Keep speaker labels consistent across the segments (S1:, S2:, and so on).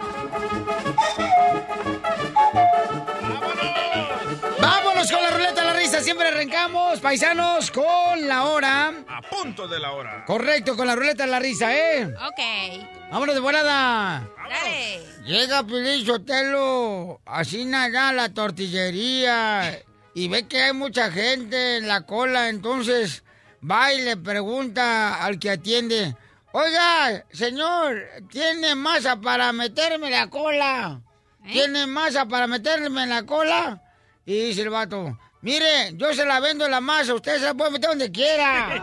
S1: Oh.
S2: Vámonos con la ruleta de la risa. Siempre arrancamos, paisanos, con la hora.
S3: A punto de la hora.
S2: Correcto, con la ruleta de la risa, ¿eh?
S1: Ok.
S2: Vámonos de volada.
S1: Dale.
S2: Llega Pilín Sotelo, así nada, a la tortillería, y ve que hay mucha gente en la cola, entonces va y le pregunta al que atiende, oiga, señor, ¿tiene masa para meterme en la cola? ¿Tiene masa para meterme en la cola? Y dice el vato, mire, yo se la vendo la masa, usted se la puede meter donde quiera.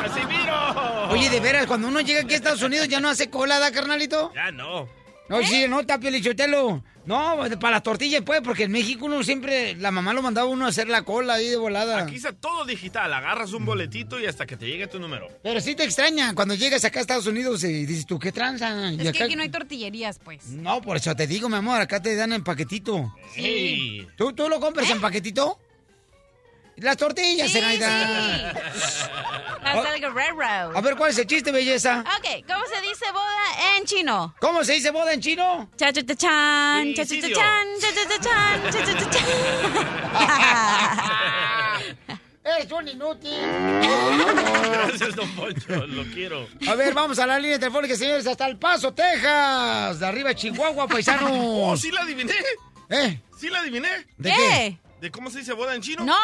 S3: ¡Casimiro!
S2: Oye, de veras, cuando uno llega aquí a Estados Unidos ya no hace cola, ¿da, carnalito?
S3: Ya no.
S2: No, sí, no, Tapio Lichotelo. No, para las tortillas, pues, porque en México uno siempre, la mamá lo mandaba a uno a hacer la cola ahí de volada.
S3: Aquí está todo digital. Agarras un boletito y hasta que te llegue tu número.
S2: Pero sí te extraña cuando llegas acá a Estados Unidos y dices, ¿tú qué tranza? Y
S1: Es que
S2: acá-
S1: aquí no hay tortillerías, pues.
S2: No, por eso te digo, mi amor, acá te dan en paquetito.
S3: Sí.
S2: ¿Tú, tú lo compras en paquetito? Las tortillas,
S1: ¿Eh? Sí,
S2: Zenaida.
S1: sí. Las del Guerrero.
S2: A ver, ¿cuál es el chiste, belleza?
S1: Ok, ¿cómo se dice boda en chino?
S2: ¿Cómo se dice boda en chino?
S1: cha cha cha chan cha cha
S3: Suicidio.
S1: chan cha cha cha chan cha cha cha chan
S2: Es un inútil.
S3: Gracias, don Poncho. Lo quiero.
S2: A ver, vamos a la línea telefónica, señores, hasta El Paso, Texas. De arriba, Chihuahua,
S3: Oh,
S2: paisanos.
S3: sí la adiviné.
S2: ¿Eh?
S3: Sí la adiviné.
S2: ¿De qué?
S3: ¿De cómo se dice boda en chino?
S1: No,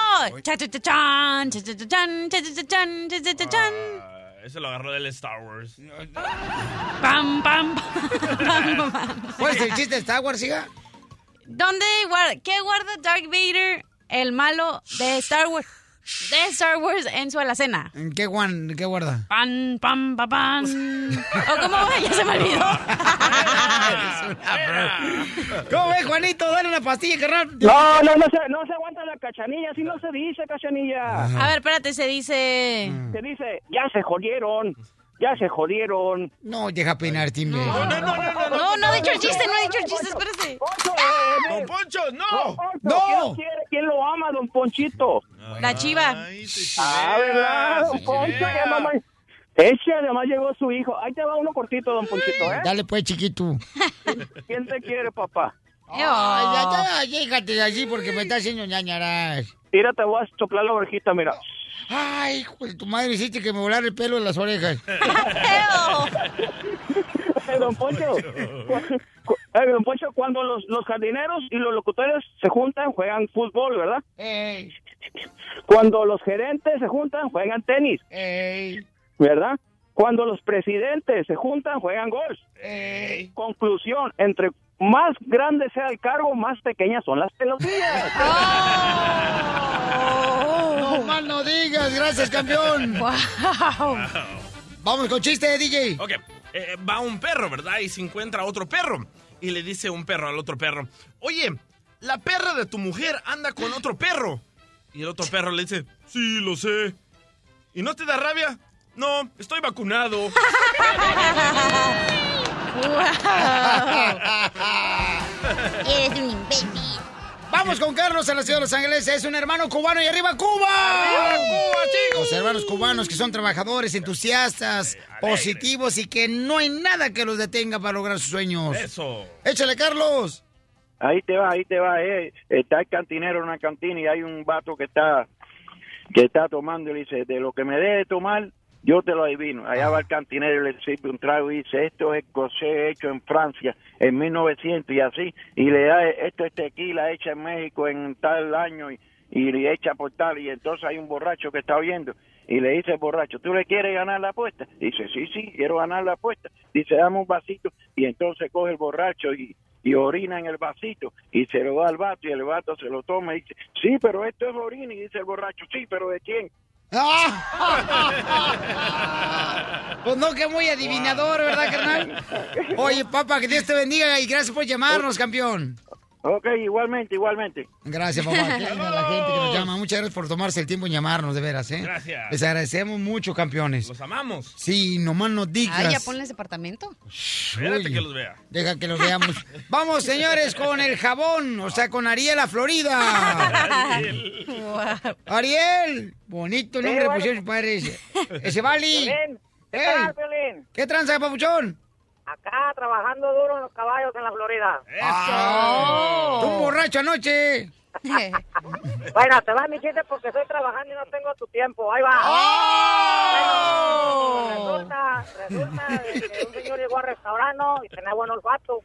S1: cha cha cha chan cha cha cha chan cha cha cha chan cha cha cha chan
S3: Ah, Eso lo agarró del Star Wars.
S1: pam pam pam, pam.
S2: ¿Cuál es el chiste de Star Wars, hija?
S1: ¿Dónde guarda qué guarda Darth Vader, el malo de Star Wars, de Star Wars en su alacena?
S2: ¿En ¿Qué, guan, qué guarda?
S1: Pam pam pam pam. ¿O cómo va? Ya se me olvidó.
S2: ¿Cómo ves, Juanito? Dale una pastilla, carnal.
S4: No, no, no se, no se aguanta la cachanilla, así no se dice cachanilla.
S1: A ver, espérate, se dice
S3: Mm.
S4: Se dice, ya se jodieron, ya se jodieron.
S2: No, deja peinar, timbre.
S3: No, no, no, no, no.
S1: No, no he dicho el chiste, no he dicho el chiste, espérate.
S4: ¡Poncho,
S3: ¡Don Poncho, no!
S2: ¡No!
S4: ¿Quién lo quiere? ¿Quién lo ama, don Ponchito?
S1: La chiva.
S3: Ay, te
S4: Ah,
S3: chiveas,
S4: ¿verdad, don
S3: te
S4: Poncho?
S3: chiveas.
S4: Ya mamá. Eche, además llegó su hijo. Ahí te va uno cortito, don Ponchito, ¿eh?
S2: Dale, pues, chiquito.
S4: ¿Quién te quiere, papá?
S2: Ay, ya, ya, déjate de allí porque me estás haciendo ñañaras.
S4: Mira, te voy a soplar la orejita, mira.
S2: Ay, hijo de tu madre, hiciste que me volara el pelo de las orejas.
S1: Eo.
S4: Eh, don Poncho, cu- cu- eh, don Poncho, cuando los, los jardineros y los locutores se juntan, juegan fútbol, ¿verdad?
S2: Ey,
S4: Cuando los gerentes se juntan, juegan tenis,
S2: ey,
S4: ¿verdad? Cuando los presidentes se juntan, juegan golf.
S2: ey.
S4: Conclusión, entre más grande sea el cargo, más pequeñas son las pelotillas.
S1: Oh.
S2: No mal no digas, gracias, campeón.
S1: Wow.
S2: Vamos con chiste, DJ.
S3: Ok, eh, va un perro, ¿verdad? Y se encuentra otro perro. Y le dice un perro al otro perro, oye, la perra de tu mujer anda con otro perro. Y el otro perro le dice, sí, lo sé. ¿Y no te da rabia? No, estoy vacunado.
S1: Eres un imbécil.
S2: Vamos con Carlos a la ciudad de Los Ángeles. Es un hermano cubano y arriba Cuba. Los hermanos cubanos que son trabajadores, entusiastas, positivos y que no hay nada que los detenga para lograr sus sueños.
S3: Eso.
S2: Échale, Carlos.
S5: Ahí te va, ahí te va. eh. Está el cantinero en una cantina y hay un vato que está que está tomando y le dice, de lo que me dé de tomar, yo te lo adivino. Allá
S2: Ah.
S5: va el cantinero y le sirve un trago y dice, esto es escocés hecho en Francia en 1900 y así. Y le da, esto es tequila hecha en México en tal año y, y le echa por tal. Y entonces hay un borracho que está oyendo y le dice al borracho, ¿tú le quieres ganar la apuesta? Dice, sí, sí, quiero ganar la apuesta. Dice, dame un vasito. Y entonces coge el borracho y, y orina en el vasito y se lo da al vato y el vato se lo toma y dice, sí, pero esto es orina. Y dice el borracho, sí, pero ¿de quién?
S2: ¡Ah! Pues no, que muy adivinador, ¿verdad, carnal? Oye, papá, que Dios te bendiga y gracias por llamarnos, campeón.
S5: Ok, igualmente, igualmente.
S2: Gracias, papá. Qué linda la gente que nos llama. Muchas gracias por tomarse el tiempo en llamarnos, de veras, ¿eh?
S3: Gracias.
S2: Les agradecemos mucho, campeones.
S3: Los amamos.
S2: Sí, nomás nos digas.
S1: Ah, ya ponles departamento.
S3: Espérate que los vea.
S2: Deja que los veamos. Vamos, señores, con el jabón, o sea, con Ariel a Florida. Ariel, bonito nombre
S6: bueno.
S2: pusieron sus padres. Ese Bali.
S6: Piolín, ¿Qué
S2: Ey.
S6: tal, Piolín?
S2: ¿Qué tranza, papuchón?
S6: Acá trabajando duro en los caballos en la Florida.
S2: Ah,
S1: Oh.
S2: Un borracho anoche.
S6: Bueno, te va mi chiste porque estoy trabajando y no tengo tu tiempo. Ahí va. Bueno, resulta, resulta de que un señor llegó al restaurante y tenía buen olfato.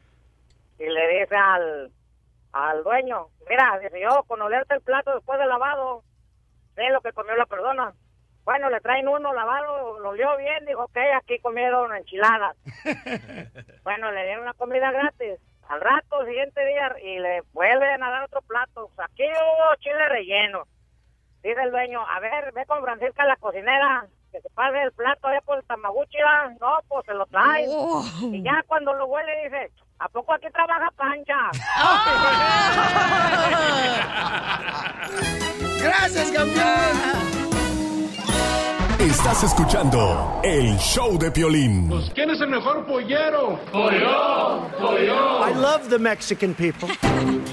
S6: Y le dice al, al dueño, mira, dice yo, con olerte el plato después de lavado, sé lo que comió la persona. Bueno, le traen uno lavado, lo olió bien, dijo, ok, aquí comieron enchiladas. Bueno, le dieron la comida gratis. Al rato, el siguiente día, y le vuelven a dar otro plato. O sea, Aquí hubo chile relleno. Dice el dueño, a ver, ve con Francisca la cocinera, que se pase el plato allá por el tamaguchi, ¿va? No, pues se lo trae. Y ya cuando lo huele dice, ¿a poco aquí trabaja Pancha?
S2: Gracias, campeón.
S7: Estás escuchando el show de Piolín.
S8: ¿Quién es el mejor pollero?
S9: I love the Mexican people.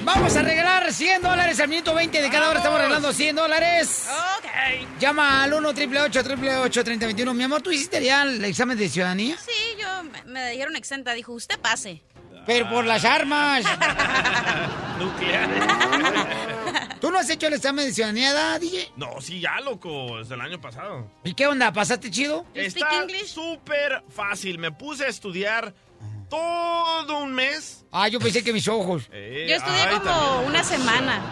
S2: Vamos a regalar 100 dólares al minuto 20 de cada hora. Estamos regalando 100 dólares.
S1: Ok.
S2: Llama al 1 888 3021 Mi amor, ¿tú hiciste ya el examen de ciudadanía?
S1: Sí, yo me, me dieron exenta. Dijo, usted pase.
S2: Pero por las armas. ¿Tú no has hecho el examen de ciudadanía, da, DJ?
S3: No, sí, ya, loco, desde el año pasado.
S2: ¿Y qué onda? ¿Pasaste chido?
S1: You speak
S3: Está
S1: English?
S3: súper fácil. Me puse a estudiar todo un mes.
S2: Ah, yo pensé que mis ojos.
S3: Eh,
S1: Yo estudié
S3: ay,
S1: como
S3: también.
S1: una semana.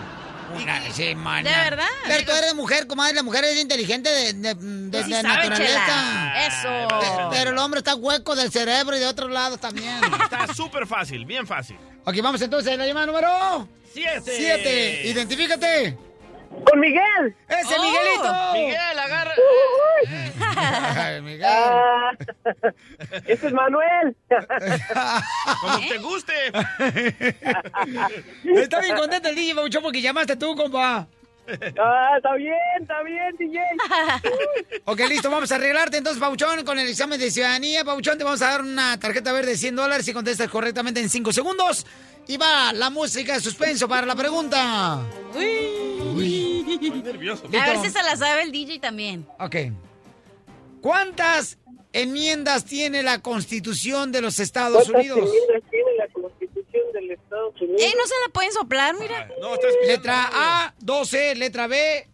S2: Una semana.
S1: ¿De verdad?
S2: Pero tú eres mujer, comadre. La mujer es inteligente de, de- de-
S1: Sí
S2: de
S1: sabe,
S2: naturaleza.
S1: chela. Eso.
S2: Pero el hombre está hueco del cerebro y de otros lados también.
S3: Está súper fácil, bien fácil.
S2: ok, vamos entonces a la llamada número
S3: Siete.
S2: 7. Identifícate.
S10: Con Miguel.
S2: ¡Ese
S1: Oh,
S2: Miguelito!
S3: Miguel, agarra.
S2: Ay, Miguel.
S10: este es Manuel.
S3: Como te guste.
S2: Está bien contento el DJ Bauchón porque llamaste tú, compa.
S10: Ah, está bien, está bien, DJ.
S2: Ok, listo, vamos a arreglarte entonces, Pauchón, con el examen de ciudadanía. Pauchón, te vamos a dar una tarjeta verde de 100 dólares si contestas correctamente en 5 segundos. Y va la música de suspenso para la pregunta.
S3: Estoy nervioso.
S1: A ver
S2: Listo.
S1: si se la sabe el DJ también.
S2: Ok. ¿Cuántas enmiendas tiene la Constitución de los Estados Unidos?
S10: tiene la Constitución del Estados Unidos?
S1: Ey, no se la pueden soplar, mira.
S3: No, estás pisando
S2: Letra
S3: duro.
S2: A, 12, letra B,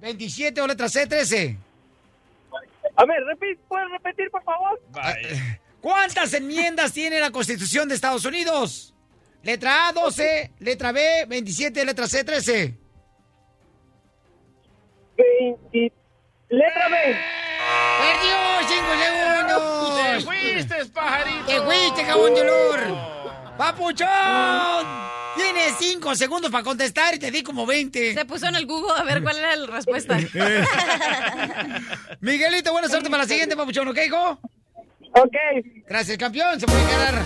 S2: 27 o letra C, 13.
S10: A ver, repite, ¿puedes repetir, por favor?
S3: Bye.
S2: ¿Cuántas enmiendas tiene la Constitución de Estados Unidos? Letra A, 12, letra B, 27, letra C, 13.
S10: 20... Letra B.
S2: ¡Perdió 5
S3: ¡Te
S2: segundos!
S3: fuiste, pajarito! Oh.
S2: ¡Te fuiste, cabrón de olor! ¡Papuchón! Tienes 5 segundos para contestar y te di como 20.
S1: Se puso en el Google a ver cuál era la respuesta.
S2: Miguelito, buena suerte para la siguiente, papuchón, ¿ok, hijo?
S10: Ok.
S2: Gracias, campeón. Se puede ganar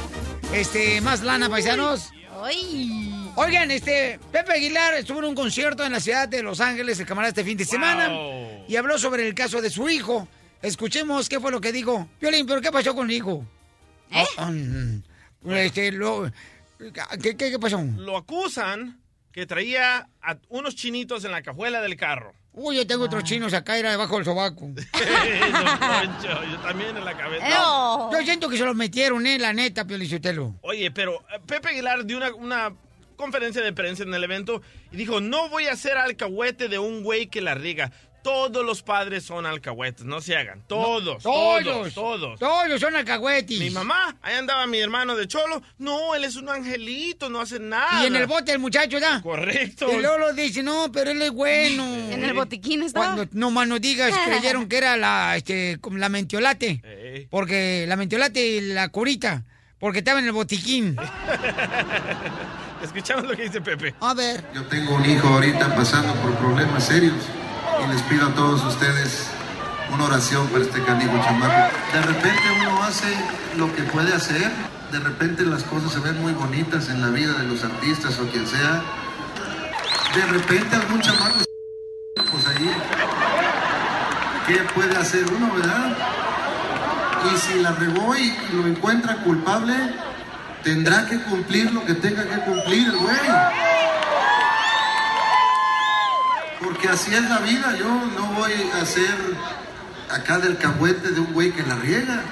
S2: este, más lana, paisanos.
S1: Ay.
S2: Oigan, este, Pepe Aguilar estuvo en un concierto en la ciudad de Los Ángeles, el camarada, este fin de semana.
S3: Wow.
S2: Y habló sobre el caso de su hijo. Escuchemos qué fue lo que dijo. Violín, ¿pero qué pasó con el hijo?
S1: ¿Eh?
S2: Ah, mm, este, lo- ¿qué, qué- qué pasó?
S3: Lo acusan que traía a unos chinitos en la cajuela del carro.
S2: Uy, yo tengo
S1: Ah.
S2: otros chinos acá, era debajo del sobaco.
S3: Don Poncho, yo también en la cabeza.
S1: No.
S2: Yo siento que se los metieron, eh, la neta, Piolichotelo.
S3: Oye, pero eh, Pepe Aguilar dio una, una conferencia de prensa en el evento y dijo, no voy a ser alcahuete de un güey que la riega. Todos los padres son alcahuetes, no se hagan. Todos, todos, todos.
S2: Todos son alcahuetis.
S3: Mi mamá, ahí andaba mi hermano de cholo. No, él es un angelito, no hace nada.
S2: Y en el bote el muchacho, ¿ya?
S3: Correcto.
S2: Y luego lo dice, no, pero él es bueno.
S1: En el botiquín estaba.
S2: Cuando no más nos digas, creyeron que era la, este, como la mentiolate.
S3: Ey.
S2: Porque la mentiolate y la curita. Porque estaba en el botiquín.
S3: Escuchamos lo que dice Pepe.
S2: A ver.
S11: Yo tengo un hijo ahorita pasando por problemas serios y les pido a todos ustedes una oración para este canijo chamaco. De repente uno hace lo que puede hacer, de repente las cosas se ven muy bonitas en la vida de los artistas o quien sea. De repente algún chamaco se- pues ahí. ¿Qué puede hacer uno, verdad? Y si la regó y lo encuentra culpable, tendrá que cumplir lo que tenga que cumplir el güey. Porque así es la vida, yo no voy a ser acá del cahuete de un güey que la riega.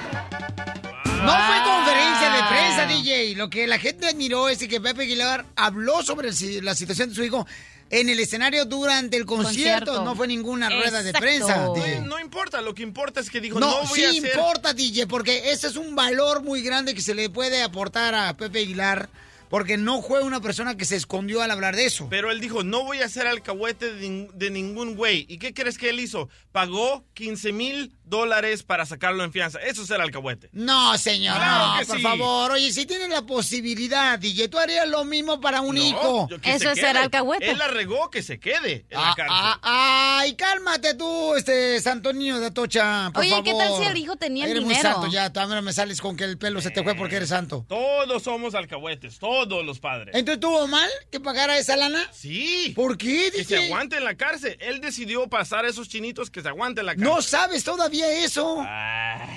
S2: No
S3: Ah.
S2: fue conferencia de prensa, DJ. Lo que la gente admiró es que Pepe Aguilar habló sobre el si- la situación de su hijo en el escenario durante el concierto.
S3: Concierto.
S2: No fue ninguna rueda de
S3: Exacto.
S2: prensa. DJ.
S3: No, no importa, lo que importa es que dijo, no,
S2: No,
S3: voy
S2: sí
S3: a hacer...
S2: importa, DJ, porque ese es un valor muy grande que se le puede aportar a Pepe Aguilar, porque no fue una persona que se escondió al hablar de eso.
S3: Pero él dijo, no voy a ser alcahuete de, nin- de ningún güey. ¿Y qué crees que él hizo? Pagó 15 mil dólares para sacarlo en fianza. Eso es ser alcahuete.
S2: No, señor,
S3: Claro
S2: no,
S3: que
S2: por
S3: sí.
S2: favor. Oye, si tienes la posibilidad, DJ, tú harías lo mismo para un hijo.
S3: yo que se quede. Él la regó que se quede en la
S2: Ah,
S3: cárcel.
S2: ah, ay, cálmate tú, este Santonino de Atocha, por
S1: Oye,
S2: favor.
S1: ¿qué tal si el hijo tenía el
S2: Eres muy
S1: dinero?
S2: santo ya, tú, ahora me sales con que el pelo se te fue porque eres santo.
S3: Todos somos alcahuetes, todos los padres.
S2: ¿Entonces tuvo mal que pagara esa lana?
S3: Sí.
S2: ¿Por qué?
S3: Que se
S2: DJ?
S3: aguante en la cárcel. Él decidió pasar a esos chinitos que se aguanten en la cárcel.
S2: No sabes todavía eso.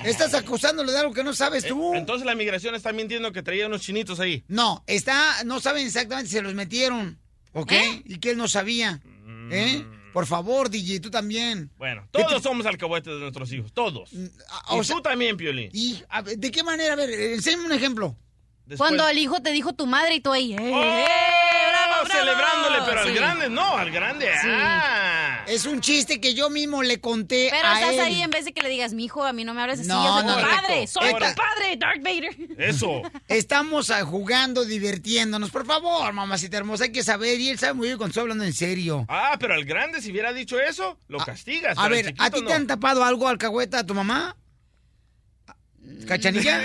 S2: Estás acusándole de algo que no sabes
S3: Eh,
S2: tú.
S3: Entonces la migración está mintiendo que traía unos chinitos ahí.
S2: No, está, no saben exactamente si se los metieron, ¿ok?
S1: ¿Eh?
S2: Y que él no sabía, ¿eh?
S3: Mm.
S2: Por favor, DJ, tú también.
S3: Bueno, todos somos alcahuetes de nuestros hijos, todos.
S2: Mm, ah, o
S3: y
S2: sea-
S3: tú también, Piolín.
S2: Y, a ver, ¿de qué manera? A ver, eh, enséñame un ejemplo.
S3: Después-
S1: Cuando el hijo te dijo tu madre y tú ahí, ¡eh,
S3: ¡Oh!
S1: eh, bravo, bravo!
S3: Celebrándole, pero al
S1: Sí.
S3: grande no, al grande.
S1: Sí.
S3: ah.
S2: Es un chiste que yo mismo le conté
S1: Pero
S2: Eh, a
S1: estás
S2: él.
S1: ahí en vez de que le digas, mi hijo, a mí no me hables así,
S2: No,
S1: yo soy
S2: no,
S1: tu
S2: correcto.
S1: padre, soy tu
S2: Esta-
S1: padre, Darth Vader.
S3: Eso.
S2: Estamos ah, jugando, divirtiéndonos. Por favor, mamacita hermosa, hay que saber. Y él sabe muy bien cuando estoy hablando en serio.
S3: Ah, pero al grande, si hubiera dicho eso, lo castigas.
S2: ah, A
S3: pero al
S2: ver, ¿a
S3: chiquito
S2: ti
S3: no.
S2: te han tapado algo, alcahueta, a tu mamá? ¿Cachanilla?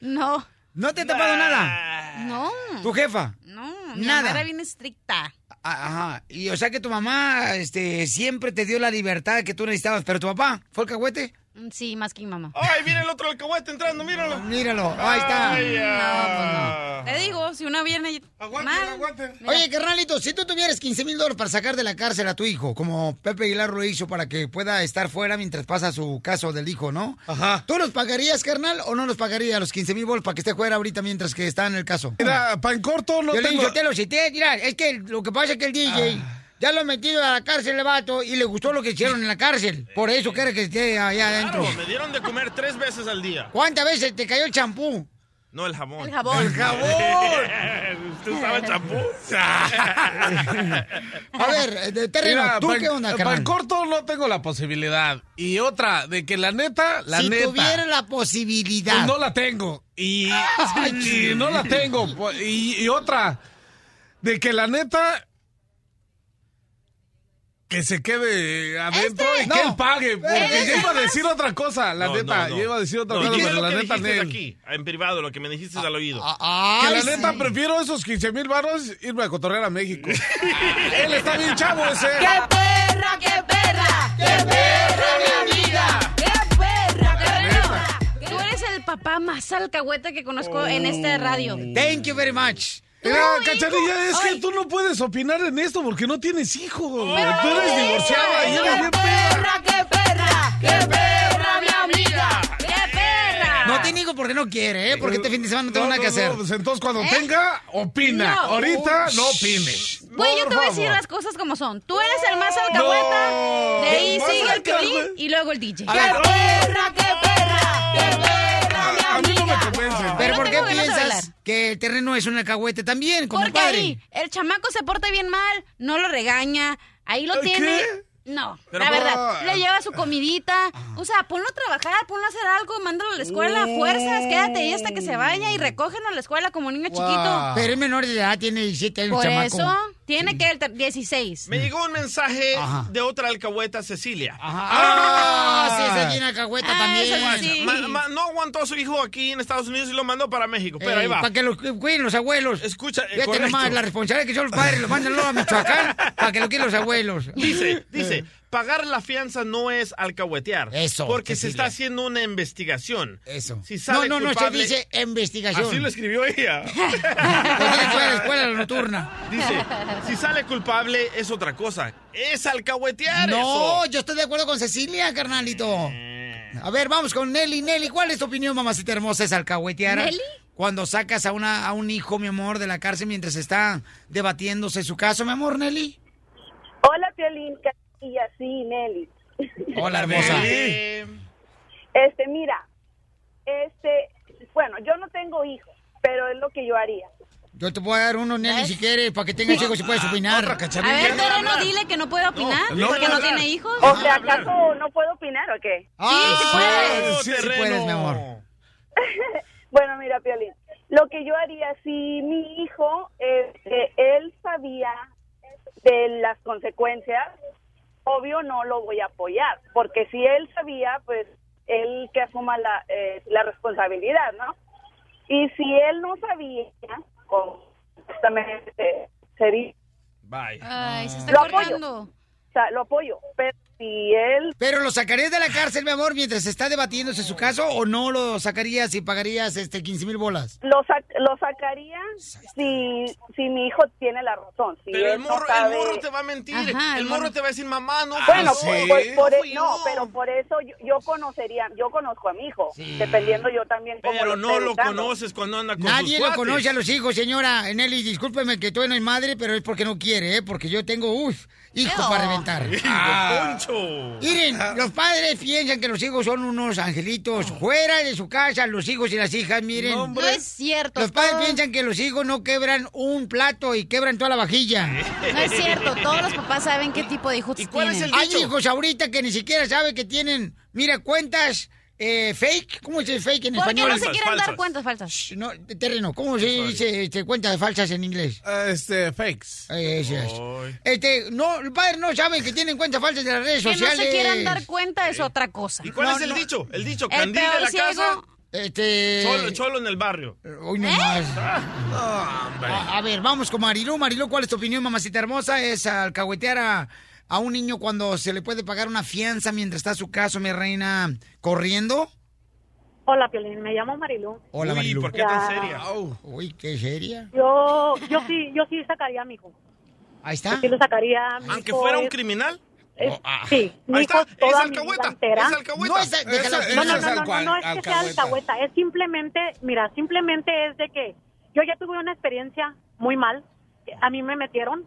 S1: No.
S2: ¿No te ha tapado nada?
S1: No,
S2: ¿Tu jefa?
S1: no, mi
S2: Ah. Nada.
S1: mamá era bien estricta.
S2: A- Ajá. Y o sea que tu mamá este, siempre te dio la libertad que tú necesitabas. Pero tu papá, ¿fue alcahuete?
S1: Mm, Sí, más que mi mamá.
S3: Ay, mira el otro alcahuete entrando, míralo.
S2: Míralo, ahí está.
S3: Ay, ah.
S1: Te digo, si una viene mal. Mira.
S2: Oye, carnalito, si tú tuvieras 15 mil dólares para sacar de la cárcel a tu hijo, como Pepe Aguilar lo hizo para que pueda estar fuera mientras pasa su caso del hijo, ¿no? Ajá. ¿Tú los pagarías, carnal, o no los pagarías los 15 mil bolos para que esté fuera ahorita mientras que está en el caso?
S12: Mira, pan corto no
S2: Yo
S12: tengo- Ah.
S2: le dije, "Telo, si te- mira, es que lo que pasa es que el DJ ya lo ha metido a la cárcel el vato y le gustó lo que hicieron en la cárcel. Por eso quiere que esté allá adentro.
S3: Claro, me dieron de comer tres veces al día.
S2: ¿Cuántas veces te cayó el champú?
S3: No, el jabón.
S2: El jabón. El jabón. Ah,
S3: ¿Usted usaba champú?
S2: A ver, eh, de terreno,
S12: Mira,
S2: ¿tú
S12: pan-
S2: qué onda,
S12: Pan
S2: carnal?
S12: corto no tengo la posibilidad. Y otra, de que la neta, la
S2: si
S12: neta.
S2: tuviera la posibilidad.
S12: pues no la tengo. Y,
S2: Ay,
S12: y no la tengo. Pues, Y, y otra, de que la neta. Que se quede adentro
S2: Este,
S12: y que
S3: No.
S12: él pague. Porque
S3: Este
S12: yo iba a decir otra cosa, la
S3: No,
S12: neta.
S3: no, no.
S12: Yo iba a decir otra
S3: No,
S12: cosa,
S3: ¿y qué es
S12: pero
S3: lo
S12: la
S3: que
S12: neta,
S3: dijiste
S12: Nel.
S3: aquí, Ah, en privado, lo que me dijiste
S2: Ah,
S3: al oído.
S12: que la neta prefiero esos 15 mil barros irme a cotorrear a México. Él está bien chavo ese.
S1: ¡Qué perra, qué perra! ¡Qué perra, mi amiga! ¡Qué perra, perra! Tú eres el papá más alcahueta que conozco en este radio.
S2: Thank you very much.
S12: Mira,
S1: No,
S12: Eh, Cachanilla, es
S1: hijo.
S12: que tú no puedes opinar en esto porque no tienes hijos.
S1: Oh,
S12: tú eres
S1: Ay,
S12: divorciada y eres
S1: ¡Qué
S12: bien
S1: perra, qué perra! ¡Qué perra, mi amiga! ¡Qué perra!
S2: No te digo porque no quiere, ¿eh? Porque este fin de semana no tengo
S12: No,
S2: nada que
S12: no,
S2: hacer.
S12: no, pues entonces cuando
S1: ¿Eh?
S12: tenga, opina.
S1: No.
S12: Ahorita no
S1: Shh.
S12: opines.
S1: Güey, yo
S12: Por
S1: te voy a decir
S12: favor.
S1: las cosas como son. Tú eres el más alcahueta, de ahí
S12: No,
S1: sigue el
S12: alcahueta.
S1: Piolín y luego el DJ.
S12: A ver.
S1: ¡Qué perra, qué perra! ¡Qué perra, mi
S12: A mí no me
S1: amiga!
S12: convencen.
S2: Pero
S1: No
S2: ¿por qué
S1: tengo ganas de
S2: piensas
S1: bailar.
S2: que el terreno es un alcahuete también, como
S1: Porque
S2: padre?
S1: ahí el chamaco se porta bien mal, no lo regaña, ahí lo
S2: ¿Qué?
S1: tiene. No,
S2: Pero
S1: la
S2: no.
S1: verdad, le lleva su comidita. O sea, ponlo a trabajar, ponlo a hacer algo, mándalo a la escuela,
S3: Oh.
S1: fuerzas, quédate ahí hasta que se vaya y recógelo a la escuela como niño chiquito.
S2: Pero es menor de edad, tiene 17 años,
S1: Por
S2: chamaco.
S1: eso, tiene que el ter- 16.
S3: Me llegó un mensaje
S2: Ajá.
S3: de otra alcahueta, Cecilia.
S2: Ah, sí, esa tiene alcahueta
S1: Ah,
S2: también.
S1: esa sí.
S3: Ma- ma- no aguantó a su hijo aquí en Estados Unidos y lo mandó para México. Pero ahí va.
S2: Eh, Para que lo cu- cuiden los abuelos. Escucha,
S3: eh,
S2: Fíjate
S3: correcto.
S2: Ah, nomás, la responsabilidad que son los padres, los mandan luego a Michoacán para que lo queden los abuelos. Eh.
S3: Dice, dice, Pagar la fianza no es alcahuetear.
S2: Eso,
S3: Porque se
S2: Cecilia.
S3: está haciendo una investigación.
S2: Eso.
S3: Si sale
S2: no, no, no, se
S3: culpable-
S2: dice investigación.
S3: Así lo escribió ella.
S2: la escuela nocturna.
S3: Dice, si sale culpable es otra cosa. Es alcahuetear
S2: No,
S3: eso. Eh.
S2: yo estoy de acuerdo con Cecilia, carnalito. A ver, vamos con Nelly. Nelly, ¿cuál es tu opinión, mamacita hermosa? ¿Es alcahuetear?
S1: ¿Nelly?
S2: Cuando sacas a, una, a un hijo, mi amor, de la cárcel mientras está debatiéndose su caso, mi amor, Nelly.
S13: Hola, Piolín, y así, Nelly.
S2: Hola, hermosa.
S13: Este, mira, este, bueno, yo no tengo hijos, pero es lo que yo haría.
S2: Yo te voy a dar uno, Nelly, si quieres, para que tengas hijos y
S3: Ah,
S2: puedes opinar.
S1: A ver, pero no dile que no puede opinar
S2: No, no
S1: porque
S2: puede
S1: no
S2: hablar.
S1: tiene hijos.
S13: O sea, ¿acaso no puedo opinar o qué?
S2: Ah,
S1: sí
S2: Sí, sí puedes, mi amor.
S13: Bueno, mira, Piolín, lo que yo haría si mi hijo, este, él sabía de las consecuencias, obvio no lo voy a apoyar, porque si él sabía, pues él que asuma la, eh, la responsabilidad, ¿no? Y si él no sabía, como justamente sería...
S3: Bye.
S1: Ay, se está
S13: Lo apoyo.
S1: cortando.
S13: O sea, lo apoyo, pero si él...
S2: Pero lo sacarías de la cárcel, mi amor, mientras está debatiéndose su caso, o no lo sacarías y pagarías este 15 mil bolas.
S13: Lo, sac- lo sacaría si, si mi hijo tiene la razón. Si
S3: Pero el
S13: él no
S3: morro, el
S13: sabe-
S3: morro te va a mentir.
S13: Ajá,
S3: el
S13: el
S3: morro
S13: morro.
S3: te va a decir, mamá,
S14: Ah,
S3: no.
S13: Bueno,
S3: fui
S13: pues,
S3: Ah, yo,
S13: pues, por
S3: no
S13: e-
S3: fui
S13: no,
S3: yo".
S13: pero por eso yo, yo conocería, yo conozco a mi hijo, dependiendo yo también
S14: pues,
S13: cómo
S3: Pero no
S13: esté
S3: lo
S13: educando.
S3: conoces cuando anda con sus
S2: Nadie lo
S3: cuates.
S2: conoce a los hijos, señora. Nelly, discúlpeme que todavía no hay madre, pero es porque no quiere, ¿eh? Porque yo tengo, uff, hijo
S3: Eo.
S2: para reventar.
S3: Hijo,
S2: Ah.
S3: Poncho.
S2: Miren,
S1: Ah.
S2: los padres piensan que los hijos son unos angelitos fuera de su casa, los hijos y las hijas, miren.
S1: No, hombre. No es cierto,
S2: Los padres
S1: todo-
S2: piensan que los hijos no quebran un plato y quebran toda la vajilla.
S1: No es cierto, todos los papás saben qué tipo de hijos tienen.
S2: Hay hijos ahorita que ni siquiera sabe que tienen, mira, cuentas eh, fake. ¿Cómo se dice fake en
S1: ¿Por qué
S2: español?
S1: no se quieren dar cuentas falsas?
S2: No, terreno, ¿cómo se dice este, cuentas falsas en inglés? este, fakes. Este, no, los padres no saben que tienen cuentas falsas de las redes
S1: Que no
S2: sociales.
S1: se quieran dar cuenta
S3: Eh.
S1: es otra cosa. ¿Y
S3: cuál es el dicho? El dicho, candil
S1: peor
S3: de la
S1: ciego-
S3: casa.
S2: Este...
S3: Cholo, cholo en el barrio. Ah,
S2: Hoy
S14: ¿Eh?
S2: no más. A, a ver, vamos con Marilu. Marilu, ¿cuál es tu opinión, mamacita hermosa? ¿Es alcahuetear a, a un niño cuando se le puede pagar una fianza mientras está su caso, mi reina, corriendo?
S14: Hola, Piolín, me llamo Marilu.
S2: Hola, Marilu.
S14: ¿por qué tan Ya. seria?
S2: Au, Uy, qué seria.
S14: Yo, yo sí, yo sí sacaría a mi hijo.
S2: Ahí está. ah.
S14: Sí lo sacaría. mi
S3: Aunque
S14: hijo
S3: fuera un
S14: es-
S3: criminal.
S14: es- Sí, mi
S3: Ahí
S14: hijo
S3: está, es
S14: toda mi
S3: alcahueta,
S14: vida entera.
S3: es alcahueta. No es- Esa- déjala- esa-
S14: no, no,
S3: esa es
S14: no, no, no, no es que sea
S3: alcahueta.
S14: alcahueta. Es simplemente, mira, simplemente es de que yo ya tuve una experiencia muy mal. A mí me metieron.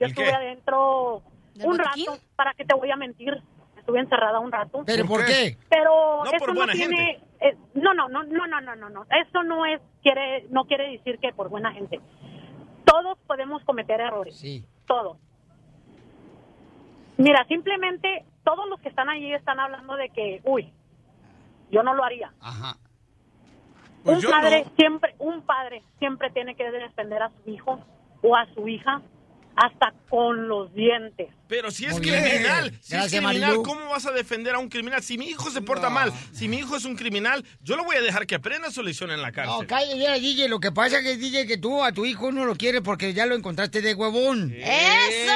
S14: Yo
S2: ¿El qué?
S14: estuve adentro
S2: ¿Del
S14: un
S2: botiquín?
S14: rato. ¿Para qué te voy a mentir? Estuve encerrada un rato.
S2: ¿Pero por qué?
S14: Pero
S2: No,
S14: eso
S2: por
S14: no
S2: buena
S14: tiene.
S2: gente.
S14: eh, no, no, no, no, no, no, no, no. Eso no es quiere, no quiere decir que por buena gente. Todos podemos cometer errores. Todos. Mira, simplemente todos los que están allí están hablando de que, uy, yo no lo haría.
S2: Ajá.
S14: un padre siempre, un padre siempre tiene que defender a su hijo o a su hija hasta con los dientes.
S3: Pero si es
S14: Muy bien.
S3: criminal, si
S14: Gracias,
S3: es criminal,
S14: Marilu.
S3: ¿cómo vas a defender a un criminal? Si mi hijo se porta mal, si mi hijo es un criminal, yo lo voy a dejar que aprenda su lección en la cárcel.
S2: No, cállate, mira, DJ, lo que pasa que DJ que tú a tu hijo no lo quieres porque ya lo encontraste de huevón.
S1: ¡Eso,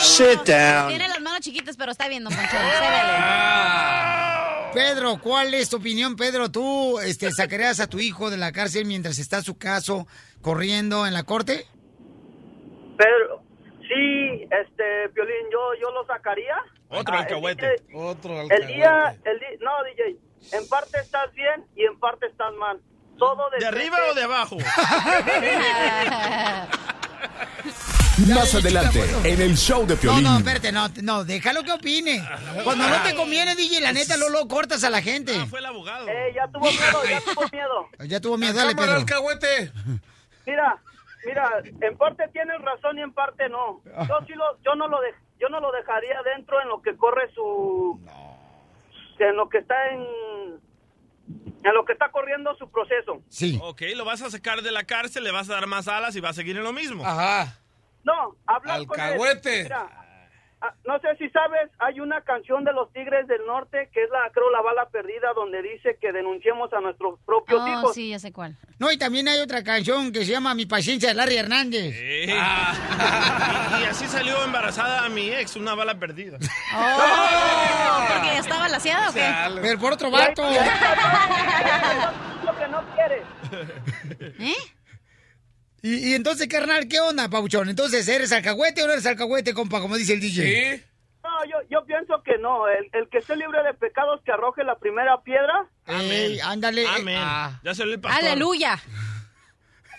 S2: Sit down.
S1: Tiene las manos chiquitas, pero está bien, don Poncho. Se vale.
S2: Pedro, ¿cuál es tu opinión, Pedro? ¿Tú este, sacarías a tu hijo de la cárcel mientras está su caso corriendo en la corte?
S4: Pero sí, este, Violín, yo, yo lo sacaría.
S3: Otro
S4: Ah,
S3: alcahuete.
S4: El,
S12: Otro
S4: día, el día, el di- no, DJ, en parte estás bien y en parte estás mal. Todo
S3: ¿De arriba o de abajo?
S11: Más adelante, en el show de
S2: No,
S11: Piolín.
S2: no, espérate, no, no, déjalo que opine. Cuando no te conviene, DJ, la neta, luego, luego cortas a la gente.
S3: el abogado.
S4: Eh, ya tuvo miedo, ya tuvo miedo.
S2: Ya tuvo miedo, dale, Pedro.
S12: alcahuete!
S4: Mira, mira, en parte tienes razón y en parte no. Yo sí lo, yo no lo, de- yo no lo dejaría dentro en lo que corre su, en lo que está en, en lo que está corriendo su proceso.
S2: Sí.
S3: Ok, lo vas a sacar de la cárcel, le vas a dar más alas y va a seguir en lo mismo.
S2: Ajá.
S4: No, hablar con él.
S3: Alcahuete.
S4: Mira, ah, no sé si sabes, hay una canción de los Tigres del Norte que es la, creo, la bala perdida, donde dice que denunciemos a nuestros propios
S1: Oh,
S4: hijos.
S1: sí, ya sé cuál.
S2: No, y también hay otra canción que se llama Mi paciencia de Larry Hernández.
S3: Ah, Eh. y, y así salió embarazada mi ex, una bala perdida.
S1: Oh, ¿Porque ya está balaseada o qué?
S3: Chale.
S2: Pero por otro vato.
S4: Lo que no quieres.
S1: ¿Eh?
S2: Y, y entonces, carnal, ¿qué onda, Pauchón? Entonces, ¿eres alcahuete o no eres alcahuete, compa, como dice el DJ?
S15: Sí.
S4: No, yo, yo pienso que no. El, el que esté libre de pecados que arroje la primera piedra.
S2: Amén. ándale. eh, ah.
S3: Amén. Ya salió el pastor.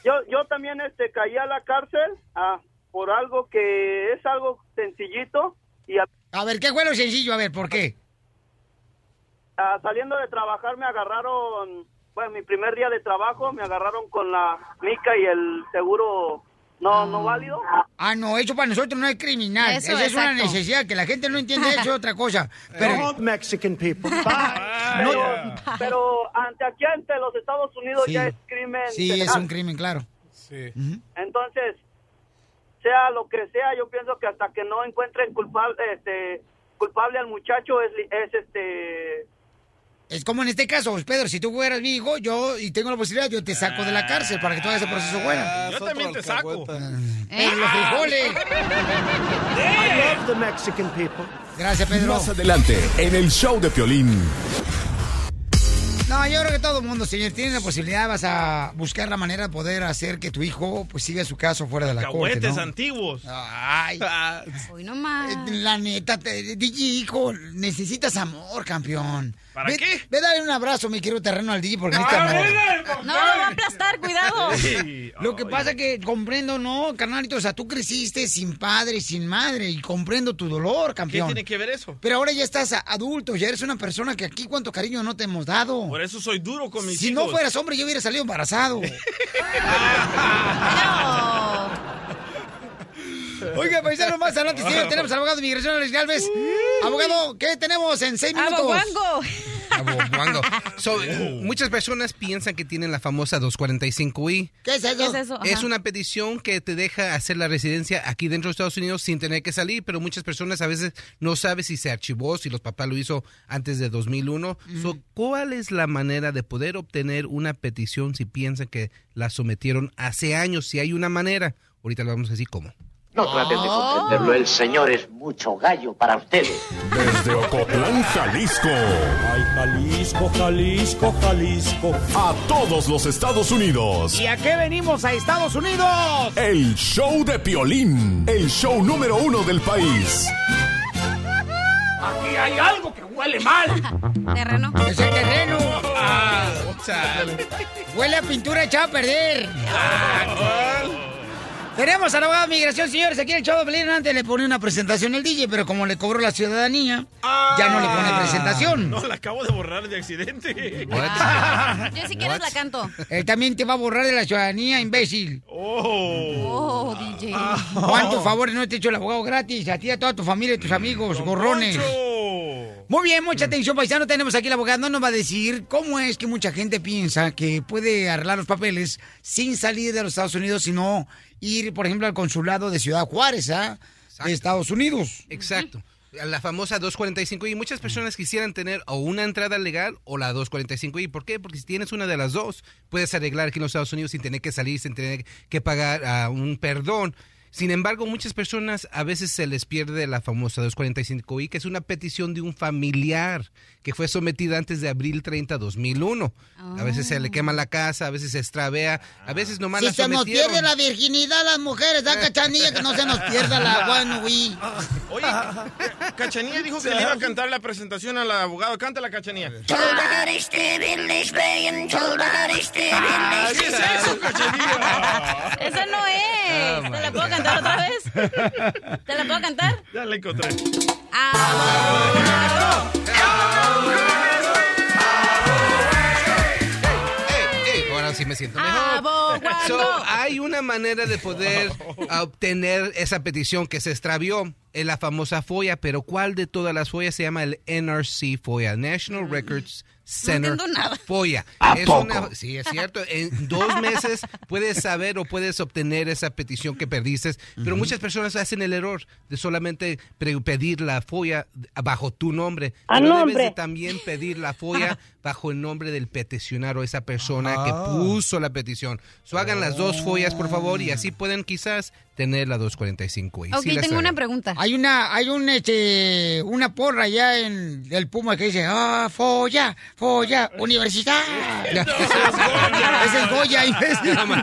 S4: Yo, yo también este, caí a la cárcel ah, por algo que es algo sencillito. Y a-
S2: A ver, ¿qué fue lo sencillo? A ver, ¿por qué?
S4: ah, saliendo de trabajar me agarraron, bueno, mi primer día de trabajo me agarraron con la mica y el seguro no, no válido.
S2: Ah, no, eso para nosotros no es criminal.
S4: Eso,
S2: Esa es una
S4: exacto.
S2: necesidad que la gente no entiende, eso es otra cosa. Pero,
S9: Mexican people.
S4: Pero, pero ante aquí, ante los Estados Unidos
S2: Sí.
S4: ya es crimen.
S2: sí,
S4: penal.
S2: es un crimen, claro.
S15: Sí.
S4: Entonces, sea lo que sea, yo pienso que hasta que no encuentren culpable, este, culpable al muchacho es, li- es este.
S2: Es como en este caso, pues, Pedro, si tú fueras mi hijo, yo y tengo la posibilidad, yo te saco de la cárcel para que todo ese proceso bueno.
S9: Ah,
S15: Yo también te saco.
S1: Eh.
S2: Pero
S1: Ah.
S2: los frijoles.
S9: I love the Mexican people.
S2: Gracias, Pedro.
S7: Más adelante, en el show de Piolín.
S2: No, yo creo que todo el mundo, señor, tiene la posibilidad, vas a buscar la manera de poder hacer que tu hijo pues siga su caso fuera de la corte,
S3: Cahuetes
S2: ¿no?
S3: antiguos.
S2: Ay.
S1: Ah. Hoy nomás.
S2: La neta, te- DJ, hijo, necesitas amor, campeón.
S3: ¿Para
S2: Ve-
S3: qué?
S2: Ve a darle un abrazo, mi querido terreno, al DJ porque necesita amor.
S1: No, lo va a aplastar, cuidado.
S2: Sí. Lo que pasa que comprendo, no, carnalito, o sea, tú creciste sin padre, sin madre, y comprendo tu dolor,
S3: ¿Qué
S2: campeón.
S3: tiene que ver eso?
S2: Pero ahora ya estás a- adulto, ya eres una persona que aquí cuánto cariño no te hemos dado.
S3: Por eso soy duro con mis
S2: si
S3: hijos.
S2: no fueras hombre, yo hubiera salido embarazado. Oiga, paisano, más adelante, señor, tenemos al abogado de inmigración, Alex Galvez. Abogado, ¿qué tenemos en seis minutos?
S1: Aboguango.
S16: Aboguango. So, Muchas personas piensan que tienen la famosa 245i.
S2: ¿Qué es eso? ¿Qué es eso?
S16: Es
S2: Ajá.
S16: una petición que te deja hacer la residencia aquí dentro de Estados Unidos sin tener que salir, pero muchas personas a veces no saben si se archivó, si los papás lo hizo antes de 2001. So, ¿Cuál es la manera de poder obtener una petición si piensan que la sometieron hace años? Si hay una manera, ahorita lo vamos a decir cómo.
S14: No traten de comprenderlo, el señor es mucho gallo para ustedes.
S7: Desde Ocotlán, Jalisco. Ay, Jalisco, Jalisco, Jalisco. A todos los Estados Unidos.
S2: ¿Y a qué venimos a Estados Unidos?
S7: El show de Piolín. El show número uno del país.
S17: Aquí hay algo que huele mal.
S1: Terreno.
S2: Es el terreno.
S9: Ah.
S12: Ah,
S2: Huele a pintura echada a perder.
S17: Ah,
S2: Tenemos al abogado de migración, señores. Aquí en el Chavo Pelín antes le pone una presentación al DJ, pero como le cobró la ciudadanía, ya no le
S17: Ah.
S2: pone presentación.
S3: Ah, No, la acabo de borrar de accidente.
S1: Yo si quieres la canto.
S2: Él también te va a borrar de la ciudadanía, imbécil.
S1: Oh, DJ.
S2: Ah.
S9: Ah.
S2: ¿Cuántos favores no te ha hecho el abogado gratis? A ti, a toda tu familia, a tus amigos, gorrones. Muy bien, mucha atención, paisano. Tenemos aquí el abogado. No nos va a decir cómo es que mucha gente piensa que puede arreglar los papeles sin salir de los Estados Unidos, sino ir, por ejemplo, al consulado de Ciudad Juárez, ¿ah? De Estados Unidos.
S16: Exacto. La famosa 245i. Muchas personas quisieran tener o una entrada legal o la 245i. ¿Por qué? Porque si tienes una de las dos, puedes arreglar aquí en los Estados Unidos sin tener que salir, sin tener que pagar ah, un perdón. Sin embargo, muchas personas a veces se les pierde la famosa 245i, que es una petición de un familiar que fue sometida antes de abril 30, 2001. A veces se le quema la casa, a veces se extravea, a veces nomás
S2: Ah. Si
S16: la
S2: se nos
S16: sometieron.
S2: pierde la virginidad las mujeres, da cachanilla que no se nos pierda la guanuí.
S3: Oye, Cachanía dijo que le iba a cantar la presentación al abogado. Cántala, Cachanía.
S1: este
S3: Ah, ¿Qué es eso, Cachanía?
S1: Esa no
S16: Ah,
S1: es. ¿Te la puedo cantar otra vez? ¿Te la puedo cantar?
S3: Ya la encontré.
S16: Ey, Eh, Ahora sí me siento
S1: mejor.
S16: So, hay una manera de poder a obtener esa petición que se extravió en la famosa FOIA, pero ¿cuál de todas las FOIA se llama el NRC FOIA, National Records Center
S1: Mm. entiendo nada.
S16: FOIA.
S1: ¿A
S16: Es
S1: poco?
S16: una- sí, es cierto. En dos meses puedes saber o puedes obtener esa petición que perdiste, pero
S18: Ujú.
S16: muchas personas hacen el error de solamente pre- pedir la FOIA bajo tu nombre.
S18: A
S16: Pero debes
S18: nombre.
S16: de también pedir la FOIA bajo el nombre del peticionario, esa persona que
S1: Ah.
S16: puso la petición. So hagan las dos FOIAs, por favor, y así pueden quizás tener la 245. Y
S1: Oh. Ok,
S16: sí la
S1: tengo
S16: saben.
S1: una pregunta.
S2: Hay una, hay un, este, una porra allá en el Puma que dice, ah, folla, folla, universidad. es el Goya, imbécil.
S16: Oh
S1: Wow.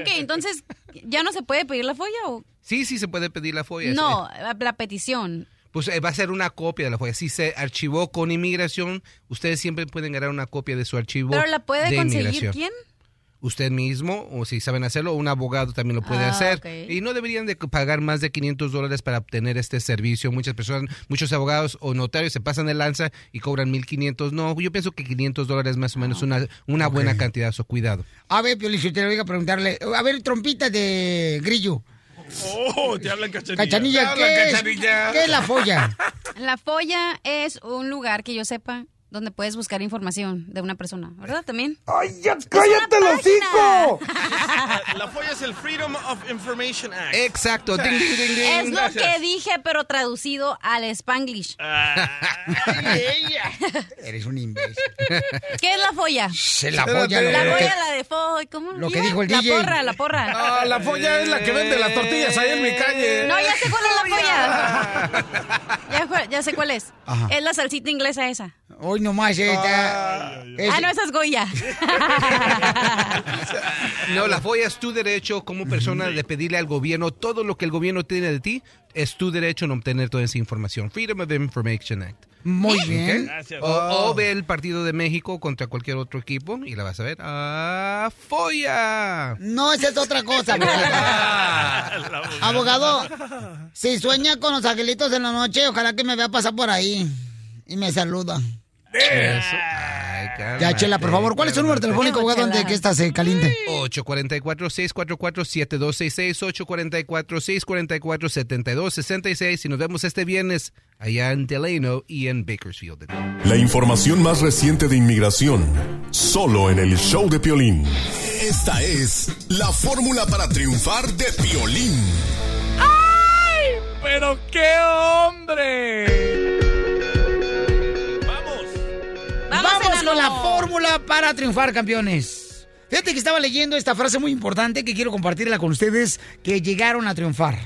S1: Ok, entonces, ¿ya no se puede pedir la folla o...?
S16: Sí, sí se puede pedir la FOIA.
S1: No, la, la petición.
S16: Pues eh, va a ser una copia de la FOIA. Si se archivó con inmigración, ustedes siempre pueden ganar una copia de su archivo.
S1: ¿Pero la puede
S16: de
S1: conseguir
S16: inmigración.
S1: quién?
S16: Usted mismo, o si saben hacerlo, un abogado también lo puede
S1: Ah,
S16: hacer.
S1: ok.
S16: Y no deberían de pagar más de 500 dólares para obtener este servicio. Muchas personas, muchos abogados o notarios se pasan de lanza y cobran 1.500. No, yo pienso que 500 dólares es más o
S1: Ah.
S16: menos una, una buena cantidad. So, cuidado.
S2: A ver, Piolín, si usted le voy a preguntarle, a ver, trompita de grillo.
S3: Oh, te hablan cachanilla.
S2: Cachanilla,
S3: Te hablan
S2: ¿qué es,
S3: cachanilla.
S2: ¿qué es la folla?
S1: La folla es un lugar que yo sepa donde puedes buscar información de una persona, ¿verdad? También.
S19: ¡Ay, ya cállate el hocico!
S3: La folla es el Freedom of Information Act.
S16: Exacto. Ding, ding, ding, ding.
S1: Es lo
S3: Gracias.
S1: que dije, pero traducido al spanglish.
S2: Eres un imbécil.
S1: ¿Qué es la folla?
S2: Se la folla, lo
S1: La
S2: que- Ah,
S1: folla, la de folla, ¿cómo?
S2: Lo que
S1: iba?
S2: dijo el DJ.
S1: La porra, la porra.
S12: No, Ah, la folla es la que vende las tortillas ahí en mi calle.
S1: No, ya sé cuál es la folla. ya, cu- ya sé cuál es.
S2: Ajá.
S1: Es la salsita inglesa esa.
S2: Hoy nomás eh, está.
S1: Ah, no, esa es Goya.
S16: No, la FOIA es tu derecho como persona de pedirle al gobierno todo lo que el gobierno tiene de ti. Es tu derecho en obtener toda esa información. Freedom of Information Act.
S2: Muy
S16: ¿Ok?
S2: bien. Oh.
S16: O, o ve el partido de México contra cualquier otro equipo y la vas a ver. Ah, folla.
S2: No, esa es otra cosa, abogado. Abogado, si sueña con los angelitos en la noche, ojalá que me vea pasar por ahí. Y me saluda.
S16: Eso. Ay,
S2: Ya,
S16: cálmate,
S2: Chela, por favor, ¿cuál es su número
S16: cálmate.
S2: telefónico, abogado, antes de que esta se caliente?
S16: 844-644-7266, 844-644-7266 y nos vemos este viernes allá en Delano y en Bakersfield.
S7: La información más reciente de inmigración, solo en el show de Piolín. Esta es la fórmula para triunfar de Piolín.
S9: ¡Ay! ¡Pero qué hombre!
S2: Vamos, con la fórmula para triunfar, campeones. Fíjate que estaba leyendo esta frase muy importante que quiero compartirla con ustedes que llegaron a triunfar.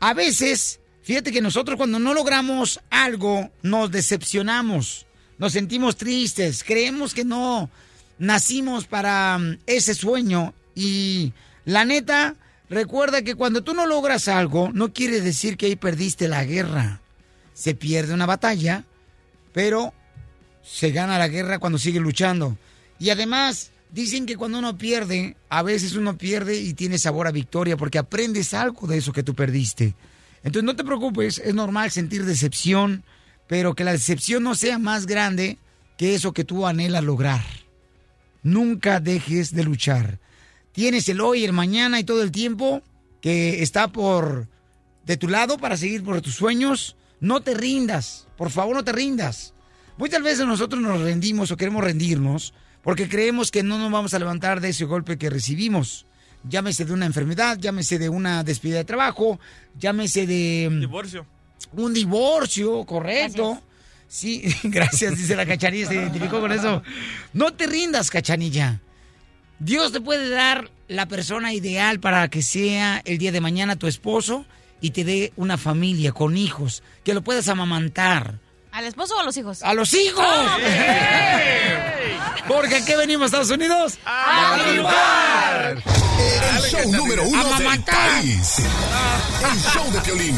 S2: A veces, fíjate que nosotros cuando no logramos algo, nos decepcionamos, nos sentimos tristes, creemos que no nacimos para mm, ese sueño y la neta, recuerda que cuando tú no logras algo, no quiere decir que ahí perdiste la guerra. Se pierde una batalla, pero se gana la guerra cuando sigue luchando. Y además, dicen que cuando uno pierde, a veces uno pierde y tiene sabor a victoria porque aprendes algo de eso que tú perdiste. Entonces no te preocupes, es normal sentir decepción, pero que la decepción no sea más grande que eso que tú anhelas lograr. Nunca dejes de luchar. Tienes el hoy, el mañana y todo el tiempo que está por de tu lado para seguir por tus sueños. No te rindas, por favor, no te rindas. Muchas veces nosotros nos rendimos o queremos rendirnos porque creemos que no nos vamos a levantar de ese golpe que recibimos. Llámese de una enfermedad, llámese de una despedida de trabajo, llámese de mm,
S3: Divorcio.
S2: un divorcio, correcto. Sí, gracias, dice la cachanilla, se identificó con eso. No te rindas, cachanilla. Dios te puede dar la persona ideal para que sea el día de mañana tu esposo y te dé una familia con hijos, que lo puedas amamantar.
S1: ¿Al esposo o a los hijos?
S2: ¡A los hijos! Porque aquí venimos a Estados Unidos
S1: Ah,
S2: a triunfar.
S7: El show número uno del
S2: Amamantar.
S7: país.
S9: Ah.
S7: El show de Piolín.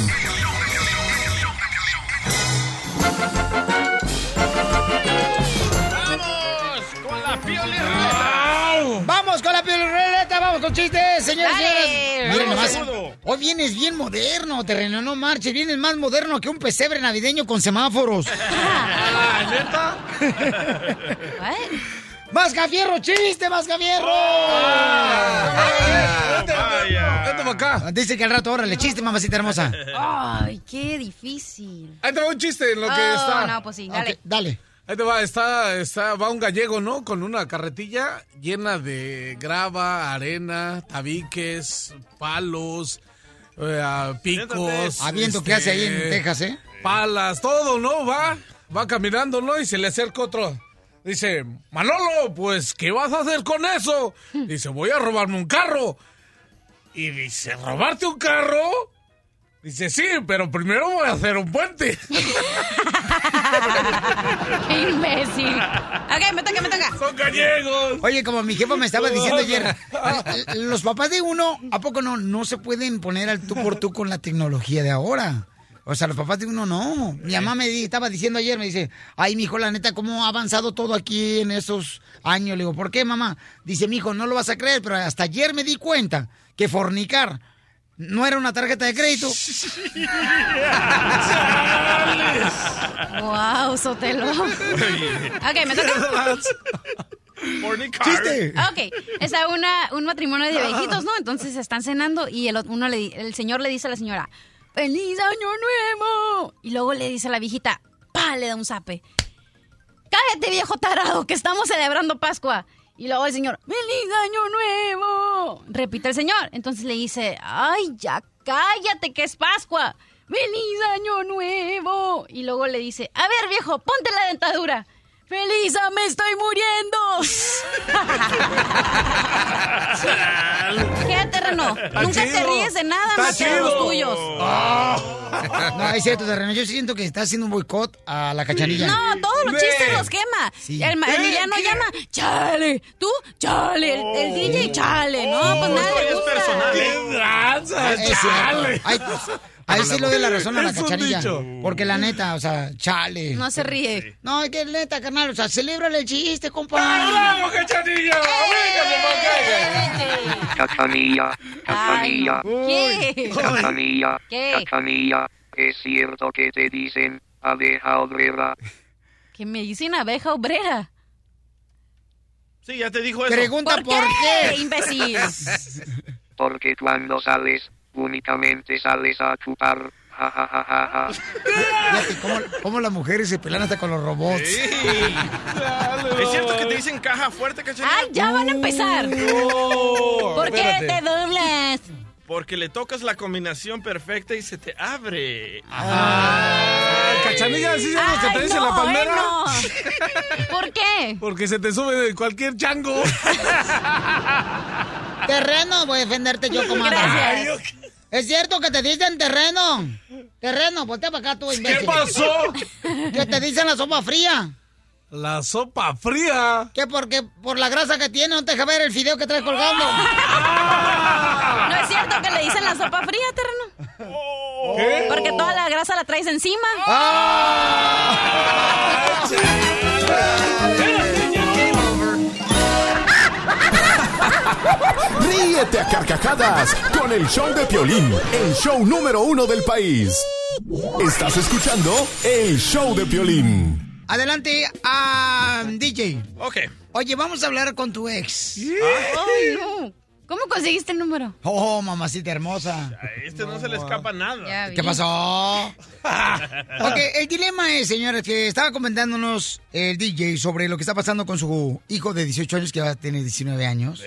S2: Vamos con la pioleta, vamos con chistes, señores y
S9: Dale.
S2: señoras. Miren
S9: Vamos,
S2: nomás,
S9: segundo.
S2: hoy vienes bien moderno, terreno, no marches, vienes más moderno que un pesebre navideño con semáforos. ¡Más gafierro, chiste, más gafierro! Dice que al rato, órale, chiste, mamacita hermosa.
S1: Ay, qué difícil.
S12: Ahí te va un chiste en lo que
S1: Oh,
S12: está.
S1: no, pues sí, dale.
S2: Ok, dale.
S12: Ahí te va, está, está, va un gallego, ¿no? Con una carretilla llena de grava, arena, tabiques, palos, eh, picos. este,
S2: Ah, viento, ¿qué hace ahí en Texas, eh?
S12: Palas, todo, ¿no? Va, va caminando, ¿no? Y se le acerca otro. Dice, Manolo, pues, ¿qué vas a hacer con eso? Dice, voy a robarme un carro. Y dice, ¿robarte un carro? Dice, sí, pero primero voy a hacer un puente.
S1: ¡Qué imbécil! Ok, me toca, me toca.
S12: Son gallegos.
S2: Oye, como mi jefa me estaba diciendo ayer, los papás de uno, ¿a poco no, no se pueden poner al tú por tú con la tecnología de ahora? O sea, los papás de uno no. Mi mamá me di- estaba diciendo ayer, me dice, ay, mijo, la neta, ¿cómo ha avanzado todo aquí en esos años? Le digo, ¿por qué, mamá? Dice, mijo, no lo vas a creer, pero hasta ayer me di cuenta que fornicar no era una tarjeta de crédito.
S1: Wow, Sotelo. Ok, me toca.
S9: ¡Chiste!
S1: Ok, está una, un matrimonio de viejitos, ¿no? Entonces están cenando y el, ot- uno le di- el señor le dice a la señora, ¡Feliz Año Nuevo! Y luego le dice a la viejita, ¡pa! Le da un zape. ¡Cállate, viejo tarado, que estamos celebrando Pascua! Y luego el señor, ¡Feliz Año Nuevo! Repite el señor. Entonces le dice, ¡ay, ya cállate, que es Pascua! ¡Feliz Año Nuevo! Y luego le dice, a ver, viejo, ponte la dentadura. ¡Feliz, me estoy muriendo! ¿Qué, terreno? Nunca te
S2: chido.
S1: ríes de nada
S2: Está
S1: más que de los
S2: chido. Ah.
S1: tuyos.
S2: No, es cierto, terreno. Yo siento que está haciendo un boicot a la cachanilla.
S1: No, todos los chistes los quema.
S2: Sí.
S1: El ma-
S2: Eh,
S1: Emiliano
S2: ¿qué?
S1: llama, chale, tú, chale,
S2: Oh.
S1: el, el DJ, chale. No, pues nada le gusta.
S2: Ah, Es cierto. pues, Ahí, ahí sí lo de la razón a la
S9: Es un
S2: cachanilla.
S9: dicho.
S2: Porque la neta, o sea, chale.
S1: No se ríe.
S2: No, es que neta, carnal, o sea, celébrale el chiste, compa.
S9: ¡Bravo,
S2: cachanilla!
S18: Cachanilla, Cachanilla,
S9: ¿qué?
S18: Cachanilla,
S1: ¿Qué?
S18: Cachanilla, es cierto que te dicen abeja obrera.
S1: Que me dicen abeja obrera.
S3: Sí, ya te dijo eso.
S2: Pregunta Pues, por
S1: qué, imbécil.
S18: Porque cuando sales, únicamente sales a chupar. Ja, ja, ja, ja, ja.
S2: Fíjate cómo, cómo las mujeres se pelan hasta con los robots.
S3: ¿Es cierto que te dicen caja fuerte, Oh, cachanilla?
S1: ¡Ay, ya van a empezar! ¿Por qué
S3: espérate.
S1: te doblas?
S3: Porque le tocas la combinación perfecta y se te abre.
S16: Ah.
S12: Cachanilla, ¿sí sabes lo que
S1: Ay,
S12: te dice
S1: no,
S12: la palmera?
S1: eh, no. ¿Por qué?
S12: Porque se te sube de cualquier chango.
S2: Terreno, voy a defenderte yo, comadre.
S9: Gracias.
S2: Es cierto que te dicen terreno. Terreno, voltea para acá tú, imbécil.
S12: pasó?
S2: Que te dicen la sopa fría.
S12: La sopa fría.
S2: Que porque por la grasa que tiene no te deja ver el fideo que traes colgando.
S1: No es cierto que le dicen la sopa fría, terreno.
S2: Oh.
S1: Porque toda la grasa la traes encima.
S2: Ah.
S7: Ríete a carcajadas con el show de Piolín, el show número uno del país. Estás escuchando el show de Piolín.
S2: Adelante, ah, DJ.
S3: Ok.
S2: Oye, vamos a hablar con tu ex.
S1: Ay, no. ¿Cómo conseguiste el número?
S2: Oh, mamacita hermosa.
S3: Este no, se le escapa nada.
S2: ¿Qué pasó? Ok, el dilema es, señores, que estaba comentándonos el DJ sobre lo que está pasando con su hijo de 18 años que va a tener 19 años.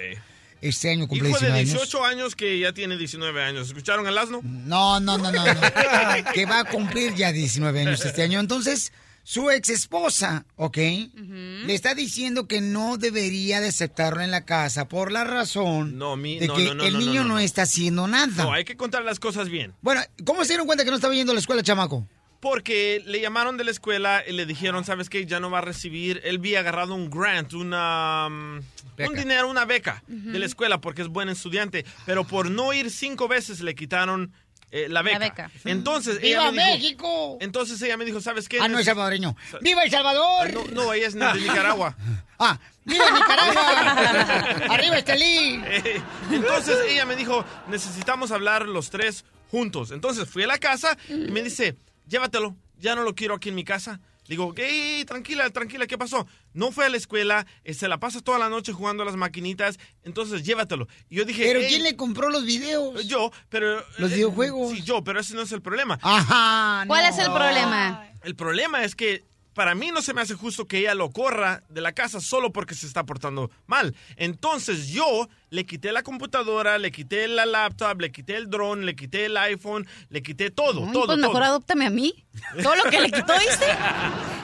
S2: Este año cumple
S3: Hijo de
S2: 19 años.
S3: 18 años que ya tiene 19 años. ¿Escucharon al asno?
S2: No, no, no, no, no. que va a cumplir ya 19 años este año. Entonces, su ex esposa, ¿ok? Le está diciendo que no debería de aceptarlo en la casa por la razón
S3: No, mi-
S2: de
S3: no,
S2: que
S3: no, no,
S2: el
S3: no,
S2: niño
S3: no, no.
S2: está haciendo nada.
S3: No, hay que contar las cosas bien.
S2: Bueno, ¿cómo se dieron cuenta que no estaba yendo a la escuela, chamaco?
S3: Porque le llamaron de la escuela y le dijeron, ¿sabes qué? Ya no va a recibir. Él había agarrado un grant, una, um, un dinero, una beca
S9: Ujú.
S3: de la escuela porque es buen estudiante. Pero por no ir cinco veces le quitaron eh, la, beca.
S2: beca.
S3: Entonces,
S2: ¡Viva
S3: ella me dijo-
S2: México!
S3: entonces ella me dijo, ¿sabes qué?
S2: Ah, no es salvadoreño. ¡Viva El Salvador!
S3: No, no, ella es de Nicaragua.
S2: Ah, ¡viva Nicaragua! ¡Arriba Estelí!
S3: Eh, Entonces ella me dijo, necesitamos hablar los tres juntos. Entonces fui a la casa y me dice, llévatelo, ya no lo quiero aquí en mi casa. Le digo, hey, tranquila, tranquila, ¿qué pasó? No fue a la escuela, eh, se la pasa toda la noche jugando a las maquinitas, entonces llévatelo. Y yo dije,
S2: ¿Pero
S3: "Ey".
S2: quién le compró los videos?
S3: Yo, pero...
S2: Los
S3: eh,
S2: videojuegos.
S3: Sí, yo, pero ese no es el problema.
S2: Ajá.
S1: ¿Cuál es el problema?
S3: El problema es que para mí no se me hace justo que ella lo corra de la casa solo porque se está portando mal. Entonces yo le quité la computadora, le quité la laptop, le quité el dron, le quité el iPhone, le quité todo,
S1: Ay,
S3: todo.
S1: pues mejor
S3: todo.
S1: adóptame a mí. Todo lo que le quitó, ¿viste?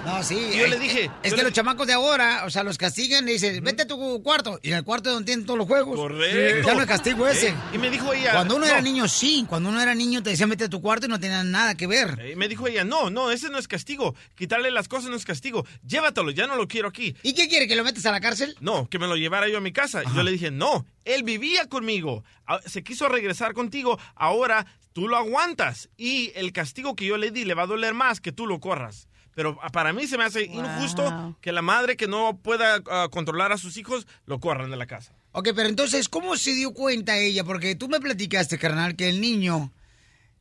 S2: No, sí.
S3: Yo
S2: eh,
S3: le dije,
S2: Es
S3: yo
S2: que
S3: le-
S2: los chamacos de ahora, o sea, los castigan y dicen, vete a tu cuarto. Y en el cuarto es donde tienen todos los juegos.
S3: Correcto.
S2: Ya no es castigo ese.
S3: Eh, y me dijo ella,
S2: Cuando uno era
S3: no.
S2: niño, sí. Cuando uno era niño, te decían, vete a tu cuarto y no tenían nada que ver.
S3: Y Eh, me dijo ella, no, no, ese no es castigo. Quitarle las cosas no es castigo. Llévatelo, ya no lo quiero aquí.
S2: ¿Y qué quiere? ¿Que lo metas a la cárcel?
S3: No, que me lo llevara yo a mi casa. Y Yo le dije, no, él vivía conmigo. Ah, Se quiso regresar contigo, ahora tú lo aguantas. Y el castigo que yo le di le va a doler más que tú lo corras. Pero ah, para mí se me hace injusto que la madre que no pueda ah, controlar a sus hijos lo corran de la casa.
S2: Ok, pero entonces, ¿cómo se dio cuenta ella? Porque tú me platicaste, carnal, que el niño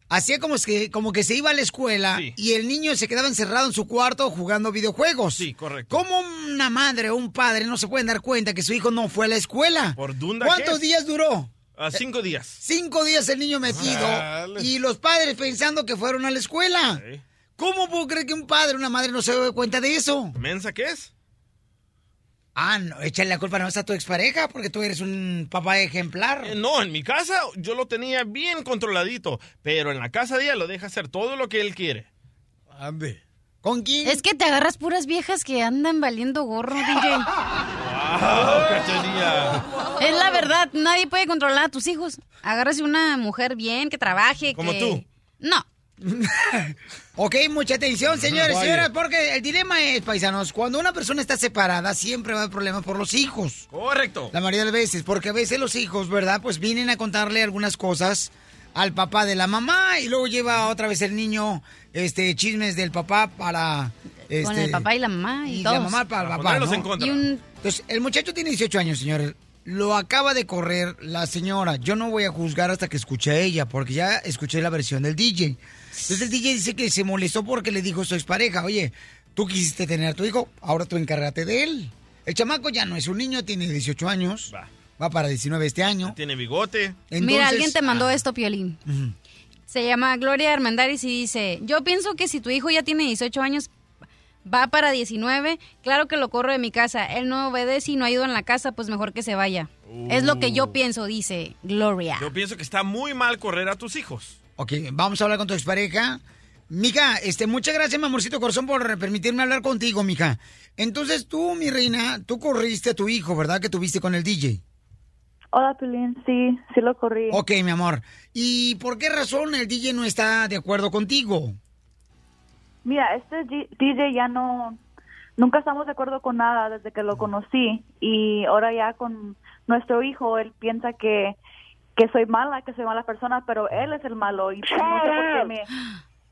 S2: hacía como que, como que se iba a la escuela y el niño se quedaba encerrado en su cuarto jugando videojuegos. Sí,
S3: correcto.
S2: ¿Cómo una madre o un padre no se pueden dar cuenta que su hijo no fue a la escuela?
S3: ¿Por dunda
S2: ¿Cuántos
S3: qué?
S2: días duró? Eh,
S3: Ah, cinco días.
S2: Cinco días el niño metido
S3: Dale.
S2: y los padres pensando que fueron a la escuela. ¿Cómo puedo creer que un padre o una madre no se dé cuenta de eso?
S3: ¿Mensa qué es?
S2: Ah, no, échale la culpa no es a tu expareja porque tú eres un papá ejemplar.
S3: Eh, No, en mi casa yo lo tenía bien controladito, pero en la casa de ella lo deja hacer todo lo que él quiere.
S12: Ande.
S2: ¿Con quién?
S1: Es que te agarras puras viejas que andan valiendo gorro, DJ.
S3: ¡Wow,
S2: Ah,
S3: cachanilla!
S1: Es la verdad, nadie puede controlar a tus hijos. Agárrase una mujer bien, que trabaje,
S2: Como
S1: que-
S2: tú.
S1: No.
S2: Ok, mucha atención, señores,
S1: Vaya.
S2: señoras, porque el dilema es, paisanos, cuando una persona está separada siempre va a haber problemas por los hijos.
S3: Correcto.
S2: La mayoría de las veces, porque a veces los hijos, ¿verdad? Pues vienen a contarle algunas cosas al papá de la mamá y luego lleva otra vez el niño este chismes del papá para este,
S1: Con el papá y la mamá y,
S2: y
S1: todos.
S2: la mamá para el papá, ¿no?
S1: Y un-
S2: Entonces, el muchacho tiene 18 años, señores. Lo acaba de correr la señora. Yo no voy a juzgar hasta que escuche a ella, porque ya escuché la versión del DJ. Entonces el DJ dice que se molestó porque le dijo sois pareja. Oye, tú quisiste tener a tu hijo, ahora tú encárgate de él. El chamaco ya no es un niño, tiene 18 años. Va, para 19 este año. ah.
S3: Tiene bigote.
S1: Mira, alguien te mandó esto, Piolín.
S2: Ujú.
S1: Se llama Gloria Hermandaris y dice, yo pienso que si tu hijo ya tiene 18 años, va para 19, claro que lo corro de mi casa. Él no obedece y no ayuda en la casa, pues mejor que se vaya. Es lo que
S3: Uh.
S1: yo pienso, dice Gloria.
S3: Yo pienso que está muy mal correr a tus hijos.
S2: Ok, Eh, vamos a hablar con tu expareja. Mija, este, muchas gracias, mi amorcito corazón, por permitirme hablar contigo, mija. Entonces tú, mi reina, tú corriste a tu hijo, ¿verdad? Que tuviste con el DJ.
S20: Hola, Pilín. Sí, sí lo corrí.
S2: Ok, mi amor. ¿Y por qué razón el DJ no está de acuerdo contigo?
S20: Mira, este G- DJ ya no, nunca estamos de acuerdo con nada desde que lo conocí y ahora ya con nuestro hijo, él piensa que, que soy mala, que soy mala persona, pero él es el malo y pues, no sé por qué me,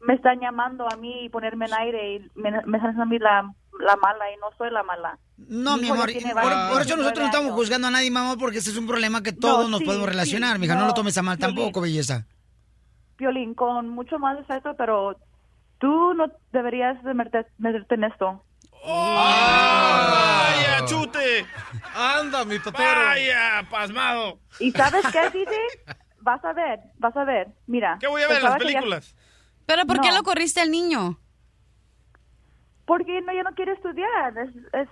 S20: me están llamando a mí y ponerme en aire y me, me están haciendo a mí la, la mala y no soy la mala.
S2: No, mi
S20: hijo ya
S2: amor.
S20: tiene
S2: Por,
S20: varios
S2: por eso nosotros no
S20: 19
S2: estamos
S20: años.
S2: juzgando a nadie, mamá, porque ese es un problema que todos nos
S20: sí,
S2: podemos
S20: sí,
S2: relacionar, mija. No, lo
S20: no,
S2: tomes a mal
S20: Piolín.
S2: tampoco, belleza.
S20: Piolín, con mucho más respeto, pero tú no deberías de meterte, meterte en esto.
S2: Oh.
S3: ¡Vaya, chute!
S12: ¡Anda, mi totero!
S3: ¡Vaya, pasmado!
S20: ¿Y sabes qué, DJ? Vas a ver, vas a ver. Mira.
S3: ¿Qué voy a ver en las
S20: pensaba que ya-
S3: películas?
S1: Pero ¿por qué
S20: No.
S1: lo corriste al niño?
S20: Porque no, ya no quiere estudiar. Es, es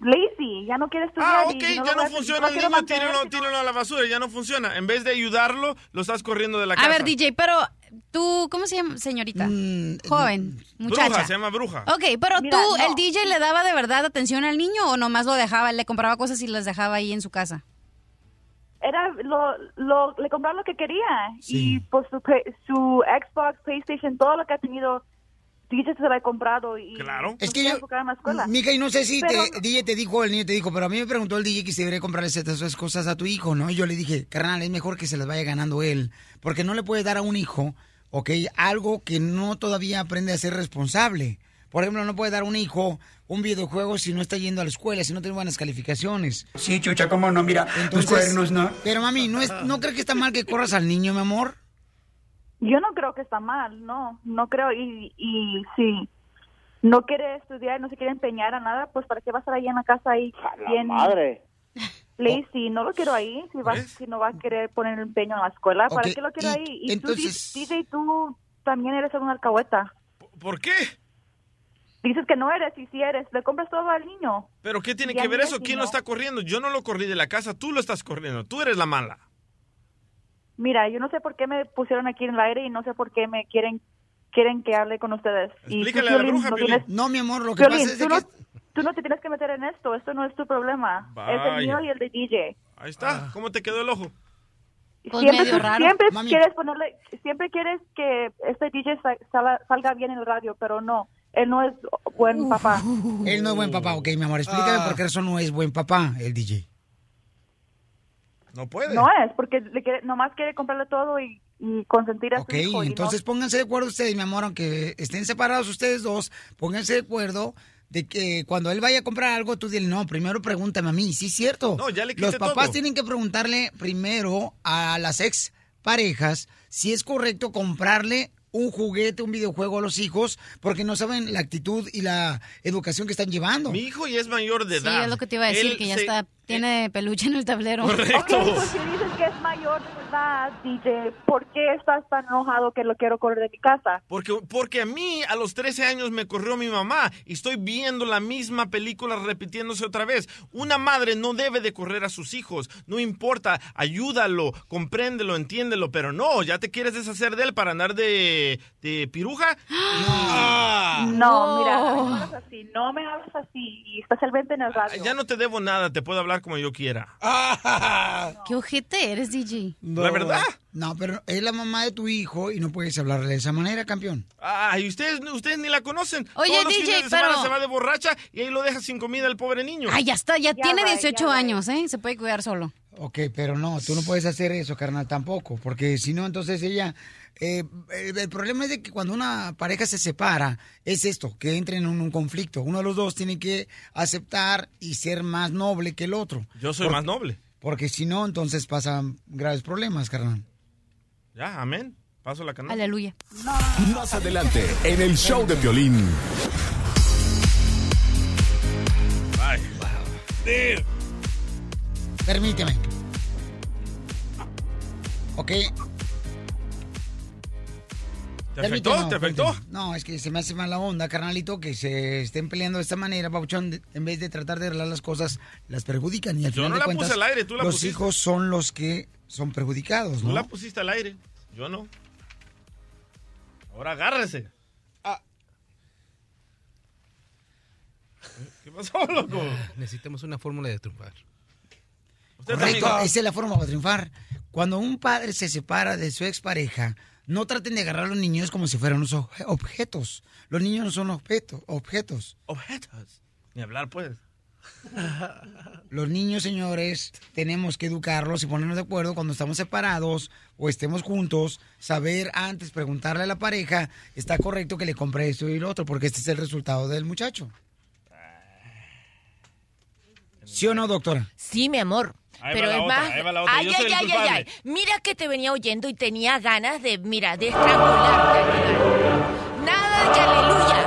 S20: lazy. Ya no quiere estudiar.
S3: Ah,
S20: y
S3: ok,
S20: lo
S3: ya
S20: voy
S3: no
S20: a-
S3: funciona el
S20: quiero
S3: niño,
S20: mantener.
S3: tírenlo, tírenlo a la basura, ya no funciona. En vez de ayudarlo, lo estás corriendo de la casa.
S1: A ver, DJ, pero tú, ¿cómo se llama, señorita?
S2: Mm,
S1: Joven, muchacha.
S3: Bruja, se llama bruja.
S1: Ok, pero
S20: Mira,
S1: tú,
S20: no.
S1: ¿el DJ le daba de verdad atención al niño o nomás lo dejaba, le compraba cosas y las dejaba ahí en su casa?
S20: Era lo, lo, le compraba lo que quería. Y pues su, play- su Xbox, PlayStation, todo lo que ha tenido, DJ se lo ha comprado. Y
S3: claro.
S2: Es que yo, mija, y no sé si te, DJ te dijo, el niño te dijo, pero a mí me preguntó el DJ que si debería comprarle esas cosas a tu hijo, ¿no? Y yo le dije, carnal, es mejor que se las vaya ganando él, porque no le puedes dar a un hijo, ¿ok? Algo que no todavía aprende a ser responsable. Por ejemplo, no puede dar a un hijo un videojuego si no está yendo a la escuela, si no tiene buenas calificaciones.
S21: Sí, chucha, cómo no, mira, tus cuernos, ¿no?
S2: Pero mami, ¿no, es, ¿no crees que está mal que corras al niño, mi amor?
S20: Yo no creo que está mal, no, no creo. Y, y si no quiere estudiar, no se quiere empeñar a nada, pues ¿para qué va a estar ahí en la casa ahí? bien
S4: madre.
S20: Lazy, no lo quiero ahí. Si, va, si no va a querer poner empeño en la escuela, ¿para
S2: Ok,
S20: qué lo quiero
S2: y-
S20: ahí? Y
S2: entonces-
S20: tú, DJ, tú también eres una alcahueta.
S3: ¿Por qué?
S20: dices que no eres y si eres, le compras todo al niño.
S3: ¿Pero qué tiene
S20: Ya
S3: que ver
S20: ni
S3: eso?
S20: así,
S3: ¿Quién lo
S20: ¿no?
S3: está corriendo? Yo no lo corrí de la casa, tú lo estás corriendo. Tú eres la mala.
S20: Mira, yo no sé por qué me pusieron aquí en el aire y no sé por qué me quieren quieren que hable con ustedes. Y tú,
S2: Explícale a la
S20: Piolín,
S2: bruja,
S20: no
S2: Piolín.
S20: tienes-
S2: No, mi amor, lo que
S20: Piolín,
S2: pasa es de
S20: tú no- Tú no te tienes que meter en esto, esto no es tu problema. Es el
S3: Vaya.
S20: mío y el de DJ.
S3: Ahí está. ¿Cómo te quedó el ojo? Pues
S1: Pues
S20: siempre tú- siempre quieres ponerle, siempre quieres que este DJ sa- sala- salga bien en el radio, pero no, él no es buen papá.
S2: Él no es buen papá, ok, mi amor. Explícame
S20: Ah.
S2: por qué eso no es buen papá, el DJ.
S3: No puede.
S20: No es, porque le quiere- nomás quiere comprarle todo y, y consentir a
S2: Ok,
S20: su hijo. y no-
S2: entonces pónganse de acuerdo ustedes, mi amor, aunque estén separados ustedes dos, pónganse de acuerdo de que cuando él vaya a comprar algo, tú dile, no, primero pregúntame a mí, sí es cierto.
S3: No, ya le quité
S2: Los papás
S3: todo.
S2: tienen que preguntarle primero a las ex parejas si es correcto comprarle un juguete, un videojuego a los hijos, porque no saben la actitud y la educación que están llevando.
S3: Mi hijo ya es mayor de
S1: Sí,
S3: edad.
S1: es lo que te iba a decir,
S3: Él
S1: que ya
S3: se-
S1: está, tiene peluche en el tablero.
S3: Correcto.
S20: Ok, pues si dices que es mayor de edad, DJ, ¿por qué estás tan enojado que lo quiero correr de mi casa?
S3: Porque, porque a mí, a los 13 años, me corrió mi mamá y estoy viendo la misma película repitiéndose otra vez. Una madre no debe de correr a sus hijos, no importa, ayúdalo, compréndelo, entiéndelo, pero no, ya te quieres deshacer de él para andar de, de piruja. Ah.
S20: No, mira, no hablas así, no me hablas así y estás el 20 en el radio.
S3: Ya no te debo nada, te puedo hablar como yo quiera.
S1: ¿Qué ojete eres, DJ?
S3: ¿La verdad?
S2: No, pero es la mamá de tu hijo y no puedes hablarle de esa manera, campeón.
S3: Ay, ustedes, ustedes ni la conocen.
S1: Oye,
S3: Todos los
S1: DJ,
S3: fines de semana
S1: pero-
S3: se va de borracha y ahí lo deja sin comida el pobre niño.
S1: Ay, Ah, ya está, ya, tiene 18 años, ¿eh? Se puede cuidar solo.
S2: Ok, pero no, tú no puedes hacer eso, carnal, tampoco, porque si no, entonces ella... eh, el, el problema es de que cuando una pareja se separa, es esto, que entren en un, conflicto. Uno de los dos tiene que aceptar y ser más noble que el otro.
S3: Yo soy
S2: Por-
S3: más noble.
S2: Porque si no, entonces pasan graves problemas, carnal.
S3: Ya, amén. Paso la canasta.
S1: Aleluya.
S7: Más adelante, en el show de Piolín.
S3: Ay.
S2: Permíteme. Ok.
S3: ¿Te
S2: Permíteme,
S3: afectó? ¿Te
S2: permíteme.
S3: afectó?
S2: No, es que se me hace mala onda, carnalito, que se estén peleando de esta manera, Pabuchón, de- en vez de tratar de arreglar las cosas, las perjudican. Y al
S3: Yo
S2: final
S3: no
S2: de
S3: la
S2: cuentas,
S3: puse al aire, tú la
S2: los
S3: pusiste.
S2: hijos son los que son perjudicados,
S3: Tú
S2: ¿no?
S3: la pusiste al aire. Yo no. Ahora agárrese. ¿Qué pasó, loco?
S16: Ah, Necesitamos una fórmula de triunfar.
S2: Correcto,
S16: también.
S2: esa es la forma para triunfar. Cuando un padre se separa de su expareja, no traten de agarrar a los niños como si fueran unos obje- objetos. Los niños no son objetos, objetos.
S3: Objetos. Ni hablar, pues.
S2: Los niños, señores, tenemos que educarlos y ponernos de acuerdo cuando estamos separados o estemos juntos, saber antes, preguntarle a la pareja, está correcto que le compre esto y lo otro, porque este es el resultado del muchacho. ¿Sí o no, doctora?
S22: Sí, mi amor.
S2: Ahí
S22: Pero
S2: va la
S22: es
S2: otra,
S22: más.
S2: ahí va la otra.
S22: Ay,
S2: Yo
S22: ay,
S2: soy el
S22: ay, ay,
S2: culpable.
S22: ay. Mira que te venía oyendo y tenía ganas de, mira, de estrangularte. Nada de aleluya.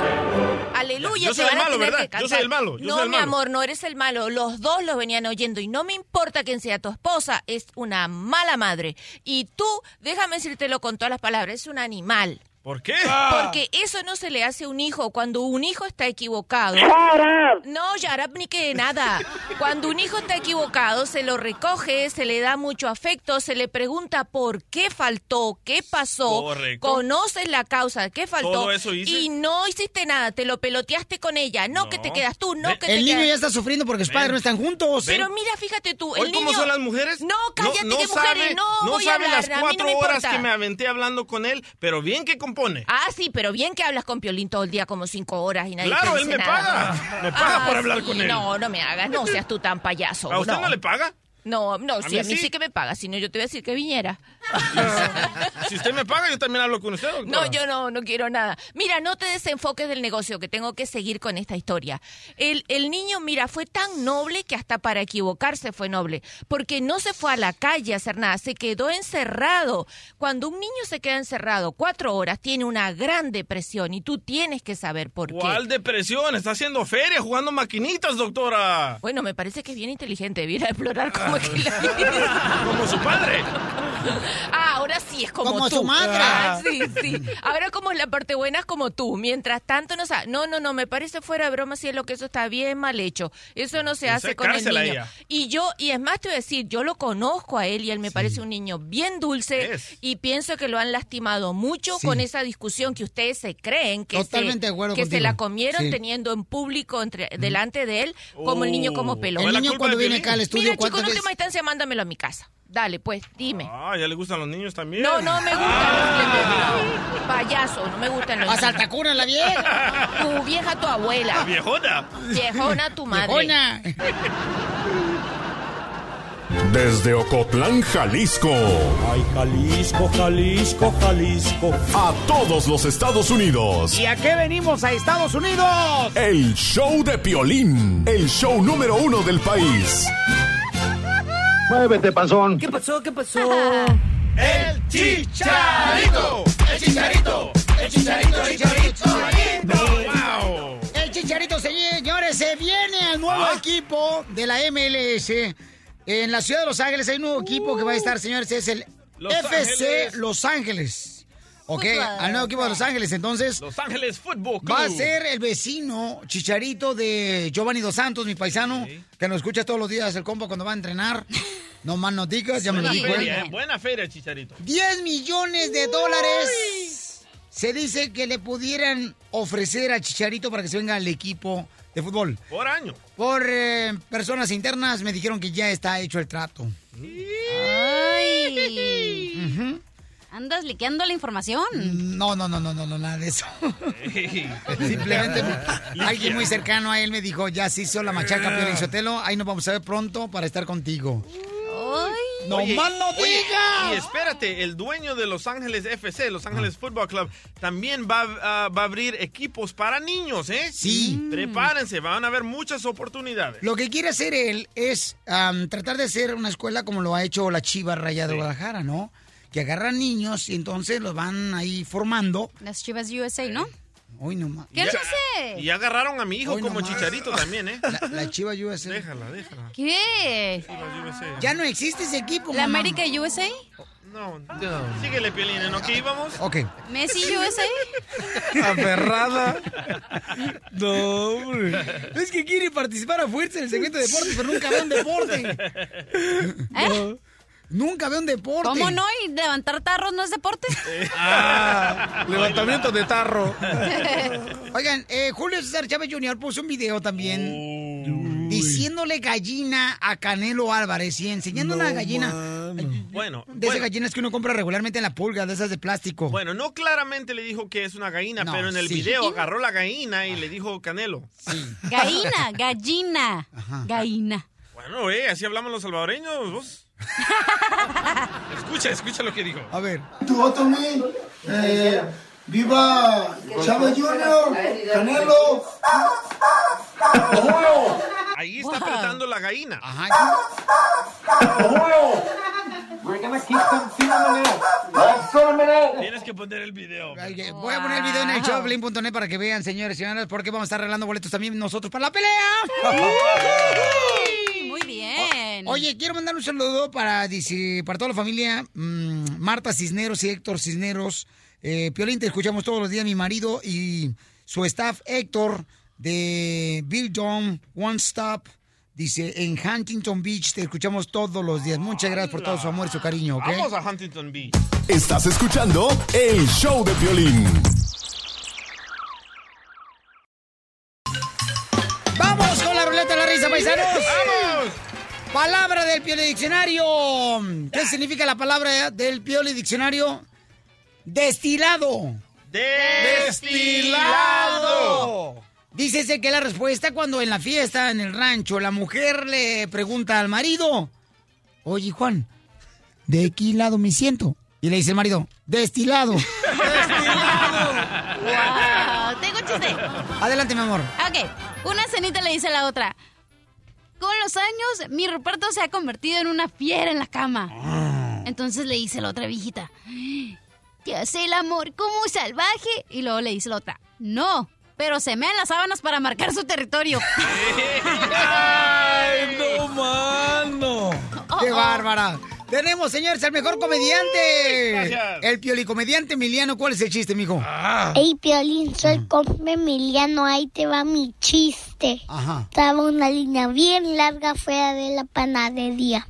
S22: Aleluya.
S3: Yo soy
S22: te van
S3: el
S22: a
S3: malo,
S22: tener
S3: ¿verdad?
S22: que
S3: Yo soy
S22: cantar.
S3: el malo, yo
S22: no,
S3: soy el
S22: mi
S3: malo.
S22: amor, no eres el malo. Los dos lo venían oyendo y no me importa quién sea tu esposa. Es una mala madre. Y tú, déjame decírtelo con todas las palabras, es un animal.
S3: ¿Por qué?
S22: Porque eso no se le hace a un hijo cuando un hijo está equivocado.
S3: Shut up.
S22: No, Yarab ni que nada. Cuando un hijo está equivocado, se lo recoge, se le da mucho afecto, se le pregunta por qué faltó, qué pasó,
S23: Correcto.
S22: conoces la causa, qué faltó.
S23: Todo eso hice.
S22: Y no hiciste nada, te lo peloteaste con ella. No, que te quedas tú, no que te
S2: El niño
S22: quedas-
S2: ya está sufriendo porque sus padres no están juntos.
S22: Pero mira, fíjate tú, el
S3: ¿Hoy cómo
S22: niño-
S3: son las mujeres?
S22: No, cállate que mujeres,
S3: sabe,
S22: no, voy a
S3: sabe
S22: hablar,
S3: las
S22: a mí no
S3: cuatro
S22: me
S3: horas
S22: importa.
S3: que me aventé hablando con él, pero bien que compone.
S22: Ah, sí, pero bien que hablas con Piolín todo el día como cinco horas y nadie
S3: Claro,
S22: te
S3: él
S22: dice
S3: me
S22: nada. Ah,
S3: paga. Me paga por hablar con él.
S22: No, no me hagas, no seas tú tan payaso.
S3: ¿A usted no, le paga?
S22: No, no,
S3: ¿A
S22: sí,
S3: mí
S22: a mí
S3: sí?
S22: sí que me paga, si no yo te voy a decir que viniera.
S3: Si usted me paga, yo también hablo con usted,
S22: No,
S3: doctora.
S22: yo no, no quiero nada. Mira, no te desenfoques del negocio, que tengo que seguir con esta historia. El, el niño, mira, fue tan noble que hasta para equivocarse fue noble, porque no se fue a la calle a hacer nada, se quedó encerrado. Cuando un niño se queda encerrado cuatro horas, tiene una gran depresión y tú tienes que saber por qué.
S3: ¿Cuál depresión? Está haciendo feria, jugando maquinitas, doctora.
S22: Bueno, me parece que es bien inteligente, viene a explorar cómo
S3: Ah. Como su padre.
S22: Ah, ahora sí es como,
S3: Como
S22: tú.
S3: su madre.
S22: Ah, sí, sí. Ahora como la parte buena es como tú. Mientras tanto, no sa- No, no, no, me parece fuera de broma, cielo, que eso está bien mal hecho. Eso no se
S24: Esa
S22: hace
S24: es
S22: con el
S24: cárcel a
S22: niño.
S24: ella.
S22: Y yo, y es más te voy a decir, yo lo conozco a él y él me parece un niño bien dulce y pienso que lo han lastimado mucho
S2: Sí.
S22: con esa discusión que ustedes se creen que,
S2: Totalmente de
S22: se,
S2: acuerdo
S22: que se
S2: contigo.
S22: la comieron
S2: Sí.
S22: teniendo en público entre, delante de él como el niño como pelo.
S3: ¿Fue la niño culpa cuando de viene Piolín? acá al estudio,
S22: Mira, chico, en
S3: ¿cuántas
S22: última instancia, mándamelo a mi casa. Dale, pues, dime.
S3: Ah, ya le gustan los niños también. Ah,
S22: No, no me gustan los clemente, no. Payaso, no me gustan los
S3: A
S22: Saltacuna la vieja. Tu vieja, tu abuela.
S3: Ah, Viejona.
S22: Viejona, tu madre.
S2: Viejona.
S7: Desde Ocotlán, Jalisco. Ay, Jalisco, Jalisco, Jalisco. A todos los Estados Unidos.
S23: ¿Y a qué venimos a Estados Unidos?
S7: El show de Piolín. El show número uno del país. Muévete, panzón.
S23: ¿Qué pasó? ¿Qué pasó?
S9: El
S23: chicharito,
S9: el chicharito, el chicharito, el chicharito.
S3: ¡Wow!
S2: El Chicharito, señores, se viene al nuevo
S3: Ah.
S2: equipo de la MLS. En la ciudad de Los Ángeles hay un nuevo equipo que va a estar, señores, es el
S3: Los
S2: FC
S3: Ángeles.
S2: Los Ángeles. Ok,
S3: Fútbol.
S2: al nuevo equipo de Los Ángeles, entonces.
S3: Los Ángeles Fútbol Club.
S2: Va a ser el vecino Chicharito de Giovanni Dos Santos, mi paisano, que nos escucha todos los días el compa cuando va a entrenar. No más nos digas, ya me lo
S3: Buena
S2: dijo
S3: feria,
S2: él.
S3: eh, buena feria, Chicharito.
S2: 10 millones de dólares se dice que le pudieran ofrecer a Chicharito para que se venga al equipo de fútbol.
S3: Por año.
S2: Por eh, personas internas me dijeron que ya está hecho el trato.
S1: Ay.
S2: Ujú.
S1: ¿Andas liqueando la información?
S2: No, no, no, no, no, no, nada de eso. Simplemente alguien muy cercano a él me dijo, ya se hizo la machaca, Piolín Sotelo, ahí nos vamos a ver pronto para estar contigo.
S1: Ay.
S2: No más no
S3: oye,
S2: digas.
S3: Y espérate, el dueño de Los Ángeles FC,
S2: Ah.
S3: Los Ángeles Football Club, también va, ah, va a abrir equipos para niños, ¿eh?
S2: Sí.
S3: Prepárense, van a haber muchas oportunidades.
S2: Lo que quiere hacer él es am, tratar de hacer una escuela como lo ha hecho la Chiva Raya de Guadalajara, ¿no? Que agarran niños y entonces los van ahí formando. Eh,
S1: Las Chivas USA, ¿no?
S2: Hoy nomás.
S1: ¿Qué
S3: Ya-
S1: se hace?
S3: Y ya agarraron a mi hijo
S2: Hoy
S3: como
S2: nomás.
S3: chicharito también, ¿eh?
S2: La, la Chiva USA.
S3: Déjala, déjala.
S1: ¿Qué?
S2: Ya no existe ese equipo.
S1: ¿La
S2: mamá.
S1: América USA?
S3: No, no. Síguele, Piolín, ¿en qué íbamos?
S2: Ok.
S1: ¿Messi USA?
S2: Aferrada. No, hombre. Es que quiere participar a fuerza en el segmento de deportes, pero nunca ve un deporte. No. Nunca ve un deporte.
S1: ¿Eh? ¿Cómo no? ¿Y levantar tarros no es deporte?
S9: Ah, levantamiento de tarro.
S2: Oigan, eh, Julio César Chávez Jr. puso un video también diciéndole gallina a Canelo Álvarez y enseñando una gallina
S3: Bueno,
S2: de esas gallinas que uno compra regularmente en la pulga, de esas de plástico.
S3: bueno, no claramente le dijo que es una gallina,
S2: No,
S3: pero en el
S2: sí.
S3: video agarró la gallina y le dijo Canelo.
S1: Gallina, gallina, gallina.
S3: Bueno, eh, así hablamos los salvadoreños, vos. escucha, escucha lo que dijo.
S2: A ver.
S25: Tu Otomí, eh, viva Chávez Junior, Canelo. ¡Juro!
S3: Ahí está apretando la gallina.
S25: ¡Juro! We're gonna keep them feeling it. That's so minute.
S3: Tienes que poner el video.
S2: Voy a poner el video en el showblin.net para que vean, señores y señoras, porque vamos a estar regalando boletos también nosotros para la pelea.
S1: Muy bien.
S2: Oye, quiero mandar un saludo para, dice, para toda la familia. mm, Marta Cisneros y Héctor Cisneros. Eh, Piolín, te escuchamos todos los días, mi marido y su staff Héctor de Bill John One Stop. Dice, en Huntington Beach te escuchamos todos los días. Muchas gracias por todo su amor y su cariño, ¿ok?
S3: Vamos a Huntington Beach.
S7: Estás escuchando el show de Piolín.
S2: ¡Vamos con la ruleta de la risa, paisanos!
S9: ¡Vamos!
S2: Palabra del Pioli Diccionario. ¿Qué significa la palabra del Pioli Diccionario? Destilado.
S9: Destilado.
S2: Dícese que la respuesta cuando en la fiesta, en el rancho, la mujer le pregunta al marido, oye Juan, ¿de qué lado me siento? Y le dice el marido, destilado.
S1: Wow, tengo un chiste.
S2: Adelante, mi amor.
S1: Ok, una cenita le dice a la otra. Con los años, mi Ruperto se ha convertido en una fiera en la
S2: Ah.
S1: cama. Entonces le dice la otra viejita. Te hace el amor como un salvaje. Y luego le dice la otra. No, pero se mean las sábanas para marcar su territorio.
S9: Ay, no mano.
S2: bárbara! Tenemos, señores, al mejor comediante.
S24: Gracias. Ah.
S2: El piolicomediante Emiliano. ¿Cuál es el chiste, mijo?
S24: Ey, Piolín, soy compa Emiliano, ahí te va mi chiste. Estaba una línea bien larga fuera de la panadería,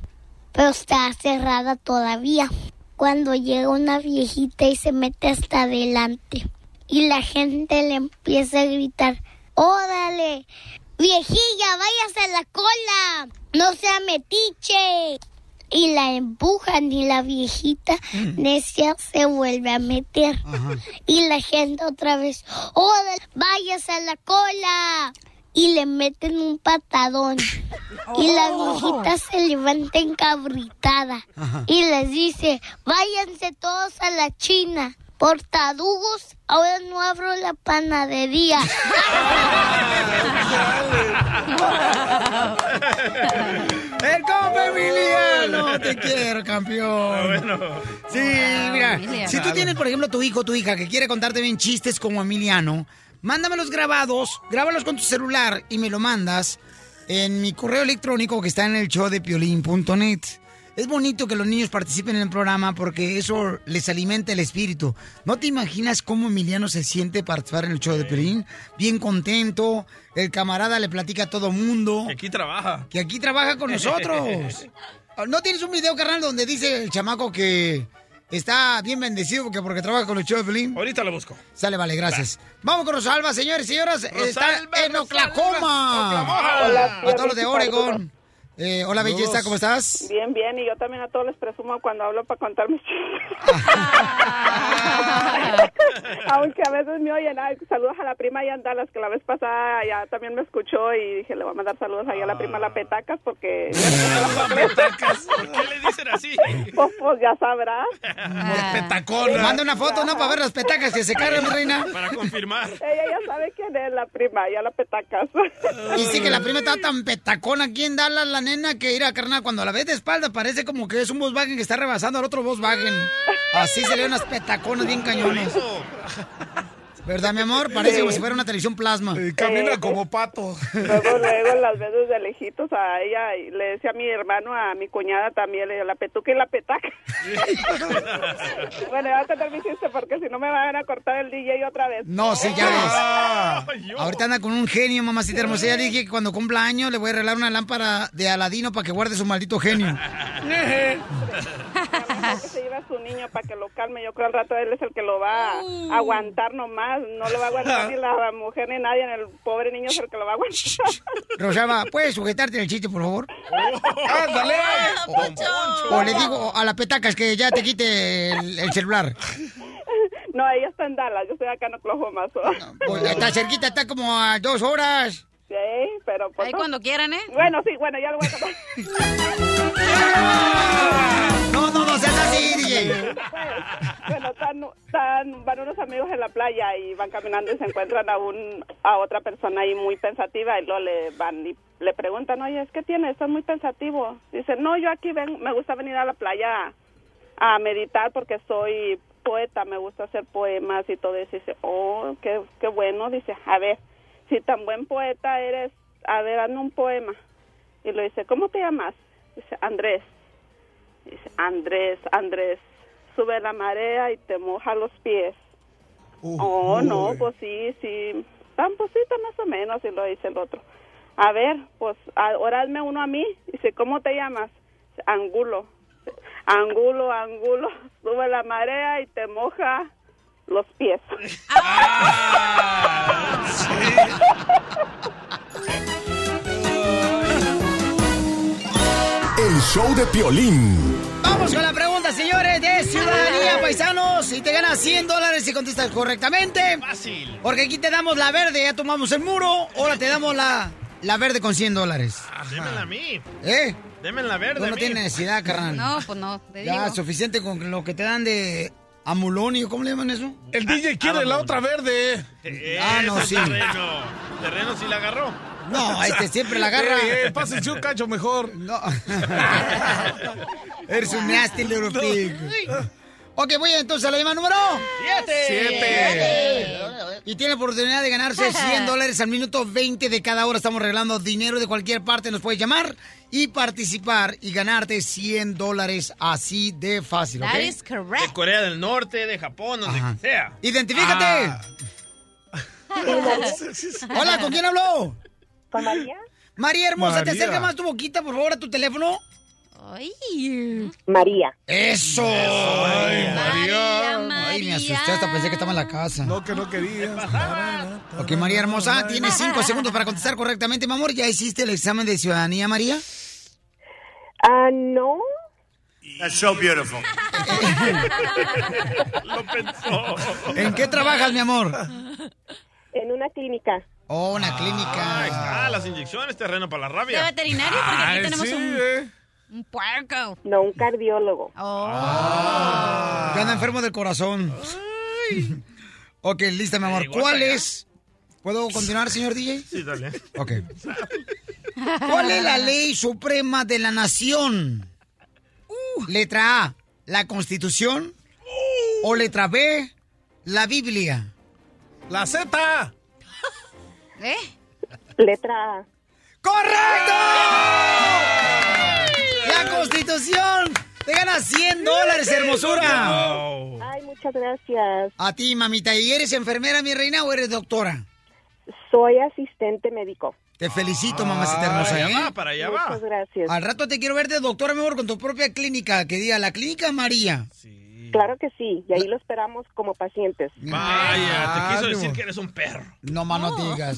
S24: pero está cerrada todavía. Cuando llega una viejita y se mete hasta adelante, y la gente le empieza a gritar: ¡Órale! ¡Viejilla, váyase a la cola! ¡No sea metiche! Y la empujan y la viejita necia se vuelve a meter. Y la gente otra vez, ¡Órale, váyase a la cola! Y le meten un patadón. Y la viejita se levanta encabritada.
S26: Ajá.
S24: Y les dice, váyanse todos a la China. Por tarugos, ahora no abro la panadería.
S2: ¡El compa Emiliano! ¡Te quiero, campeón! Sí, mira.
S9: Emiliano.
S2: Si tú tienes, por ejemplo, tu hijo o tu hija que quiere contarte bien chistes como Emiliano, mándamelos grabados, grábalos con tu celular y me lo mandas en mi correo electrónico que está en el show de piolín.net. Es bonito que los niños participen en el programa porque eso les alimenta el espíritu. ¿No te imaginas cómo Emiliano se siente participar en el show de Piolín? Bien contento, el camarada le platica a todo mundo
S3: Que aquí trabaja.
S2: que aquí trabaja con nosotros. Ah, ¿No tienes un video, carnal, donde dice el chamaco que está bien bendecido porque, porque trabaja con los shows de Pelín?
S3: Ahorita lo busco.
S2: Sale, vale, gracias. Vamos con Rosalba, señores y señoras. está en Oklahoma.
S26: Oklahoma. Hola,
S2: a todos los de Oregon. Eh, hola,
S26: Saludos.
S2: belleza, ¿cómo estás?
S26: Bien, bien, y yo también a todos les presumo cuando hablo para contar mis chistes. Aunque a veces me oyen, ay, saludos a la prima allá en Dallas, que la vez pasada ya también me escuchó y dije, le voy a mandar saludos ahí a la
S3: Ah.
S26: prima La Petacas porque... Pues, pues, ya sabrás.
S2: Petacona. Manda una foto, ¿no? Para ver las petacas que se cargan, reina.
S3: Para confirmar.
S26: Ella ya sabe quién es la prima, ya La Petacas.
S2: Y sí que la prima está tan petacona aquí en Dallas, la nena, que ir a carnal, cuando la ves de espalda parece como que es un Volkswagen que está rebasando al otro Volkswagen. Así se le ven unas petaconas bien cañones. ¿Verdad, mi amor? Parece
S26: Sí.
S2: como si fuera una televisión plasma.
S26: camina Eh.
S2: como pato.
S26: Luego, luego, las veces de lejitos a ella, y le decía a mi hermano, a mi cuñada también, le digo, la petuca y la petaca. bueno, ya a contar mi chiste porque si no me van a cortar el DJ otra vez.
S2: No, sí, ya ves. Ahorita anda con un genio, mamacita hermosa. Ya le dije que cuando cumpla año le voy a regalar una lámpara de Aladino para que guarde su maldito genio.
S26: que se lleva a su niño para que lo calme. Yo creo al rato él es el que lo va a aguantar nomás. No lo va a aguantar ni la mujer ni nadie. El pobre niño es el que lo va a aguantar.
S2: Rosalba, ¿puedes sujetarte el chiste, por favor?
S26: ¡Ándale!
S2: O le digo a la petacas que ya te quite el, el celular.
S26: No, ella está en Dallas. Yo estoy acá en Oklahoma. so.
S2: Pues está cerquita, está como a dos horas.
S26: Sí, pero pues.
S1: Ahí cuando quieran, ¿eh?
S26: Bueno, sí, bueno, ya lo voy a contar.
S2: No, no, no seas así, DJ.
S26: pues, Bueno, están, están- van unos amigos en la playa y van caminando y se encuentran a un a otra persona ahí muy pensativa y luego le van y le preguntan, oye, ¿es que tiene? Estás muy pensativo. Dice, no, yo aquí ven, me gusta venir a la playa a meditar porque soy poeta, me gusta hacer poemas y todo eso. Dice, oh, qué, qué bueno. Dice, a ver, si tan buen poeta eres, a ver, hazme un poema. Y lo dice, ¿cómo te llamas? Dice, Andrés. Dice, Andrés, Andrés, sube la marea y te moja los pies. oh, no, pues sí, sí. Tan posita más o menos, y lo dice el otro. A ver, pues ahora hazme uno a mí. Dice, ¿cómo te llamas? Dice, Angulo. Dice, Angulo, angulo, sube la marea y te moja los pies.
S7: El show de Piolín.
S2: Vamos con la pregunta, señores, de ciudadanía, paisanos. Y te ganas 100 dólares si contestas correctamente. Fácil. Porque aquí te damos la verde, ya tomamos el muro. Ahora te damos la, la verde con 100 dólares.
S3: Démela a mí.
S2: ¿Eh?
S3: Démela verde.
S2: Tú
S3: a
S2: no
S3: mí.
S2: tienes necesidad, carnal.
S1: No, pues no, te
S2: Ya,
S1: digo.
S2: suficiente con lo que te dan de amulonio, ¿cómo le llaman eso?
S12: El DJ quiere la otra verde.
S3: Eh,
S2: Ah, no,
S3: ese
S2: sí.
S3: Terreno. Terreno sí la agarró.
S2: No, este siempre la agarra.
S12: Eh, eh, pásense un cacho mejor.
S2: No. Eres un nasty little pig. Ok, voy entonces a la llamada número...
S9: Siete.
S2: Siete. Y tiene la oportunidad de ganarse 100 dólares al minuto 20 de cada hora. Estamos regalando dinero de cualquier parte. Nos puedes llamar y participar y ganarte 100 dólares así de fácil, ¿ok?
S3: That is De Corea del Norte, de Japón, donde
S2: Ajá.
S3: sea.
S2: ¡Identifícate!
S3: Ah.
S2: Hola, ¿con quién habló?
S27: ¿Con María?
S2: María hermosa, ¿te
S27: María.
S2: acerca más tu boquita, por favor, a tu teléfono?
S27: María.
S2: ¡Eso! ¡Ay, María! Ay, me asusté, hasta pensé que estaba en la casa. No, que no quería. Ok, María hermosa, tienes cinco segundos para contestar correctamente, mi amor. ¿Ya hiciste el examen de ciudadanía, María?
S27: Ah, no.
S9: That's so beautiful.
S2: ¿En qué trabajas, mi amor?
S27: En una clínica.
S2: Oh, una clínica.
S3: Ahí está, ah, las inyecciones, terreno para la rabia.
S27: ¿De veterinario? Porque
S3: Ah,
S27: aquí tenemos un-
S3: eh.
S27: Oh.
S1: Un puerco.
S27: No, un cardiólogo.
S3: Ah.
S2: Que anda enfermo del corazón. ok, lista, mi amor. ¿Cuál es? ¿Puedo continuar, señor DJ?
S3: Sí, dale.
S2: Ok. ¿Cuál es la ley suprema de la nación? Uh. Letra A, la Constitución. O letra B, la Biblia. La Z.
S27: ¿Eh? Letra A.
S2: ¡Correcto! La Constitución. Te ganas 100 dólares, hermosura.
S27: Ay, muchas gracias.
S2: A ti, mamita. ¿Y eres enfermera, mi reina, o eres doctora?
S27: Soy asistente médico.
S2: Te felicito, mamacita hermosa,
S3: Ah, para allá
S2: ¿eh?
S3: va, para allá
S27: Muchas gracias.
S2: Al rato te quiero ver de doctora, mi amor, con tu propia clínica, que diga la clínica María.
S27: Claro que sí, y ahí lo esperamos como pacientes.
S3: Vaya, te quiso
S2: Ah,
S3: decir
S2: no.
S3: que eres un perro.
S2: No más no digas.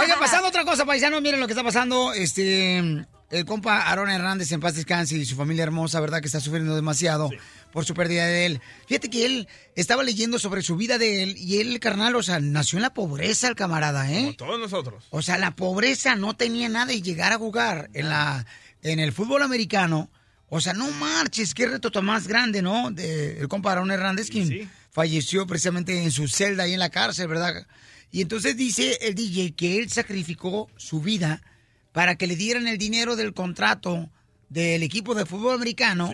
S2: Oiga, pasando otra cosa, paisanos, miren lo que está pasando. Este, el compa Aaron Hernández en paz descanse y su familia hermosa, ¿verdad? Que está sufriendo demasiado por su pérdida de él. Fíjate que él estaba leyendo sobre su vida de él y él, carnal, o sea, nació en la pobreza el camarada, ¿eh?
S3: Todos nosotros.
S2: O sea, la pobreza no tenía nada y llegar a jugar en la en el fútbol americano, o sea, no marches, qué reto tan más grande, ¿no? De, el compa Aaron Hernández, quien falleció precisamente en su celda ahí en la cárcel, ¿verdad? Y entonces dice el DJ que él sacrificó su vida para que le dieran el dinero del contrato del equipo de fútbol americano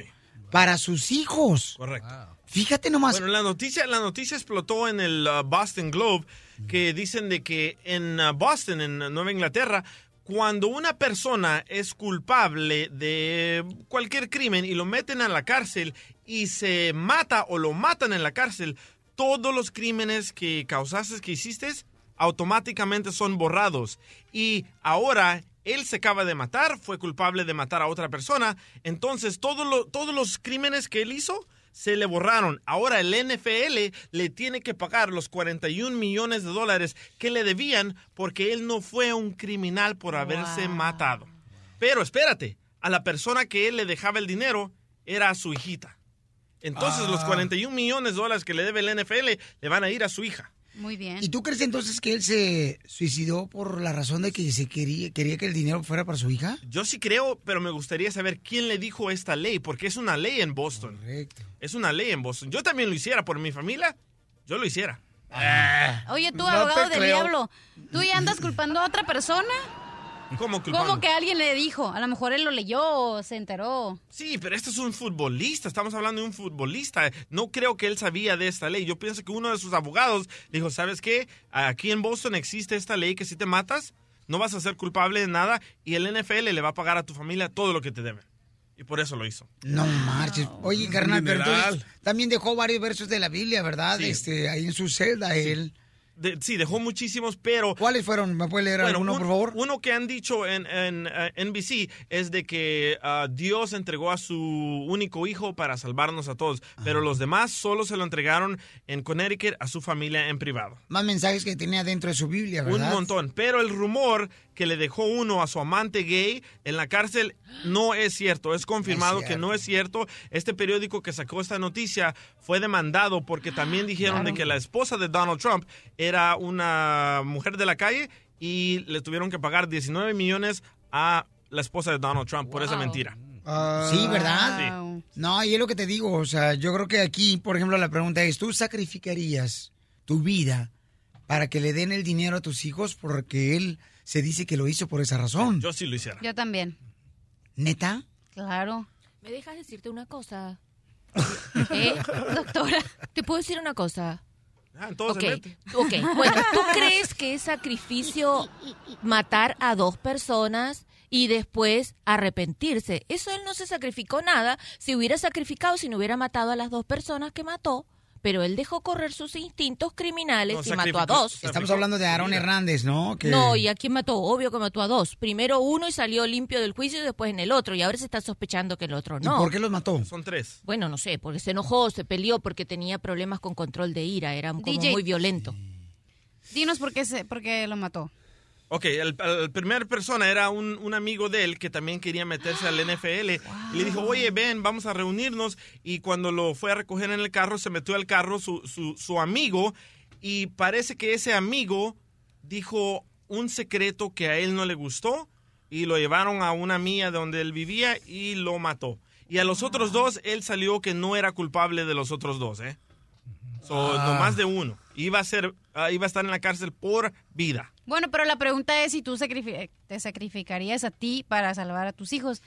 S2: para sus hijos.
S3: Correcto.
S2: Fíjate nomás.
S3: Bueno, la noticia, la noticia explotó en el uh, Boston Globe que dicen de que en uh, Boston, en uh, Nueva Inglaterra, cuando una persona es culpable de cualquier crimen y lo meten a la cárcel y se mata o lo matan en la cárcel, todos los crímenes que causaste, que hiciste, automáticamente son borrados. Y ahora él se acaba de matar, fue culpable de matar a otra persona. Entonces todo lo- todos los crímenes que él hizo se le borraron. Ahora el NFL le tiene que pagar los 41 millones de dólares que le debían porque él no fue un criminal por haberse matado. Pero espérate, a la persona que él le dejaba el dinero era a su hijita. Entonces
S2: Ah.
S3: los 41 millones de dólares que le debe el NFL le van a ir a su hija.
S1: Muy bien.
S2: ¿Y tú crees entonces que él se suicidó por la razón de que se quería, quería que el dinero fuera para su hija?
S3: Yo sí creo, pero me gustaría saber quién le dijo esta ley, porque es una ley en Boston. Es una ley en Boston. Yo también lo hiciera por mi familia. Yo lo hiciera.
S1: Oye, tú,
S3: Ah. No te
S1: abogado del
S3: creo.
S1: diablo, ¿tú ya andas culpando a otra persona?
S3: ¿Cómo culpable?
S1: ¿Cómo que alguien le dijo? A lo mejor él lo leyó o se enteró.
S3: Sí, pero este es un futbolista. Estamos hablando de un futbolista. No creo que él sabía de esta ley. Yo pienso que uno de sus abogados le dijo, ¿sabes qué? Aquí en Boston existe esta ley que si te matas, no vas a ser culpable de nada y el NFL le va a pagar a tu familia todo lo que te deben. Y por eso lo hizo.
S2: No marches. Oye, carnal, pero
S3: mineral.
S2: entonces también dejó varios versos de la Biblia, ¿verdad?
S3: Sí.
S2: Este, ahí en su celda él.
S3: De- sí, dejó muchísimos, pero...
S2: ¿Cuáles fueron? ¿Me puede leer
S3: Bueno,
S2: alguno,
S3: un-
S2: por favor?
S3: Uno que han dicho en, en, eh, NBC es de que ah, Dios entregó a su único hijo para salvarnos a todos, pero los demás solo se lo entregaron en Connecticut a su familia en privado.
S2: Más mensajes que tenía dentro de su Biblia, ¿verdad?
S3: Un montón. Pero el rumor que le dejó uno a su amante gay en la cárcel no es cierto. Es confirmado que no es cierto. Este periódico que sacó esta noticia fue demandado porque
S9: Ah,
S3: también dijeron de
S11: claro.
S3: que la esposa de Donald Trump era una mujer de la calle y le tuvieron que pagar 19 millones a la esposa de Donald Trump por esa mentira.
S2: Ah, Sí, ¿verdad? No, y es lo que te digo, o sea, yo creo que aquí, por ejemplo, la pregunta es, ¿tú sacrificarías tu vida para que le den el dinero a tus hijos porque él se dice que lo hizo por esa razón?
S3: Yo sí lo hiciera.
S1: Yo también.
S2: ¿Neta?
S1: Claro.
S22: ¿Me dejas decirte una cosa? ¿Eh? Doctora, ¿te puedo decir una cosa?
S3: Ah, entonces
S22: Ok,
S3: vete.
S22: ok. Bueno, ¿tú crees que es sacrificio matar a dos personas y después arrepentirse? Eso él no se sacrificó nada. Si hubiera sacrificado, si no hubiera matado a las dos personas que mató, pero él dejó correr sus instintos criminales y mató a dos.
S9: Estamos hablando de Aaron Hernández, ¿no? Que-
S22: No, ¿y a quién mató? Obvio que mató a dos. Primero uno y salió limpio del juicio y después en el otro. Y ahora se está sospechando que el otro
S9: ¿Y
S22: no.
S9: por qué los mató?
S3: Son tres.
S22: Bueno, no sé, porque se enojó, se peleó, porque tenía problemas con control de ira. Era como
S1: DJ.
S22: muy violento.
S1: Dinos por qué, se- por qué lo mató.
S3: Ok, el, el primer persona era un, un amigo de él que también quería meterse al NFL. Y le dijo, oye, ven, vamos a reunirnos. Y cuando lo fue a recoger en el carro, se metió al carro su, su, su amigo. Y parece que ese amigo dijo un secreto que a él no le gustó. Y lo llevaron a una mía donde él vivía y lo mató. Y a los otros dos, él salió que no era culpable de los otros dos, ¿eh? So,
S12: Ah.
S3: Nomás de uno. Iba a, ser, ah, iba a estar en la cárcel por vida.
S1: Bueno, pero la pregunta es si tú sacrifi- te sacrificarías a ti para salvar a tus hijos.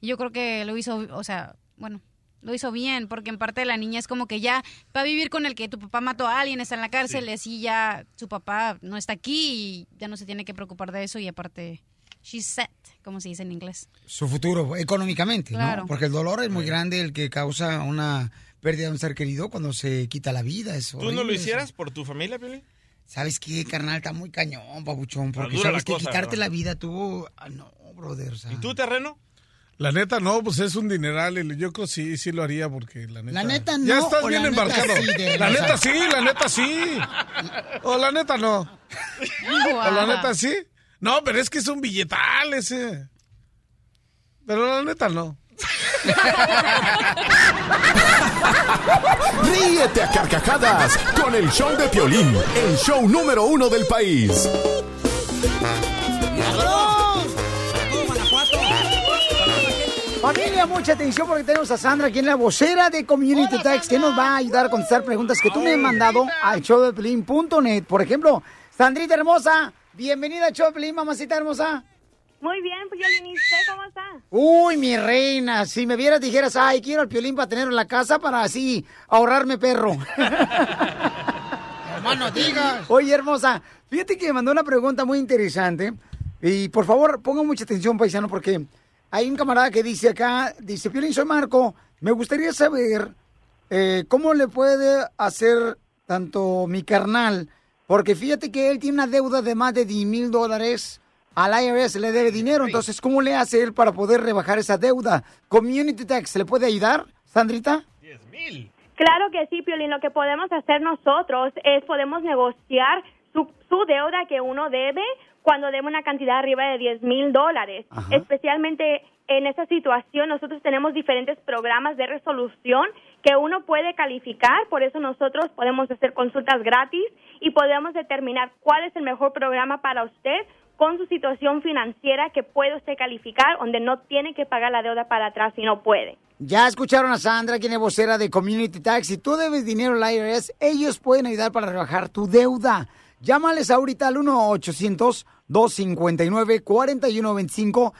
S1: Y Yo creo que lo hizo, o sea, bueno, lo hizo bien, porque en parte la niña es como que ya va a vivir con el que tu papá mató a alguien, está en la cárcel, y así ya su papá no está aquí y ya no se tiene que preocupar de eso y aparte, she's set, como se dice en inglés.
S9: Su futuro económicamente,
S1: Claro.
S9: ¿no? Porque el dolor es muy grande el que causa una pérdida de un ser querido cuando se quita la vida. Es
S3: ¿Tú no lo
S9: horrible,
S3: hicieras por tu familia, Pili?
S9: ¿Sabes qué, carnal? Está muy cañón, babuchón. Porque
S3: dura la
S9: sabes que
S3: cosa,
S9: quitarte
S3: ¿verdad?
S9: la vida tú... ah, no, brother. o sea.
S3: ¿Y tú, terreno?
S12: La neta no, pues es un dineral y yo creo sí, sí lo haría porque la neta.
S9: La neta
S12: Ya
S9: no,
S12: estás
S9: o
S12: bien
S9: la neta
S12: embarcado.
S9: sí, de
S12: la
S9: los-
S12: neta sí, la neta sí. O la neta no. O la neta sí. No, pero es que es un billetal ese. Pero la neta no.
S7: Ríete a carcajadas con el show de Piolín, el show número uno del país.
S2: Familia, mucha atención porque tenemos a Sandra aquí en la vocera de Community Tax que nos va a ayudar a contestar preguntas que tú me has mandado al showdeplin.net. Por ejemplo, Sandrita hermosa, bienvenida al show de Piolín, mamacita hermosa.
S28: Muy bien, pues Piolín, ¿y usted cómo está?
S2: Uy, mi reina, si me vieras dijeras, ay, quiero al Piolín para tenerlo en la casa para así ahorrarme perro.
S9: Hermano, digas.
S2: Oye, hermosa, fíjate que me mandó una pregunta muy interesante. Y por favor, pongan mucha atención, paisano, porque hay un camarada que dice acá, dice, Piolín, soy Marco, me gustaría saber eh, cómo le puede hacer tanto mi carnal, porque fíjate que él tiene una deuda de más de 10 mil dólares. Al IRS le debe dinero, entonces, ¿cómo le hace él para poder rebajar esa deuda? ¿Community Tax le puede ayudar, Sandrita?
S28: Claro que sí, Piolín. Lo que podemos hacer nosotros es podemos negociar su, su deuda que uno debe cuando debe una cantidad arriba de 10 mil dólares.
S29: Ajá.
S28: Especialmente en esa situación, nosotros tenemos diferentes programas de resolución que uno puede calificar. Por eso nosotros podemos hacer consultas gratis y podemos determinar cuál es el mejor programa para usted con su situación financiera que puede usted calificar, donde no tiene que pagar la deuda para atrás si no puede.
S2: Ya escucharon a Sandra, quien es vocera de Community Tax. Si tú debes dinero al IRS, ellos pueden ayudar para rebajar tu deuda. Llámales ahorita al 1-800-259-4125.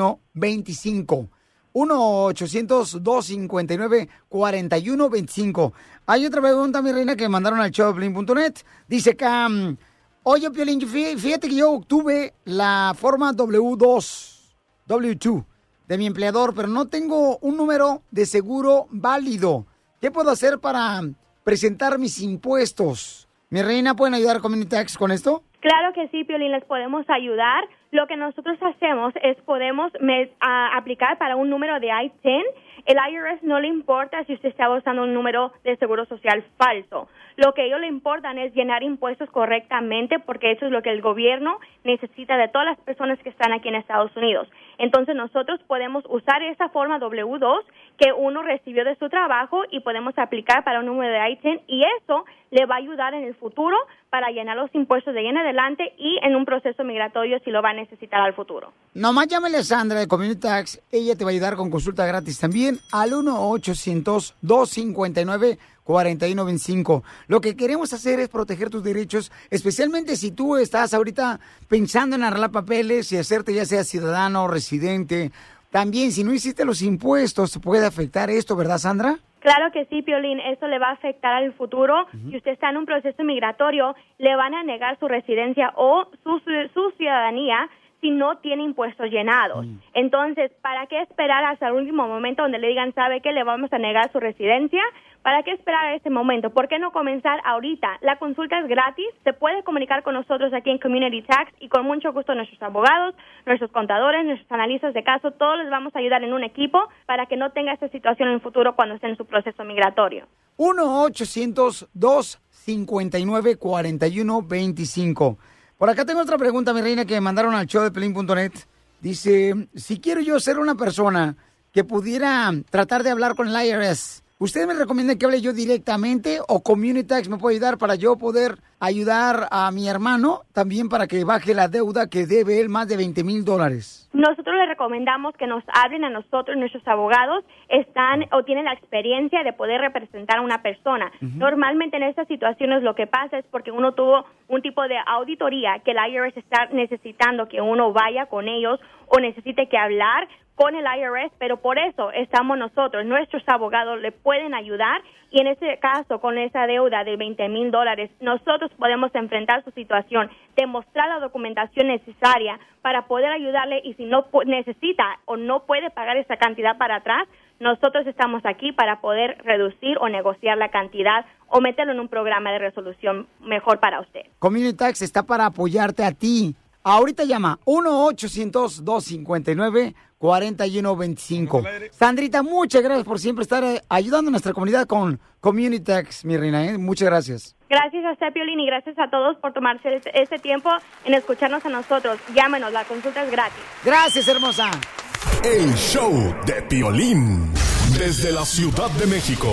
S2: 1-800-259-4125. 1-800-259-4125. Hay otra pregunta, mi reina, que mandaron al showdeplin.net. Dice acá, mm, oye, Piolín, yo fí- fíjate que yo obtuve la forma W2, W2 de mi empleador, pero no tengo un número de seguro válido. ¿Qué puedo hacer para presentar mis impuestos? Mi reina, ¿pueden ayudar Community Tax con esto?
S28: Claro que sí, Piolín, les podemos ayudar. Lo que nosotros hacemos es podemos me- a- aplicar para un número de I-10. El IRS no le importa si usted está usando un número de seguro social falso. Lo que a ellos le importan es llenar impuestos correctamente porque eso es lo que el gobierno necesita de todas las personas que están aquí en Estados Unidos. Entonces nosotros podemos usar esa forma W2 que uno recibió de su trabajo y podemos aplicar para un número de ITIN y eso le va a ayudar en el futuro para llenar los impuestos de ahí en adelante y en un proceso migratorio si lo va a necesitar al futuro.
S2: Nomás llámale a Sandra de Community Tax. Ella te va a ayudar con consulta gratis también al 1-800-259-4125.
S11: 4125. Lo que queremos hacer es proteger tus derechos, especialmente si tú estás ahorita pensando en arreglar papeles y hacerte ya sea ciudadano o residente. También, si no hiciste los impuestos, ¿te puede afectar esto, ¿verdad, Sandra?
S28: Claro que sí, Piolín, eso le va a afectar al futuro. Si usted está en un proceso migratorio, le van a negar su residencia o su, su- su ciudadanía si no tiene impuestos llenados. Entonces, ¿para qué esperar hasta el último momento donde le digan, sabe que le vamos a negar su residencia? ¿Para qué esperar a ese momento? ¿Por qué no comenzar ahorita? La consulta es gratis, se puede comunicar con nosotros aquí en Community Tax y con mucho gusto nuestros abogados, nuestros contadores, nuestros analistas de caso, todos les vamos a ayudar en un equipo para que no tenga esta situación en el futuro cuando esté en su proceso migratorio.
S11: 1-800-259-4125. Por acá tengo otra pregunta, mi reina, que me mandaron al show de pelín.net. Dice, si quiero yo ser una persona que pudiera tratar de hablar con el IRS, ¿usted me recomienda que hable yo directamente o Community Tax me puede ayudar para yo poder ayudar a mi hermano también para que baje la deuda que debe él más de 20 mil dólares?
S28: Nosotros les recomendamos que nos hablen a nosotros, nuestros abogados están o tienen la experiencia de poder representar a una persona.
S14: Ujú.
S28: Normalmente en estas situaciones lo que pasa es porque uno tuvo un tipo de auditoría que el IRS está necesitando que uno vaya con ellos o necesite que hablar con el IRS, pero por eso estamos nosotros, nuestros abogados le pueden ayudar y en este caso con esa deuda de 20 mil dólares, nosotros podemos enfrentar su situación, demostrar la documentación necesaria para poder ayudarle y si no pu- necesita o no puede pagar esa cantidad para atrás, nosotros estamos aquí para poder reducir o negociar la cantidad o meterlo en un programa de resolución mejor para usted.
S11: Community Tax está para apoyarte a ti. Ahorita llama 1-800-259-4125. Sandrita, muchas gracias por siempre estar eh, ayudando a nuestra comunidad con Community Tax, mi reina. ¿eh? Muchas gracias.
S28: Gracias a usted, Piolín, y gracias a todos por tomarse este, este tiempo en escucharnos a nosotros. Llámenos, la consulta es gratis.
S11: Gracias, hermosa.
S7: El show de Piolín. Desde la Ciudad de México,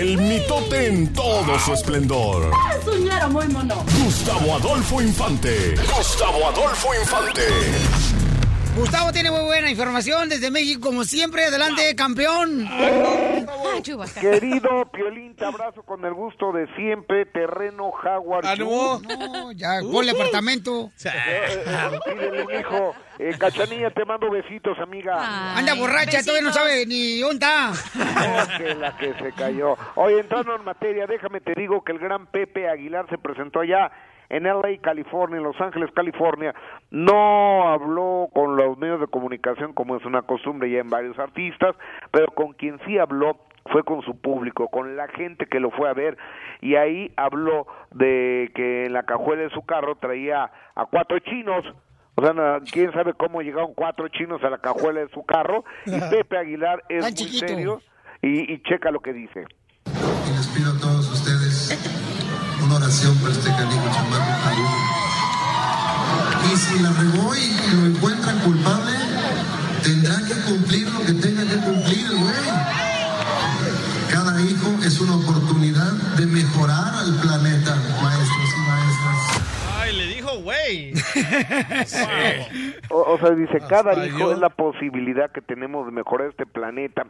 S7: el mitote en todo su esplendor.
S14: Es un ñero muy mono.
S7: Gustavo Adolfo Infante. Gustavo Adolfo Infante.
S2: Gustavo tiene muy buena información desde México, como siempre. Adelante, campeón.
S14: Ah,
S30: Querido Piolín, te abrazo con el gusto de siempre, terreno Jaguar.
S2: Ah, no. ya, ponle apartamento.
S30: Eh, Pídele un hijo. Eh, Cachanilla, te mando besitos, amiga.
S2: Anda borracha, todavía no sabe ni dónde está.
S30: Oh, que la que se cayó. Oye, entrando en materia, déjame te digo que el gran Pepe Aguilar se presentó allá en LA, California, en Los Ángeles, California. No habló con los medios de comunicación como es una costumbre ya en varios artistas, pero con quien sí habló fue con su público, con la gente que lo fue a ver y ahí habló de que en la cajuela de su carro traía a cuatro chinos. O sea, na- quién sabe cómo llegaron cuatro chinos a la cajuela de su carro y Pepe Aguilar es muy
S31: chiquito.
S30: serio y, y checa lo que dice.
S31: Y les pido a todos ustedes una oración por este canijo chamaco Calú. Y si la regó y lo encuentran culpable, tendrá que cumplir lo que tenga que cumplir, güey. Cada hijo es una oportunidad de mejorar al planeta, maestros y maestras.
S3: Ay, le dijo, güey.
S30: O, o sea, dice, cada hijo es la posibilidad que tenemos de mejorar este planeta.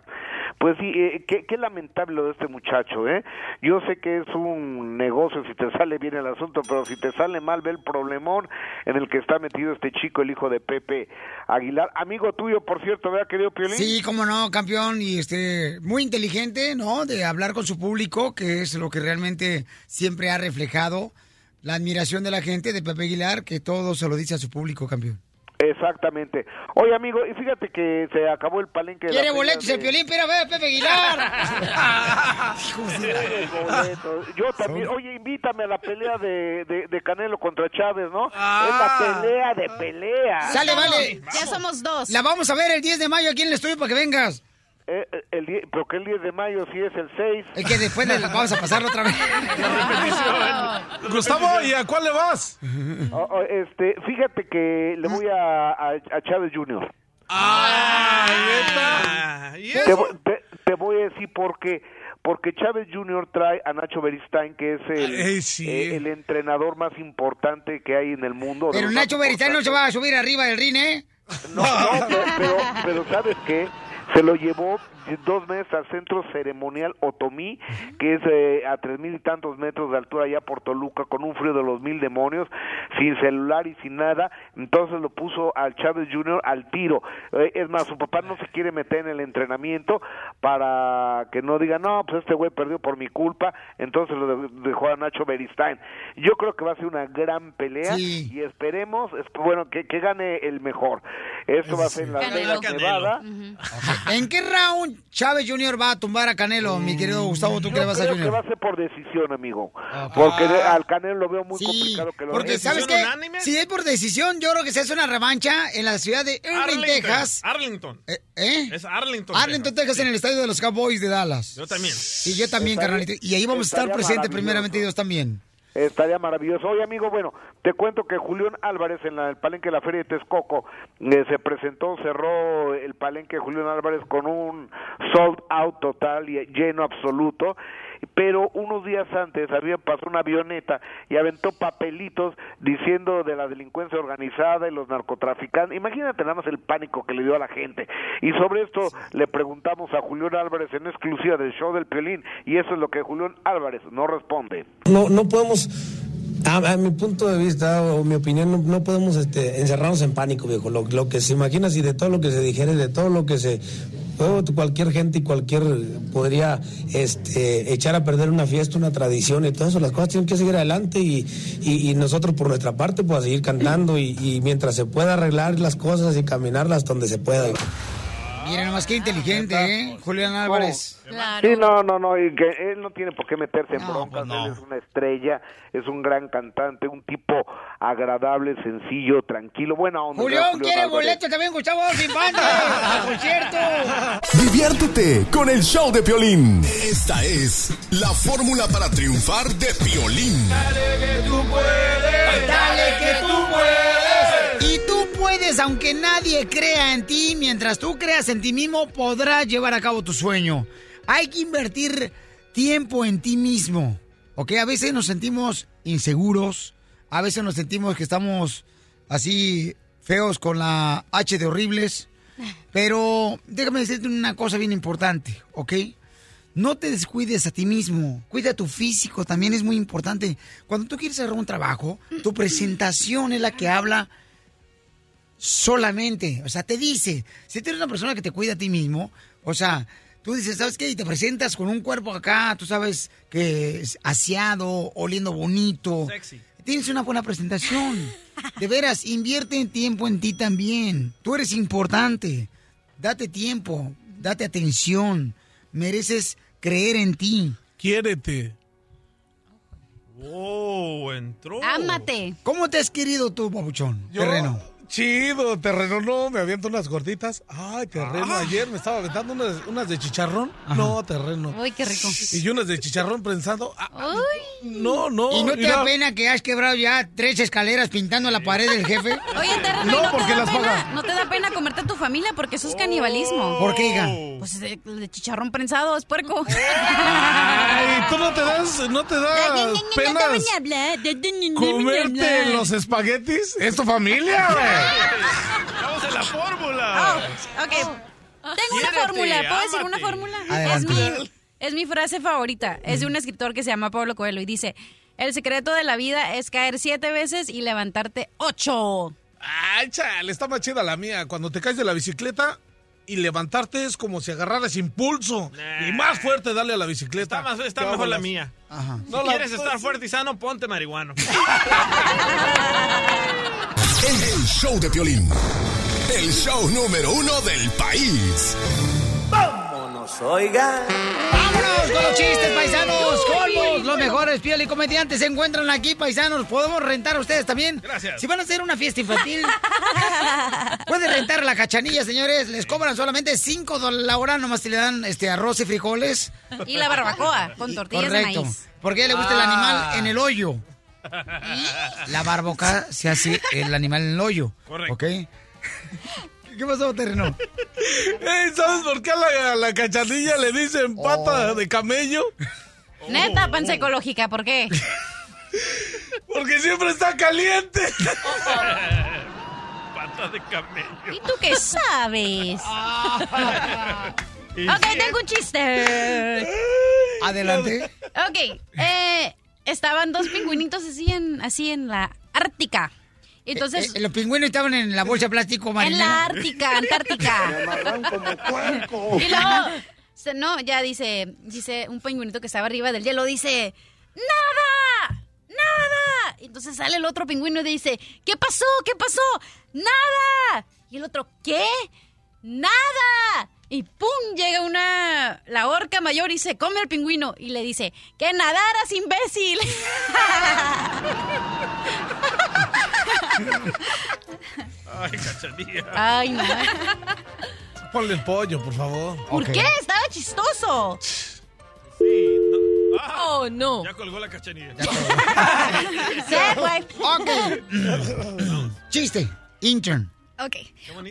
S30: Pues sí, eh, qué, qué lamentable lo de este muchacho, ¿eh? Yo sé que es un negocio si te sale bien el asunto, pero si te sale mal, ve el problemón en el que está metido este chico, el hijo de Pepe Aguilar. Amigo tuyo, por cierto, ¿verdad, querido Piolín?
S2: Sí, cómo no, campeón, y este, muy inteligente, ¿no? De hablar con su público, que es lo que realmente siempre ha reflejado la admiración de la gente de Pepe Aguilar, que todo se lo dice a su público, campeón.
S30: Exactamente. Oye, amigo, y fíjate que se acabó el palenque. de la
S2: ¿Quiere
S30: feria
S2: boletos
S30: de-
S2: el piolín? Pero ve a Pepe Aguilar.
S30: Quiere boletos. Yo también. Oye, invítame a la pelea de, de, de Canelo contra Chávez, ¿no? Es la pelea de pelea.
S2: Ah. Sale, vale.
S1: Ya somos dos.
S2: La vamos a ver el 10 de mayo aquí en el estudio para que vengas.
S30: Eh, eh, el die- pero que el 10 de mayo sí es el 6.
S2: Es que después le- vamos a pasarlo otra vez.
S30: Gustavo, ¿y a cuál le vas? este, fíjate que le voy a, a, a Chávez Jr. Te, vo- te- te voy a decir por qué. Porque Chávez Jr. trae a Nacho Beristain, que es el, eh, el entrenador más importante que hay en el mundo. de
S2: Pero
S30: los
S2: Nacho
S30: más
S2: Beristain no se va a subir arriba del ring, ¿eh?
S30: No, no, pero, pero- pero ¿sabes qué? Se lo llevó dos meses al centro ceremonial Otomí, que es eh, a tres mil y tantos metros de altura allá por Toluca, con un frío de los mil demonios, sin celular y sin nada. Entonces lo puso al Chávez Jr. al tiro. Eh, es más, su papá no se quiere meter en el entrenamiento para que no diga, no, pues este güey perdió por mi culpa. Entonces lo de- dejó a Nacho Beristain. Yo creo que va a ser una gran pelea
S9: Sí.
S30: y esperemos, es- bueno, que, que gane el mejor. Esto va a ser en Las
S2: Canelo.
S30: Vegas, Nevada.
S2: ¿En qué round Chávez Jr. va a tumbar a Canelo, mi querido Gustavo? ¿Tú qué le
S30: Yo
S2: vas a
S30: creo que va
S2: Junior?
S30: a ser por decisión, amigo. Porque de- al Canelo lo veo muy complicado que lo
S2: Porque,
S30: gane.
S2: ¿sabes qué? Si es por decisión, yo creo que se hace una revancha en la ciudad de Irving,
S3: Arlington.
S2: Texas.
S3: Arlington.
S2: ¿Eh?
S3: Es Arlington.
S2: Arlington, Texas, en el estadio de los Cowboys de Dallas.
S3: Yo también.
S2: Y yo también,
S30: Estaría-
S2: carnalito. Y ahí vamos a estar
S30: estaría
S2: presentes,
S30: maravilloso.
S2: primeramente Dios también.
S30: Estaría maravilloso. Oye, amigo, bueno, te cuento que Julián Álvarez en la- el palenque de la Feria de Texcoco eh, se presentó, cerró el palenque Julián Álvarez con un sold out total y lleno absoluto. Pero unos días antes había pasado una avioneta y aventó papelitos diciendo de la delincuencia organizada y los narcotraficantes. Imagínate nada más el pánico que le dio a la gente. Y sobre esto le preguntamos a Julián Álvarez en exclusiva del show del Piolín y eso es lo que Julián Álvarez no responde.
S19: No, no podemos, a, a mi punto de vista o mi opinión, no, no podemos este, encerrarnos en pánico, viejo. Lo, lo que se imagina, si de todo lo que se dijere, de todo lo que se... oh, cualquier gente y cualquier podría este, echar a perder una fiesta, una tradición y todo eso. Las cosas tienen que seguir adelante y, y- y nosotros por nuestra parte pues a seguir cantando y, y mientras se pueda arreglar las cosas y caminarlas hasta donde se pueda. viejo.
S2: Mira nomás qué inteligente, ¿eh? Julián Álvarez.
S30: Sí, no, no, no, y que él no tiene por qué meterse en
S2: pues
S30: broncas, él es una estrella, es un gran cantante, un tipo agradable, sencillo, tranquilo, buena onda.
S2: Julián
S30: Julián
S2: quiere
S30: Álvarez.
S2: boleto también, Gustavo, sin banda, al concierto.
S7: Diviértete con el show de Piolín. Esta es la fórmula para triunfar de Piolín.
S2: Dale que tú puedes. Y tú puedes, aunque nadie crea en ti, mientras tú creas en ti mismo, podrás llevar a cabo tu sueño. Hay que invertir tiempo en ti mismo. ¿Ok? A veces nos sentimos inseguros, a veces nos sentimos que estamos así feos con la H de horribles. Pero déjame decirte una cosa bien importante, ¿ok? No te descuides a ti mismo, cuida tu físico, también es muy importante. Cuando tú quieres hacer un trabajo, tu presentación es la que habla solamente, o sea, te dice, si tú eres una persona que te cuida a ti mismo, o sea, tú dices, ¿sabes qué? Y te presentas con un cuerpo acá, tú sabes que es aseado, oliendo bonito.
S3: Sexy.
S2: Tienes una buena presentación. De veras, invierte en tiempo en ti también. Tú eres importante. Date tiempo, date atención. Mereces creer en ti.
S12: Quiérete.
S3: Oh, entró.
S1: Ámate.
S2: ¿Cómo te has querido tú, papuchón? Terreno.
S12: Chido, terreno no, me aviento unas gorditas. Ay, terreno, ayer me estaba aventando unas, unas de chicharrón. No, terreno.
S1: Uy, qué rico.
S12: Y unas de chicharrón prensado. Ah,
S1: Uy.
S12: No, no.
S2: ¿Y no te
S12: mira.
S2: da pena que has quebrado ya tres escaleras pintando la pared del jefe?
S1: Oye, Terreno, ¿y no, te da pena, no te da pena comerte a tu familia porque eso es canibalismo.
S2: Oh. ¿Por qué, hija?
S1: Pues de, de chicharrón prensado es puerco.
S3: Oh,
S12: Ay, tú no te das, no te da penas comerte los espaguetis. Es tu familia, güey.
S3: Vamos en la
S1: Oh,
S3: fórmula.
S1: ok. Tengo
S3: Quiérete,
S1: una fórmula. ¿Puedo decir una
S3: ámate.
S1: fórmula? Es
S3: Adelante.
S1: mi, es mi frase favorita. Es de un escritor que se llama Pablo Coelho y dice: El secreto de la vida es caer siete veces y levantarte ocho.
S12: Ay, chale, está más chida la mía. Cuando te caes de la bicicleta y levantarte es como si agarraras impulso. Y más fuerte darle a la bicicleta.
S3: Está, más- está mejor la
S12: Vámonos.
S3: mía.
S2: Ajá.
S3: Si
S12: No la-
S3: quieres estar fuerte y sano, ponte marihuano.
S7: El, el show de Piolín. El show número uno del país. Vámonos, oiga.
S2: ¡Vámonos con los chistes, paisanos! ¡Colmos! Los mejores piel y comediantes se encuentran aquí, paisanos. ¿Podemos rentar a ustedes también?
S9: Gracias.
S2: Si van a hacer una fiesta infantil, pueden rentar la cachanilla, señores. Les cobran solamente 5 dólares la hora, nomás si le dan este arroz y frijoles.
S1: Y la barbacoa con tortillas de
S2: Correcto.
S1: maíz.
S2: Porque a ella le gusta el
S1: Ah.
S2: animal en el hoyo. La barboca se hace el animal en el hoyo. Correcto. ¿Qué pasó, terreno?
S12: Ey, ¿Sabes por qué a la, a la cachanilla le dicen
S2: Oh.
S12: pata de camello?
S1: Ah. Neta, panza ecológica, ¿por qué?
S12: Porque siempre está caliente.
S3: Pata de camello. Ah.
S1: ¿Y tú qué sabes? Ok, tengo un chiste.
S11: Adelante.
S1: Ok, eh, estaban dos pingüinitos así en, así en la Ártica. Entonces,
S2: Eh, eh, los pingüinos estaban en la bolsa de plástico,
S1: en
S2: marinero.
S1: la Ártica, Antártica. Y luego, se- no, ya dice, dice un pingüinito que estaba arriba del hielo, dice, ¡Nada! ¡Nada! Y entonces sale el otro pingüino y dice, ¿qué pasó? ¿Qué pasó? ¡Nada! Y el otro, ¿qué? ¡Nada! Y pum, llega una, la orca mayor y se come al pingüino y le dice, ¡que nadaras, imbécil!
S3: Ay, cachanilla.
S1: Ay, no.
S12: Ponle el pollo, por favor.
S1: ¿Por qué? Estaba chistoso.
S22: Oh, no.
S3: Ya colgó la cachanilla.
S2: Ok. Chiste. Intern.
S14: Ok.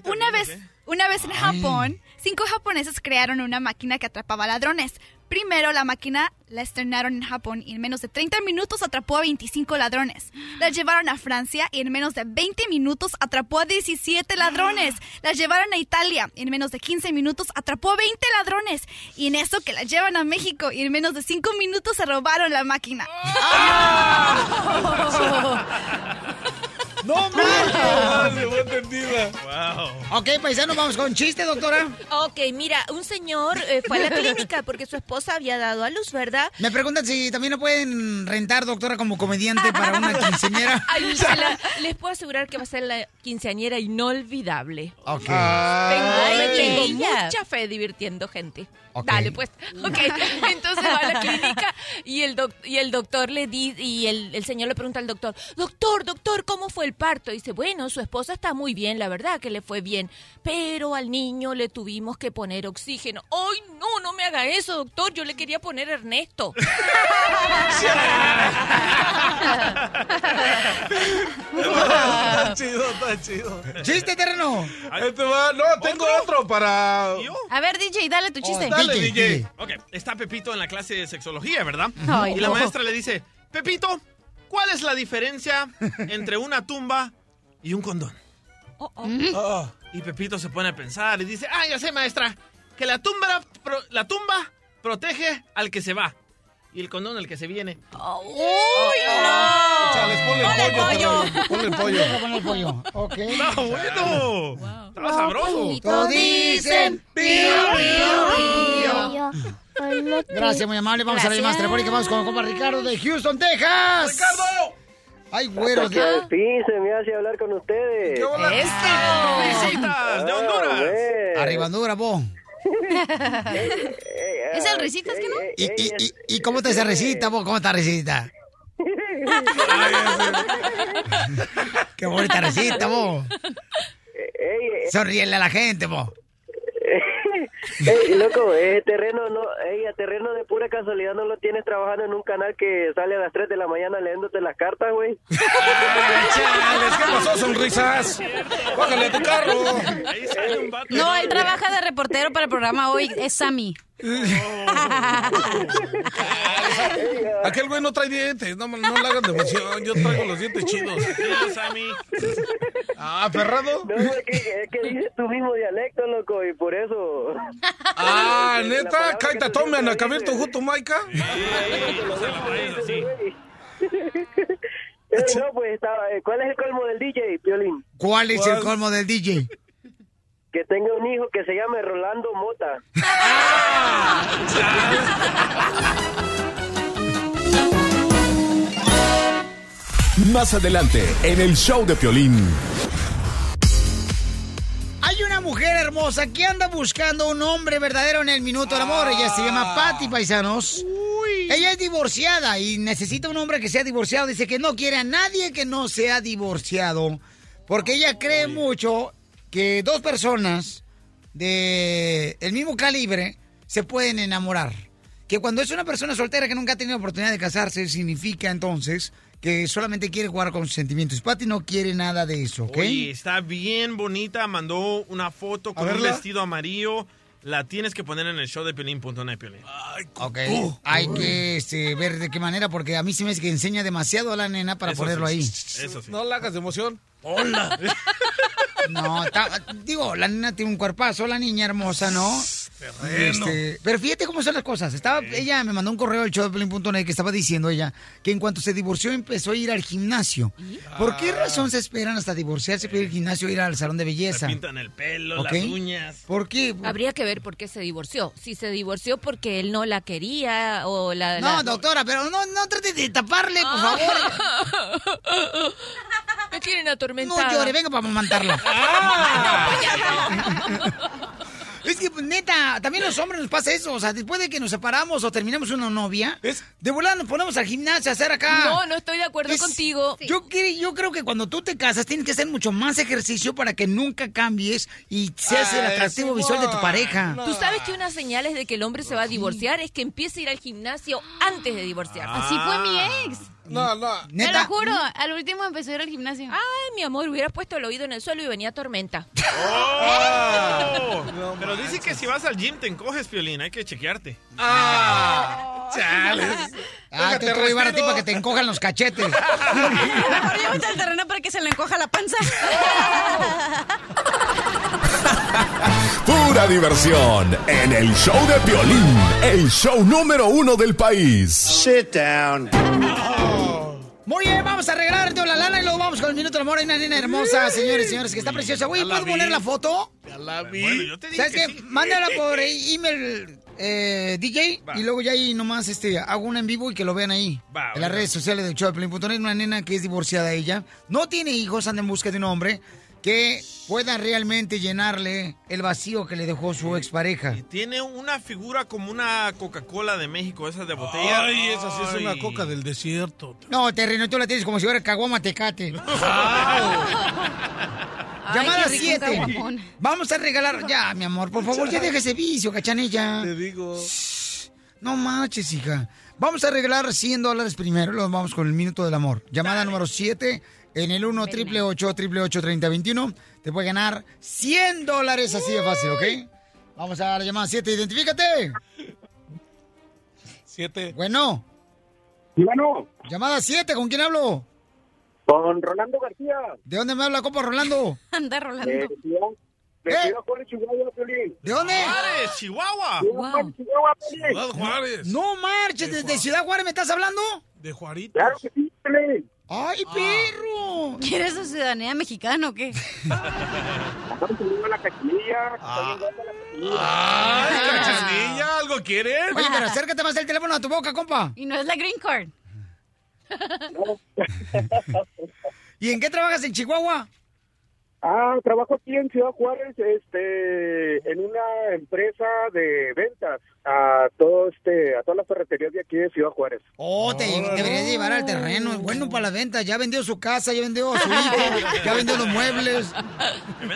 S14: Una vez, una vez en Japón, cinco japoneses crearon una máquina que atrapaba ladrones. Primero, la máquina la estrenaron en Japón y en menos de 30 minutos atrapó a 25 ladrones. La llevaron a Francia y en menos de 20 minutos atrapó a 17 ladrones. La llevaron a Italia y en menos de 15 minutos atrapó a 20 ladrones. Y en eso que la llevan a México y en menos de 5 minutos se robaron la máquina.
S3: Ah,
S1: ¡Oh,
S11: ¡No
S12: manches! ¡Fue entendida!
S2: Ok,
S9: eh,
S2: paisano, vamos con chiste, doctora.
S22: Ok, mira, un señor eh, fue a la clínica porque su esposa había dado a luz, ¿verdad?
S2: Me preguntan si también lo pueden rentar, doctora, como comediante para una quinceañera.
S22: Ay, se la- les puedo asegurar que va a ser la quinceañera inolvidable.
S2: Ok.
S22: Tengo,
S2: Ay,
S22: le tengo
S2: qué bella.
S22: mucha fe divirtiendo gente.
S2: Ok.
S22: Dale, pues. Ok, entonces va a la clínica y el, doc- y el doctor le di y el, el señor le pregunta al doctor, doctor, doctor, ¿cómo fue el parto? Y dice, bueno, su esposa está muy bien, la verdad que le fue bien, pero al niño le tuvimos que poner oxígeno. ¡Ay, no, no me haga eso, doctor! Yo le quería poner Ernesto.
S12: está chido, está chido.
S2: ¡Chiste, terreno!
S12: Este va, no, tengo otro, para.
S1: A ver, DJ, dale tu
S3: Oh,
S1: chiste.
S12: dale, DJ.
S3: Ok, está Pepito en la clase de sexología, ¿verdad?
S1: Ay,
S3: y la
S1: no.
S3: maestra le dice, Pepito, ¿cuál es la diferencia entre una tumba y un condón?
S12: Mm.
S3: Oh. Y Pepito se pone a pensar y dice, ah, ya sé, maestra, que la tumba, pro- la tumba protege al que se va y el condón al que se viene. Oh,
S22: ¡Uy, no!
S12: Chales, ponle el pollo. Ponle, ponle el pollo.
S2: Ponle el pollo. Ok.
S12: ¡Está bueno! ¡Está sabroso!
S2: Todo dicen, pío, pío,
S24: pío.
S2: Gracias, muy amable. Vamos a ver más
S24: Gracias.
S2: telefónica. Vamos con el compa Ricardo de Houston, Texas. ¡Ricardo! ¡Ay, güero!
S18: Hasta que despince, me hace hablar con ustedes. Ah,
S2: ¡Eso!
S18: ¡Visitas de Honduras!
S2: Ah,
S18: Este
S2: Arriba Honduras, vos.
S1: ¿Es el Risitas que no?
S2: ¿Y, y, y, y cómo te se recita, vos? ¿Cómo está recita? ¡Qué bonita recita, vos! Sonríele a la gente, vos.
S18: Ey, loco,
S4: eh,
S18: ese terreno, no, ey, a terreno de pura casualidad no lo tienes trabajando en un canal que sale a las 3 de la mañana leyéndote las cartas, güey.
S12: Chales, ¿qué pasó, sonrisas? Bájale a tu carro.
S1: No, él trabaja de reportero para el programa hoy, es Sammy.
S2: Oh.
S12: Aquel güey no trae dientes, no, no le hagas de emoción, yo traigo los dientes chidos. Ah, ¿aferrado?
S18: No, es que, es que dices tu mismo dialecto, loco, y por eso.
S12: Ah, neta, caita tome anacabirto justo maica.
S18: Ey, no, pues, estaba- eh, ¿cuál es el colmo del DJ, Piolín?
S2: ¿Cuál es el colmo del DJ?
S18: Que tenga un hijo que se llame Rolando Mota.
S7: Más adelante, en el show de Piolín.
S2: Hay una mujer hermosa que anda buscando un hombre verdadero en el minuto del amor. Ella se llama Patty Paisanos. Ella es divorciada y necesita un hombre que sea divorciado. Dice que no quiere a nadie que no sea divorciado. Porque ella cree mucho que dos personas de el mismo calibre se pueden enamorar. Que cuando es una persona soltera que nunca ha tenido oportunidad de casarse, significa entonces que solamente quiere jugar con sus sentimientos. Patty no quiere nada de eso, ¿ok?
S3: Oye, está bien bonita. Mandó una foto con un
S2: verla.
S3: vestido amarillo. La tienes que poner en el show de Piolín.net, Piolín.
S2: Ok,
S12: Oh.
S2: hay que este, ver de qué manera, porque a mí se me hace que enseña demasiado a la nena para
S12: Eso
S2: ponerlo
S12: sí.
S2: ahí.
S3: Eso sí.
S12: No le hagas de emoción. Hola.
S2: No, ta- digo, la nena tiene un cuerpazo, la niña hermosa, ¿no? Este, pero fíjate cómo son las cosas. Estaba, Ella me mandó un correo al show de Piolín.net que estaba diciendo ella que en cuanto se divorció empezó a ir al gimnasio. ¿Por qué
S3: Ah.
S2: razón se esperan hasta divorciarse para ir al gimnasio ir al salón de belleza?
S3: Pintan el pelo,
S2: ¿Ok?
S3: las uñas.
S2: ¿Por qué?
S22: Habría que ver por qué se divorció. Si se divorció porque él no la quería o la...
S2: No,
S22: la-
S2: doctora, pero no, no trate de taparle, por
S22: Ah.
S2: favor.
S22: Me tienen atormentada.
S2: No llore, venga para mamantarlo. Es que, pues, neta, también los hombres nos pasa eso. O sea, después de que nos separamos o terminamos una novia, de volada nos ponemos al gimnasio a hacer acá.
S22: No, no estoy de acuerdo contigo.
S2: Yo, cre- yo creo que cuando tú te casas tienes que hacer mucho más ejercicio para que nunca cambies y seas el
S22: Ah,
S2: atractivo
S22: eso
S2: visual de tu
S22: voy.
S2: pareja.
S22: Tú sabes que unas señales de que el hombre se va a divorciar es que empiece a ir al gimnasio antes de divorciarse.
S1: Así fue mi ex.
S22: No, no.
S1: Te lo juro, al último empezó a ir al gimnasio.
S22: Ay, mi amor, hubiera puesto el oído en el suelo y venía tormenta.
S2: Ah.
S3: ¡Oh! Pero dice que si vas al gym te encoges, Piolín. Hay que chequearte. ¡Ah! ¡Chales!
S2: Ah, te voy a llevar a ti para que te encojan los cachetes.
S1: Mejor llévate al terreno para que se le encoja la panza.
S7: Pura diversión en el show de Piolín, el show número uno del país. Sit down.
S2: Muy bien, vamos a regalarte la lana y luego vamos con el minuto del amor. Hay una nena hermosa, señores y señores, que está preciosa. Güey, ¿puedo poner la foto?
S3: Ya la vi. Bueno, yo te dije
S2: ¿Sabes
S3: que
S2: qué?
S3: sí.
S2: Mándala por email, eh, DJ, y luego ya ahí nomás este, hago una en vivo y que lo vean ahí.
S3: Va,
S2: en las
S3: va.
S2: redes sociales de Choplin.net, una nena que es divorciada ella. No tiene hijos, anda en busca de un hombre que pueda realmente llenarle el vacío que le dejó su expareja.
S3: Tiene una figura como una Coca-Cola de México, esas de botella.
S12: Ay, esa sí es una
S3: Ay.
S12: coca del desierto.
S2: No, terreno, tú la tienes como si fuera caguama tecate. Llamada
S1: qué rico un
S2: 7.
S1: caguamón.
S2: Vamos a regalar. Ya, mi amor, por favor, ya deja ese vicio, cachanilla.
S12: Te digo.
S2: No manches, hija. Vamos a regalar 100 dólares primero. Luego vamos con el minuto del amor. Llamada número 7 en el 1 888 3021 Te puede ganar 100 dólares así de fácil, ¿ok? Vamos a la llamada 7. Identifícate.
S12: 7.
S2: Bueno.
S30: Bueno.
S2: Llamada 7. ¿Con quién hablo?
S30: Con Rolando García.
S2: ¿De dónde me habla, compa Rolando?
S1: Anda
S30: De
S1: Rolando.
S30: Ciudad- de
S2: ¿Eh?
S30: Ciudad Juárez, Chihuahua, Piolín.
S2: ¿De dónde?
S3: Juárez, Chihuahua.
S30: Ciudad Juárez, Chihuahua, Piolín.
S2: No marches, desde Ciudad Juárez me estás hablando.
S12: De Juarito.
S30: Claro que sí, Piolín.
S2: ¡Ay,
S30: Ah.
S2: perro!
S1: ¿Quieres su ciudadanía mexicana o qué?
S30: Estamos subiendo la cachanilla. Estoy
S12: Ah,
S30: llegando a la
S3: ¡Ay, cachanilla! ¿Algo quieren?
S2: Oye, pero acércate más el teléfono a tu boca, compa.
S1: Y no es la green card.
S2: ¿Y en qué trabajas en Chihuahua?
S30: Ah, trabajo aquí en Ciudad Juárez, este, en una empresa de ventas a todo este, a todas las ferreterías de aquí de Ciudad Juárez.
S2: Oh, te deberías llevar al terreno. Es bueno para la venta. Ya vendió su casa, ya vendió a su hijo, ya vendió los muebles.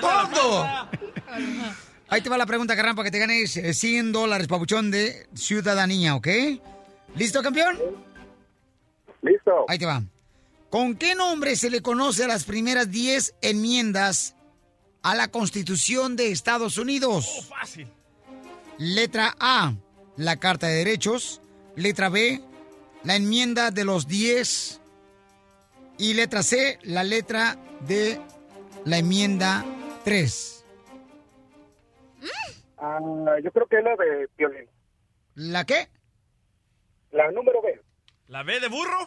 S2: ¡Todo! Ahí te va la pregunta, carnal, para que te ganes eh, 100 dólares, papuchón de ciudadanía, ¿ok? ¿Listo, campeón?
S30: Listo.
S2: Ahí te va. ¿Con qué nombre se le conoce a las primeras 10 enmiendas a la Constitución de Estados Unidos?
S3: Oh, Fácil.
S2: Letra A, la Carta de Derechos. Letra B, la enmienda de los 10. Y letra C, la letra de la enmienda 3.
S30: Ah, yo creo que es la de Piolín.
S2: ¿La qué?
S30: La número B.
S3: ¿La B de burro?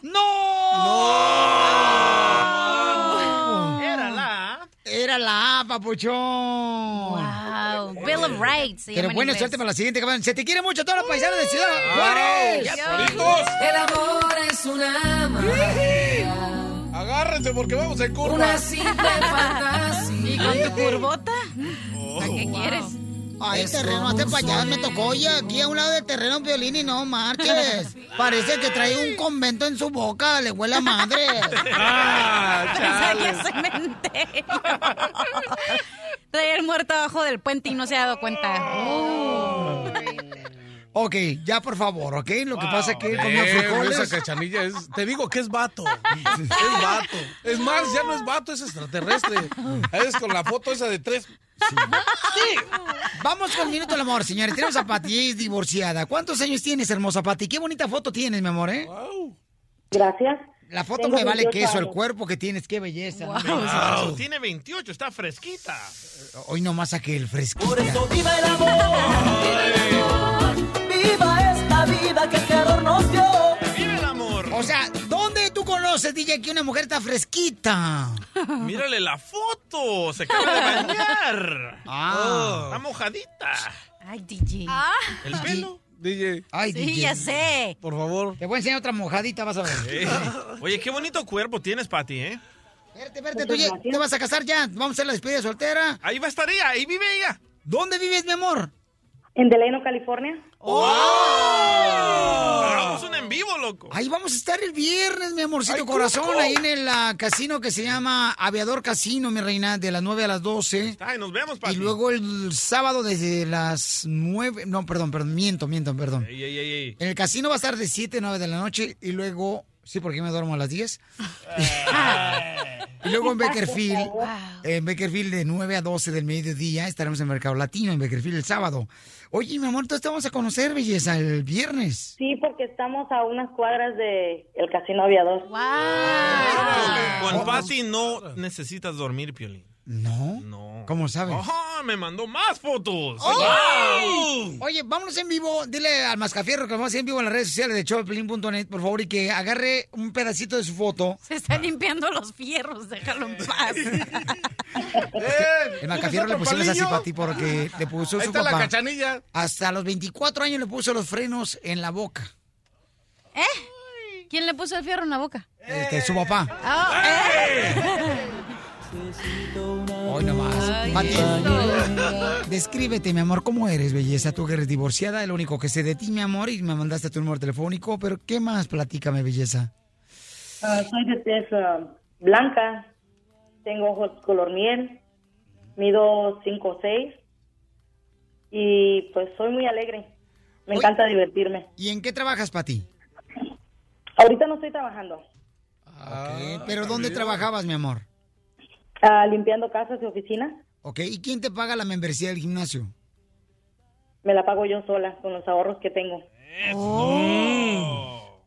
S2: ¡No!
S3: Era la.
S2: Era la A, papuchón.
S1: Wow. Bill of Rights. se llama
S2: Pero
S1: en
S2: buena
S1: inglés.
S2: suerte para la siguiente, cabrón. Se te quiere mucho a todas las paisanas de Ciudad Juárez.
S9: El amor es una magia.
S12: Agárrense porque vamos en curva.
S9: Una simple fantasía.
S1: ¿Y con tu curvota? ¿A qué
S9: Oh,
S1: quieres?
S2: Ay, el terreno, hasta para allá me tocó ya aquí a un lado del terreno violín y no marches. Parece que trae un convento en su boca, le huele a madre.
S9: Ah,
S1: Pensé que cementerio. Traía el muerto abajo del puente y no se ha dado cuenta.
S9: Oh.
S2: Ok, ya por favor, ¿ok? Lo que pasa es que él comió
S12: Eh,
S2: frijoles.
S12: esa cachanilla es, te digo que es vato. Es vato. Es más, ya no es vato, es extraterrestre. Es con la foto esa de tres.
S2: Vamos con Minuto del Amor, señores. Tenemos a Pati, ella es divorciada. ¿Cuántos años tienes, hermosa Pati? Qué bonita foto tienes, mi amor, ¿eh?
S30: Gracias.
S2: La foto
S3: Tengo
S2: me vale
S3: 28
S2: queso, el
S3: años.
S2: cuerpo que tienes, qué belleza.
S3: Wow. Tiene 28, está fresquita.
S2: Hoy nomás saqué el fresquito.
S9: ¡Viva el amor! ¡Viva esta vida que calor nos dio!
S3: ¡Viva el amor!
S2: O sea, ¿dónde tú conoces, DJ, que una mujer está fresquita?
S3: Mírale la foto. Se acaba de bañar.
S2: Ah.
S3: Oh, Está mojadita.
S1: Ay, DJ.
S9: Ah.
S3: El pelo.
S12: DJ.
S2: Ay,
S1: Sí, DJ. ya sé.
S12: Por favor.
S2: Te voy a enseñar otra mojadita, vas a ver.
S3: Eh, Oye, qué bonito cuerpo tienes, Pati, ¿eh?
S2: Espérate, espérate, tú
S9: Pues
S2: ya- te vas a casar ya. Vamos a hacer la despedida de soltera.
S3: Ahí va a estar ella, ahí vive ella.
S2: ¿Dónde vives, mi amor?
S27: En Delano, California.
S9: Oh.
S3: Hagamos un en vivo, loco.
S2: ¡Oh! Ahí vamos a estar el viernes, mi amorcito
S3: Ay,
S2: corazón,
S3: coco.
S2: ahí en el ah, casino que se llama Aviador Casino, mi reina, de las 9 a las 12.
S3: Ay, nos vemos, Pati.
S2: Y luego el sábado desde las 9, no, perdón, perdón, miento, miento, perdón.
S3: Ey, ey, ey, ey.
S2: En el casino va a estar de 7 a 9 de la noche y luego, sí, porque me duermo a las 10.
S3: Eh.
S2: y luego en Beckerfield, en Beckerfield de 9 a 12 del mediodía estaremos en Mercado Latino, en Beckerfield el sábado. Oye, mi amor, entonces te vamos a conocer, belleza, el viernes.
S27: Sí, porque estamos a unas cuadras de el Casino Aviador. Ah,
S3: Con Pati no necesitas dormir, Piolín.
S2: ¿No?
S3: No.
S2: ¿Cómo sabes?
S3: ¡Ajá! Me mandó más fotos.
S2: ¡Ay! Oye, vámonos en vivo. Dile al mascafierro que lo vamos a hacer en vivo en las redes sociales de showpelín.net, por favor, y que agarre un pedacito de su foto.
S1: Se están limpiando los fierros, déjalo en paz.
S2: El mascafierro le pusimos así para ti porque le puso
S12: Ahí
S2: su
S12: está la
S2: papá.
S12: cachanilla.
S2: Hasta los 24 años le puso los frenos en la boca.
S1: ¿Eh? ¿Quién le puso el fierro en la boca? ¿Eh?
S2: Este,
S12: Eh.
S2: su papá.
S9: Ah.
S2: Hoy nomás.
S1: Ay,
S2: Pati,
S1: esto.
S2: descríbete, mi amor, ¿cómo eres, belleza? Tú que eres divorciada, el único que sé de ti, mi amor, y me mandaste tu número telefónico, pero ¿qué más? Platícame, belleza.
S27: Ah, soy de tez ah, blanca, tengo ojos color miel, mido 5 o 6 y pues soy muy alegre. Me encanta divertirme.
S2: ¿Y en qué trabajas, Pati?
S27: Ahorita no estoy trabajando,
S2: Ok, pero ¿dónde trabajabas, mi amor?
S27: ah, limpiando casas y oficinas.
S2: Ok, ¿y quién te paga la membresía del gimnasio?
S27: Me la pago yo sola con los ahorros que tengo.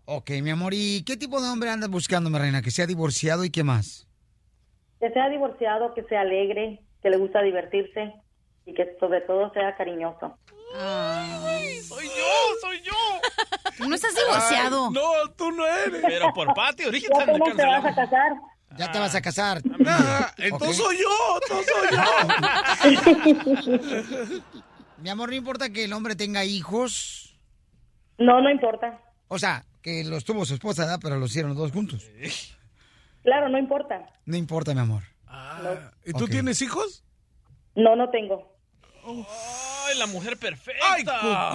S2: Ok, mi amor, ¿y qué tipo de hombre andas buscando, mi reina? ¿Que sea divorciado y qué más?
S27: Que sea divorciado, que sea alegre, que le gusta divertirse y que sobre todo sea cariñoso.
S3: ¡Soy yo! ¡Soy yo!
S1: Tú no estás divorciado.
S12: Ay, no, tú no eres.
S3: Pero por Pati, ahorita
S27: ¿Ya cómo te vas a casar?
S2: Ya te
S27: Ah.
S2: vas a casar.
S12: Ah, Entonces
S2: Ok.
S12: soy yo, entonces soy yo.
S2: Mi amor, no importa que el hombre tenga hijos.
S27: No, no importa.
S2: O sea, que los tuvo su esposa, ¿verdad? Pero los hicieron los dos juntos.
S27: Claro, no importa.
S2: No importa, mi amor. Ah.
S12: ¿Y tú
S2: Ok.
S12: tienes hijos?
S27: No, no tengo.
S3: ¡Ay, la mujer perfecta!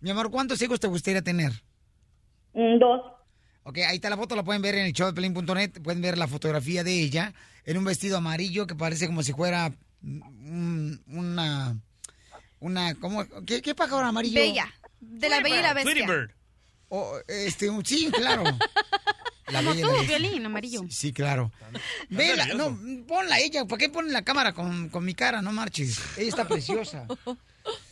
S2: Mi amor, ¿cuántos hijos te gustaría tener?
S14: Mm,
S27: Dos.
S2: Ok, ahí está la foto, la pueden ver en el show de Pelín.net. Pueden ver la fotografía de ella en un vestido amarillo que parece como si fuera mm, un- una. Una. ¿cómo? ¿Qué, qué pájaro amarillo?
S14: Bella. De la bella y la bestia.
S2: O, este, un- sí, claro. La
S1: Como
S2: Bella y la
S1: tú,
S2: Bestia.
S1: violín amarillo.
S2: Sí, claro. Vela, no, ponla ella. ¿Para qué ponen la cámara con, con mi cara? No marches. Ella está preciosa.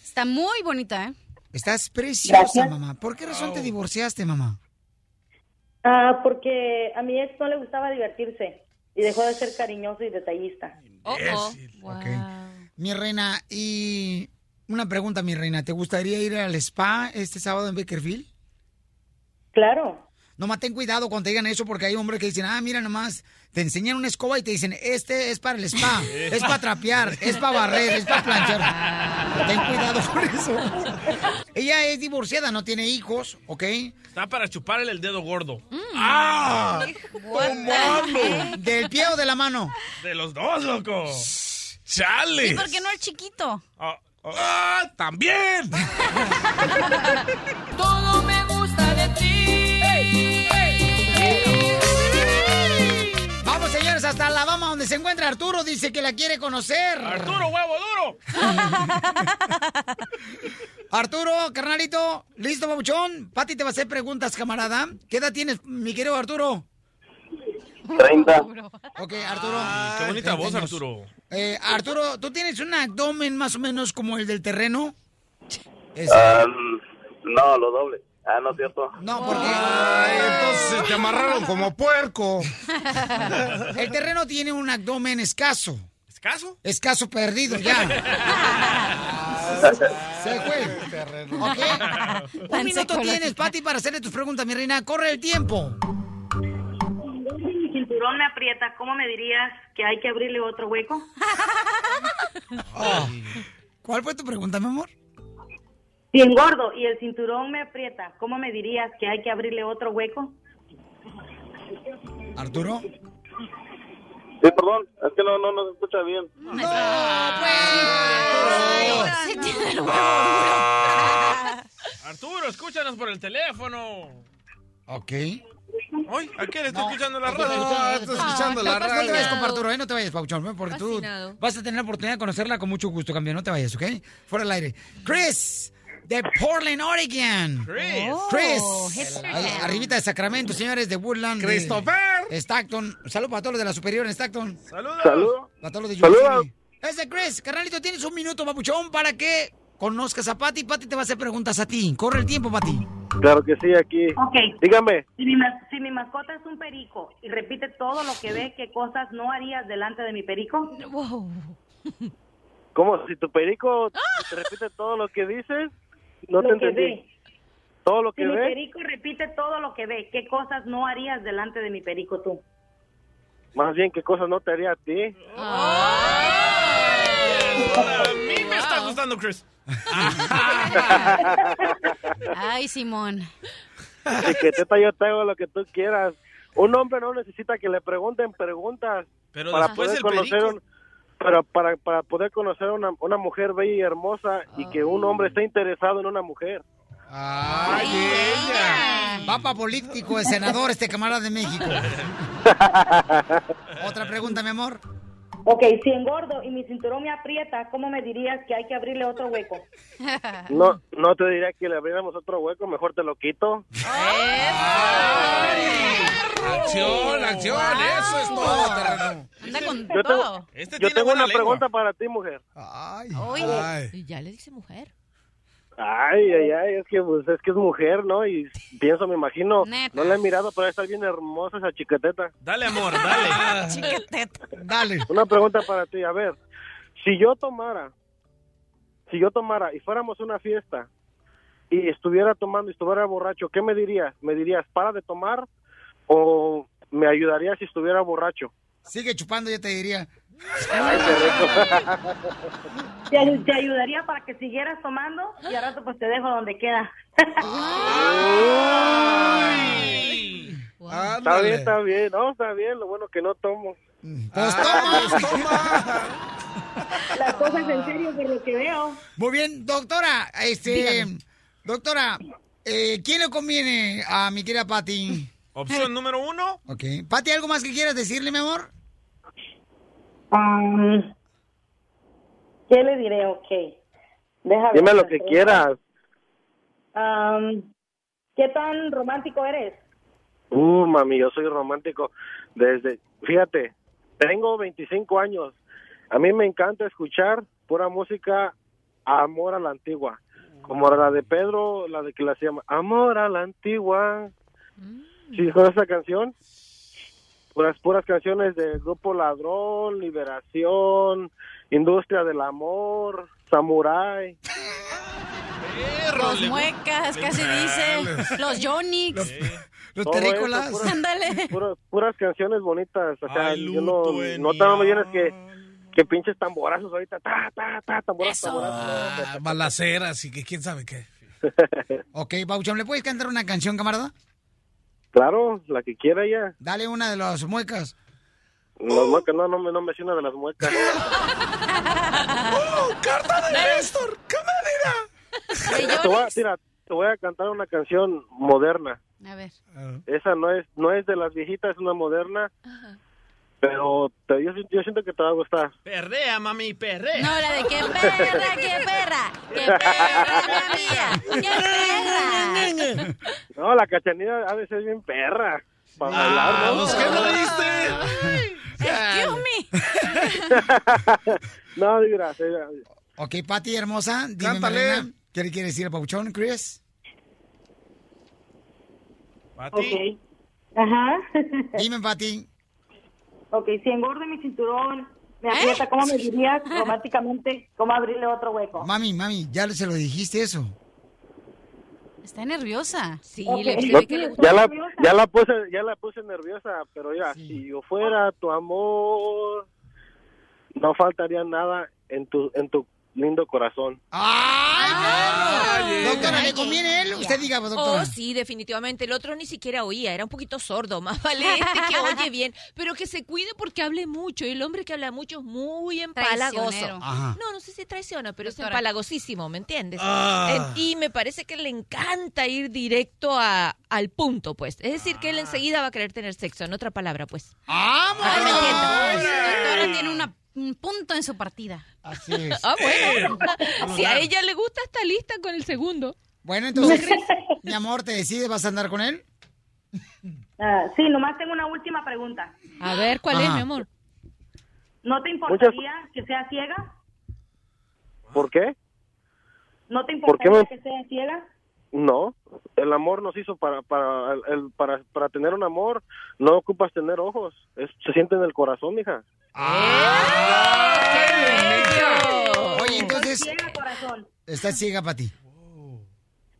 S1: Está muy bonita, ¿eh?
S2: Estás preciosa,
S1: Gracias.
S2: mamá. ¿Por qué razón te divorciaste, mamá?
S27: Ah, porque a mi ex no le gustaba divertirse y dejó de ser cariñoso y detallista.
S1: Oh,
S2: Mi reina, y una pregunta, mi reina. ¿Te gustaría ir al spa este sábado en Bakerfield?
S27: Claro.
S2: Nomás ten cuidado cuando te digan eso porque hay hombres que dicen, ah, mira nomás, te enseñan una escoba y te dicen, este es para el spa, es para trapear, es para barrer, es para planchar. Ten cuidado con eso. Ella es divorciada, no tiene hijos, ¿ok?
S3: Está para chuparle el dedo gordo.
S2: ¡Ah!
S3: ¡Tomando!
S2: ¿Del pie o de la mano?
S3: De los dos, loco.
S1: ¿Y
S3: ¡Chale!
S1: por qué no el chiquito?
S3: Ah, ah, ¡También!
S9: Todo me gusta de ti.
S2: Vamos, señores, hasta Alabama, donde se encuentra Arturo. Dice que la quiere conocer.
S3: ¡Arturo, huevo duro!
S2: Arturo, carnalito, ¿listo, babuchón? Pati te va a hacer preguntas, camarada. ¿Qué edad tienes, mi querido Arturo?
S25: 30.
S2: Ok, Arturo.
S3: ¡Qué bonita voz,
S2: 30 años.
S3: Arturo!
S2: Eh, Arturo, ¿tú tienes un abdomen más o menos como el del terreno?
S25: Ah, no, lo doble.
S18: Ah, no es cierto.
S2: No, porque...
S18: entonces
S2: te amarraron como puerco. El terreno tiene un abdomen escaso. ¿Escaso? Escaso perdido, ya. Se fue.
S9: terreno.
S2: ¿Ok? Un minuto tienes, Pati, para hacerle tus preguntas, mi reina. Corre el tiempo.
S27: Mi cinturón me aprieta. ¿Cómo me dirías que hay que abrirle otro hueco?
S2: Oh. ¿Cuál fue tu pregunta, mi amor?
S27: Si engordo y el cinturón me aprieta, ¿cómo me dirías que hay que abrirle otro hueco?
S2: ¿Arturo?
S18: Sí, perdón, es que no, no, no se escucha bien.
S3: pues,
S1: pues,
S3: Arturo, escúchanos por el teléfono.
S2: Ok.
S3: Ay, ¿a qué le estoy escuchando la radio? Ah,
S2: Ah, No te vayas con Arturo, ¿eh? no te vayas, Pauchón, ¿eh? porque tú
S3: Fascinado.
S2: vas a tener la oportunidad de conocerla con mucho gusto, campeón. No te vayas, ¿ok? Fuera del aire. Chris, de Portland, Oregon.
S9: Chris. Oh,
S2: Chris.
S9: Hipster
S2: Ahí,
S9: town.
S2: Arribita de Sacramento, señores, de Woodland. de
S9: Christopher.
S2: Stockton. Saludos para todos los de la superior en Stockton.
S3: Saludos.
S18: Saludos.
S2: Para todos los de
S18: Saludos.
S2: Yukon. Es de Chris. Carnalito, tienes un minuto, papuchón, para que conozcas a Pati. Pati te va a hacer preguntas a ti. Corre el tiempo, Pati.
S18: Claro que sí, aquí.
S27: Ok.
S18: Dígame.
S27: Si mi, ma- si mi mascota es un perico y repite todo lo que ve, ¿qué cosas no harías delante de mi perico?
S18: ¿Cómo? Si tu perico te repite todo lo que dices, no
S27: Lo
S18: te
S27: que
S18: entendí.
S27: ve.
S18: Todo lo
S27: Si
S18: que
S27: mi
S18: ve,
S27: perico repite todo lo que ve, ¿qué cosas no harías delante de mi perico tú?
S18: más bien, ¿qué cosa no te haría a ti?
S3: A mí me está gustando, Chris.
S1: Ay, Simón.
S18: Chiquitita, yo te hago lo que tú quieras. Un hombre no necesita que le pregunten preguntas
S3: Pero
S18: para
S3: después
S18: poder
S3: el
S18: conocer
S3: perico.
S18: un- para, para, para poder conocer una, una mujer bella y hermosa
S3: Ah.
S18: y que un hombre esté interesado en una mujer.
S2: Ay, ella. Va para político, es senador este camarada de México. Otra pregunta, mi amor.
S27: Ok, si engordo y mi cinturón me aprieta, ¿cómo me dirías que hay que abrirle otro hueco?
S18: No, no te diría que le abriéramos otro hueco, mejor te lo quito.
S12: Acción, acción, eso es todo, terreno. Este
S1: Anda con
S18: Yo
S1: todo.
S18: tengo, Este yo tengo una pregunta para ti, mujer.
S2: Ay,
S1: Oye, y ya le dice mujer.
S18: Ay, ay, ay, es que, pues, es que es mujer, ¿no? Y pienso, me imagino,
S1: Neta.
S18: no la he mirado, pero está bien hermosa esa chiqueteta.
S3: Dale, amor, dale.
S2: Dale.
S18: Una pregunta para ti, a ver, si yo tomara, si yo tomara y fuéramos a una fiesta y estuviera tomando y estuviera borracho, ¿qué me dirías? ¿Me dirías, para de tomar o me ayudarías si estuviera borracho?
S2: Sigue chupando, yo te diría.
S27: ¿Te, ay- te ayudaría para que siguieras tomando? Y al rato pues te dejo donde queda.
S18: Está bien, está bien, no, está bien, lo bueno que no tomo.
S27: Las cosas en serio por lo que veo.
S2: Muy bien, doctora, este,
S27: Dígame.
S2: doctora, eh, ¿quién le conviene a mi querida Pati?
S3: Opción número uno.
S2: Ok. Pati, ¿algo más que quieras decirle, mi amor?
S27: Um, ¿Qué le diré? Ok. Deja ver
S18: Dime lo
S27: las
S18: que
S27: preguntas.
S18: quieras.
S27: Um, ¿Qué tan romántico eres?
S18: Uh, mami, yo soy romántico desde, fíjate, tengo 25 años. A mí me encanta escuchar pura música amor a la antigua, como la de Pedro, la de que la se llama Amor a la antigua. Sí, con esa canción, puras puras canciones del grupo Ladrón, Liberación, Industria del Amor, Samurai.
S1: Los muecas, casi dice. Los Yonix.
S18: Los Todo terrícolas. eso, puro-
S1: Ándale.
S18: puras, puras canciones bonitas. O sea, yo no, no tan bien es que, que pinches tamborazos ahorita. Ta, ta, ta, tamborazos, tamborazos.
S12: Ah, balaceras y que quién sabe qué.
S2: Ok, Bauchón, ¿le puedes cantar una canción, camarada?
S18: Claro, la que quiera ya.
S2: Dale una de las muecas.
S18: Las muecas, no, no, me- no me suena de las muecas.
S9: ¡Uh! ¡Carta de Néstor!
S18: te, voy a, mira, te voy a cantar una canción moderna.
S1: A ver.
S18: Esa no es no es de las viejitas, es una moderna. Pero te- yo, yo siento que te va a gustar.
S3: Perrea, mami, perrea.
S1: No, la de qué perra, qué perra.
S18: No, la cachanilla a veces es bien perra. Para bailar, ¿no?
S1: Excuse me.
S18: No, mira, mira,
S2: Ok, Pati, hermosa, dime,
S18: Cántale.
S2: Marina, ¿qué le quieres decir a Pauchón, Chris?
S3: Pati.
S27: Ajá.
S2: Dime, Pati.
S27: Ok, si engordo mi cinturón,
S2: ¿Eh?
S27: me aprieta, ¿cómo me dirías románticamente cómo abrirle otro hueco?
S2: Mami, mami, ya se lo dijiste eso.
S1: Está nerviosa. Sí,
S27: Ok.
S1: le
S18: No,
S1: pide que le
S18: ya la ya la puse ya la puse nerviosa pero ya si yo fuera tu amor no faltaría nada en tu en tu lindo corazón
S2: Doctora, ¿le conviene él? Usted diga, doctora.
S22: Oh, sí, definitivamente. El otro ni siquiera oía, era un poquito sordo. Más vale este que oye bien, pero que se cuide porque hable mucho. Y el hombre que habla mucho es muy empalagoso.
S23: Traicionero. Ajá.
S22: No, no sé si traiciona, pero es
S23: Doctora.
S22: empalagosísimo, ¿me entiendes?
S23: Ah.
S22: Eh, y me parece que le encanta ir directo a- al punto, pues. Es decir, que él enseguida va a querer tener sexo, en otra palabra, pues. Para que me entiendan.
S1: Doctora tiene una- un punto en su partida.
S2: Así es.
S22: Ah, bueno.
S2: Eh.
S22: si a ella le gusta, está lista con el segundo.
S2: Bueno, entonces, mi amor, ¿te decides? ¿Vas a andar con él?
S27: Ah, sí, nomás tengo una última pregunta.
S22: A ver,
S27: ¿cuál es, mi
S22: amor?
S27: ¿No te importaría que sea ciega?
S18: ¿por qué?
S27: ¿No te
S18: ¿Por qué
S27: importaría
S18: me-
S27: que sea ciega?
S18: No, el amor nos hizo para para el- para para tener un amor no ocupas tener ojos, es- se siente en el corazón, mija.
S2: Oye, entonces-
S27: Soy ciega corazón.
S2: Estás ciega, Pati.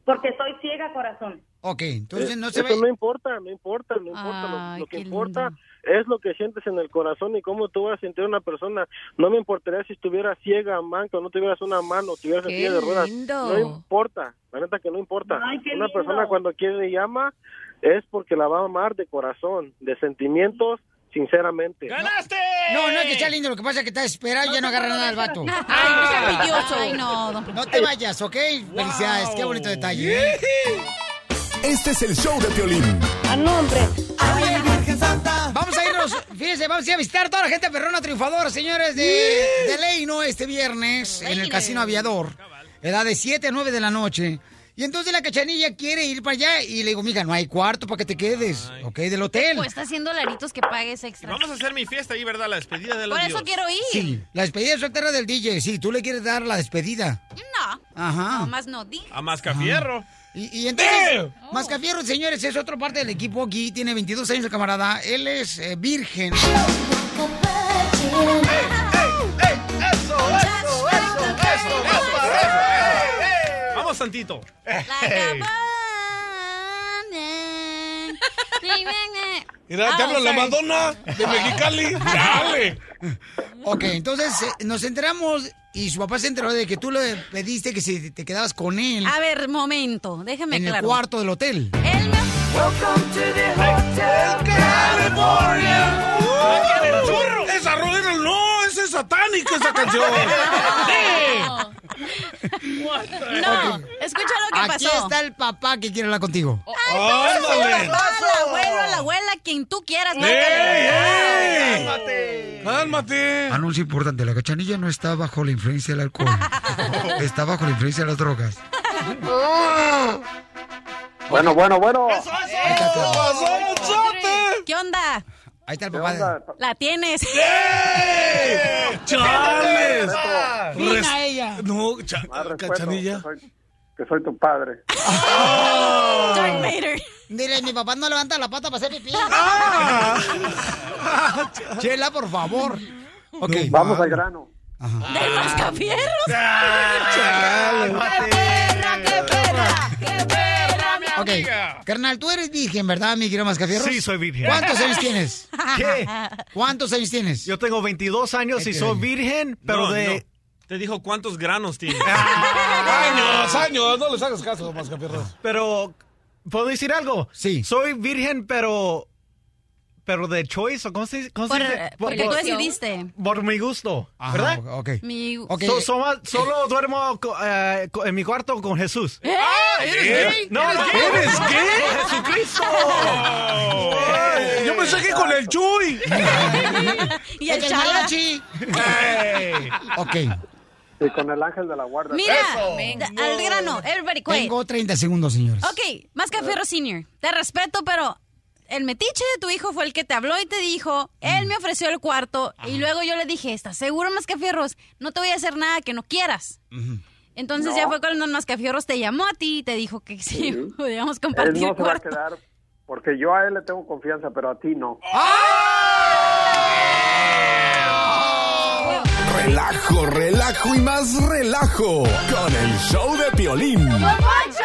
S27: Porque soy ciega corazón.
S2: Ok, entonces
S18: Eh,
S2: no se
S18: eso
S2: ve.
S18: no importa, no importa, no importa. Lo- lo, que importa es lo que sientes en el corazón y cómo tú vas a sentir a una persona. No me importaría si estuvieras ciega, manco, no tuvieras una mano, tuvieras
S22: Qué
S18: silla de ruedas.
S22: lindo.
S18: No importa, la neta que no importa.
S22: Ay, qué
S18: una
S22: lindo.
S18: persona cuando quiere y ama es porque la va a amar de corazón, de sentimientos, sinceramente.
S2: No, no es que está lindo, lo que pasa es que está esperado y ya no agarra nada al vato.
S22: Ay, no seas
S2: Ay, no, no te vayas, ¿ok? Felicidades, qué bonito detalle. ¿eh?
S7: Este es el show de Piolín.
S2: ¡A nombre! Vamos a irnos, fíjense, vamos a ir a visitar a toda la gente perrona triunfadora, señores, de, de Leino este viernes en el Casino Aviador, edad de 7 a 9 de la noche. Y entonces la cachanilla quiere ir para allá y le digo, mija, no hay cuarto para que te quedes, ¿ok? Del hotel.
S1: Cuesta 100 dolaritos que pagues extra.
S3: Vamos a hacer mi fiesta ahí, ¿verdad? La despedida de los
S1: Por eso
S3: dios.
S1: quiero ir.
S2: Sí, la despedida soltera del DJ, sí, tú le quieres dar la despedida.
S1: No.
S2: Ajá.
S1: No, más no. Dije.
S3: A Mascafierro.
S2: Y, y entonces, Mascafierro, señores, es otro parte del equipo aquí, tiene 22 años el camarada, él es eh, virgen.
S3: Eso, eso, eso,
S1: Ah.
S3: eso, eso, eso, eso. Vamos, Santito.
S12: Mira, te habla la Madonna de Mexicali. Dale.
S2: Ok, entonces eh, nos enteramos y su papá se enteró de que tú le pediste que si te quedabas con él
S1: A ver, momento. Déjeme
S2: en el
S1: claro.
S2: cuarto del hotel.
S1: Welcome to the hotel
S12: California. Esa rodera no, esa es satánica esa canción.
S1: No, escucha lo que
S2: Aquí
S1: pasó.
S2: está el papá que quiere hablar contigo.
S1: Ay, pero
S2: Ándale.
S1: sí, el papá, La abuela, la abuela, quien tú quieras. Ah.
S2: ¡Ey,
S1: márcale.
S2: ey!
S12: Cálmate.
S2: Anuncio importante, la cachanilla no está bajo la influencia del alcohol. está bajo la influencia de las drogas.
S30: Bueno, bueno, bueno.
S1: ¿Qué onda?
S2: Ahí está el papá. de-
S1: La tienes.
S12: ¡Chales!
S1: Mira
S12: Res-
S1: ella.
S12: No, cha-
S2: ah,
S12: cachanilla.
S30: Que soy tu padre.
S2: Ah.
S9: Ah.
S2: Dile, mi papá no levanta la pata para hacer pipí. Chela, por favor.
S30: Vamos al grano.
S1: ¡De
S2: Ah.
S1: mascafierros!
S2: ¡Qué
S1: perra,
S2: qué perra!
S1: ¡Qué perra, mi
S2: Ok, carnal, tú eres virgen, ¿verdad, mi querido Mascafierros?
S16: Sí, soy virgen.
S2: ¿Cuántos años tienes?
S16: ¿Qué?
S2: ¿Cuántos años tienes? Este
S16: Yo tengo 22 años y soy virgen, pero
S3: No,
S16: de...
S3: no. Te dijo cuántos granos tiene.
S12: Años, años, no les hagas caso, Mascafierro.
S16: Pero,
S9: pues,
S16: ¿puedo decir algo?
S2: Sí.
S16: Soy virgen, pero... Pero de choice, ¿o ¿cómo se, cómo se
S1: Por- eh,
S16: dice?
S1: porque tú decidiste.
S16: Por mi gusto,
S2: Ajá,
S16: ¿verdad?
S2: ok.
S1: Mi...
S16: So- soma- solo duermo co- eh, co- en mi cuarto con Jesús.
S1: ¡Ah!
S16: ¿Eres
S12: gay?
S16: No,
S12: ¿Eres
S16: no,
S12: gay? ¿Eres gay?
S16: ¡Con ¡Jesucristo!
S32: Oh.
S12: Ey, Yo pensé que con el Chuy.
S1: Y el
S2: Porque el
S1: chala.
S2: mariachi.
S16: Eh.
S2: Ok.
S30: Y con el ángel de la guarda.
S1: Mira, da- al grano, everybody quiet.
S2: Tengo 30 segundos, señores.
S1: Ok, Mascafierro Senior, te respeto, pero el metiche de tu hijo fue el que te habló y te dijo, él me ofreció el cuarto y luego yo le dije, ¿estás seguro, Mascafierros? No te voy a hacer nada que no quieras. Entonces
S30: No.
S1: ya fue cuando el Mascafierros te llamó a ti y te dijo que sí, podíamos compartir
S30: Él no se va a
S1: cuarto.
S30: quedar
S18: Porque yo a él le tengo confianza, pero a ti no.
S7: Relajo, relajo y más relajo con el show de Piolín.
S4: ¡Don Poncho!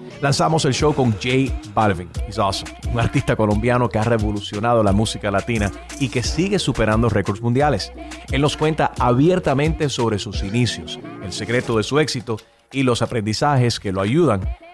S33: Lanzamos el show con Jay Balvin, he's awesome, un artista colombiano que ha revolucionado la música latina y que sigue superando récords mundiales. Él nos cuenta abiertamente sobre sus inicios, el secreto de su éxito y los aprendizajes que lo ayudan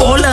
S9: Hola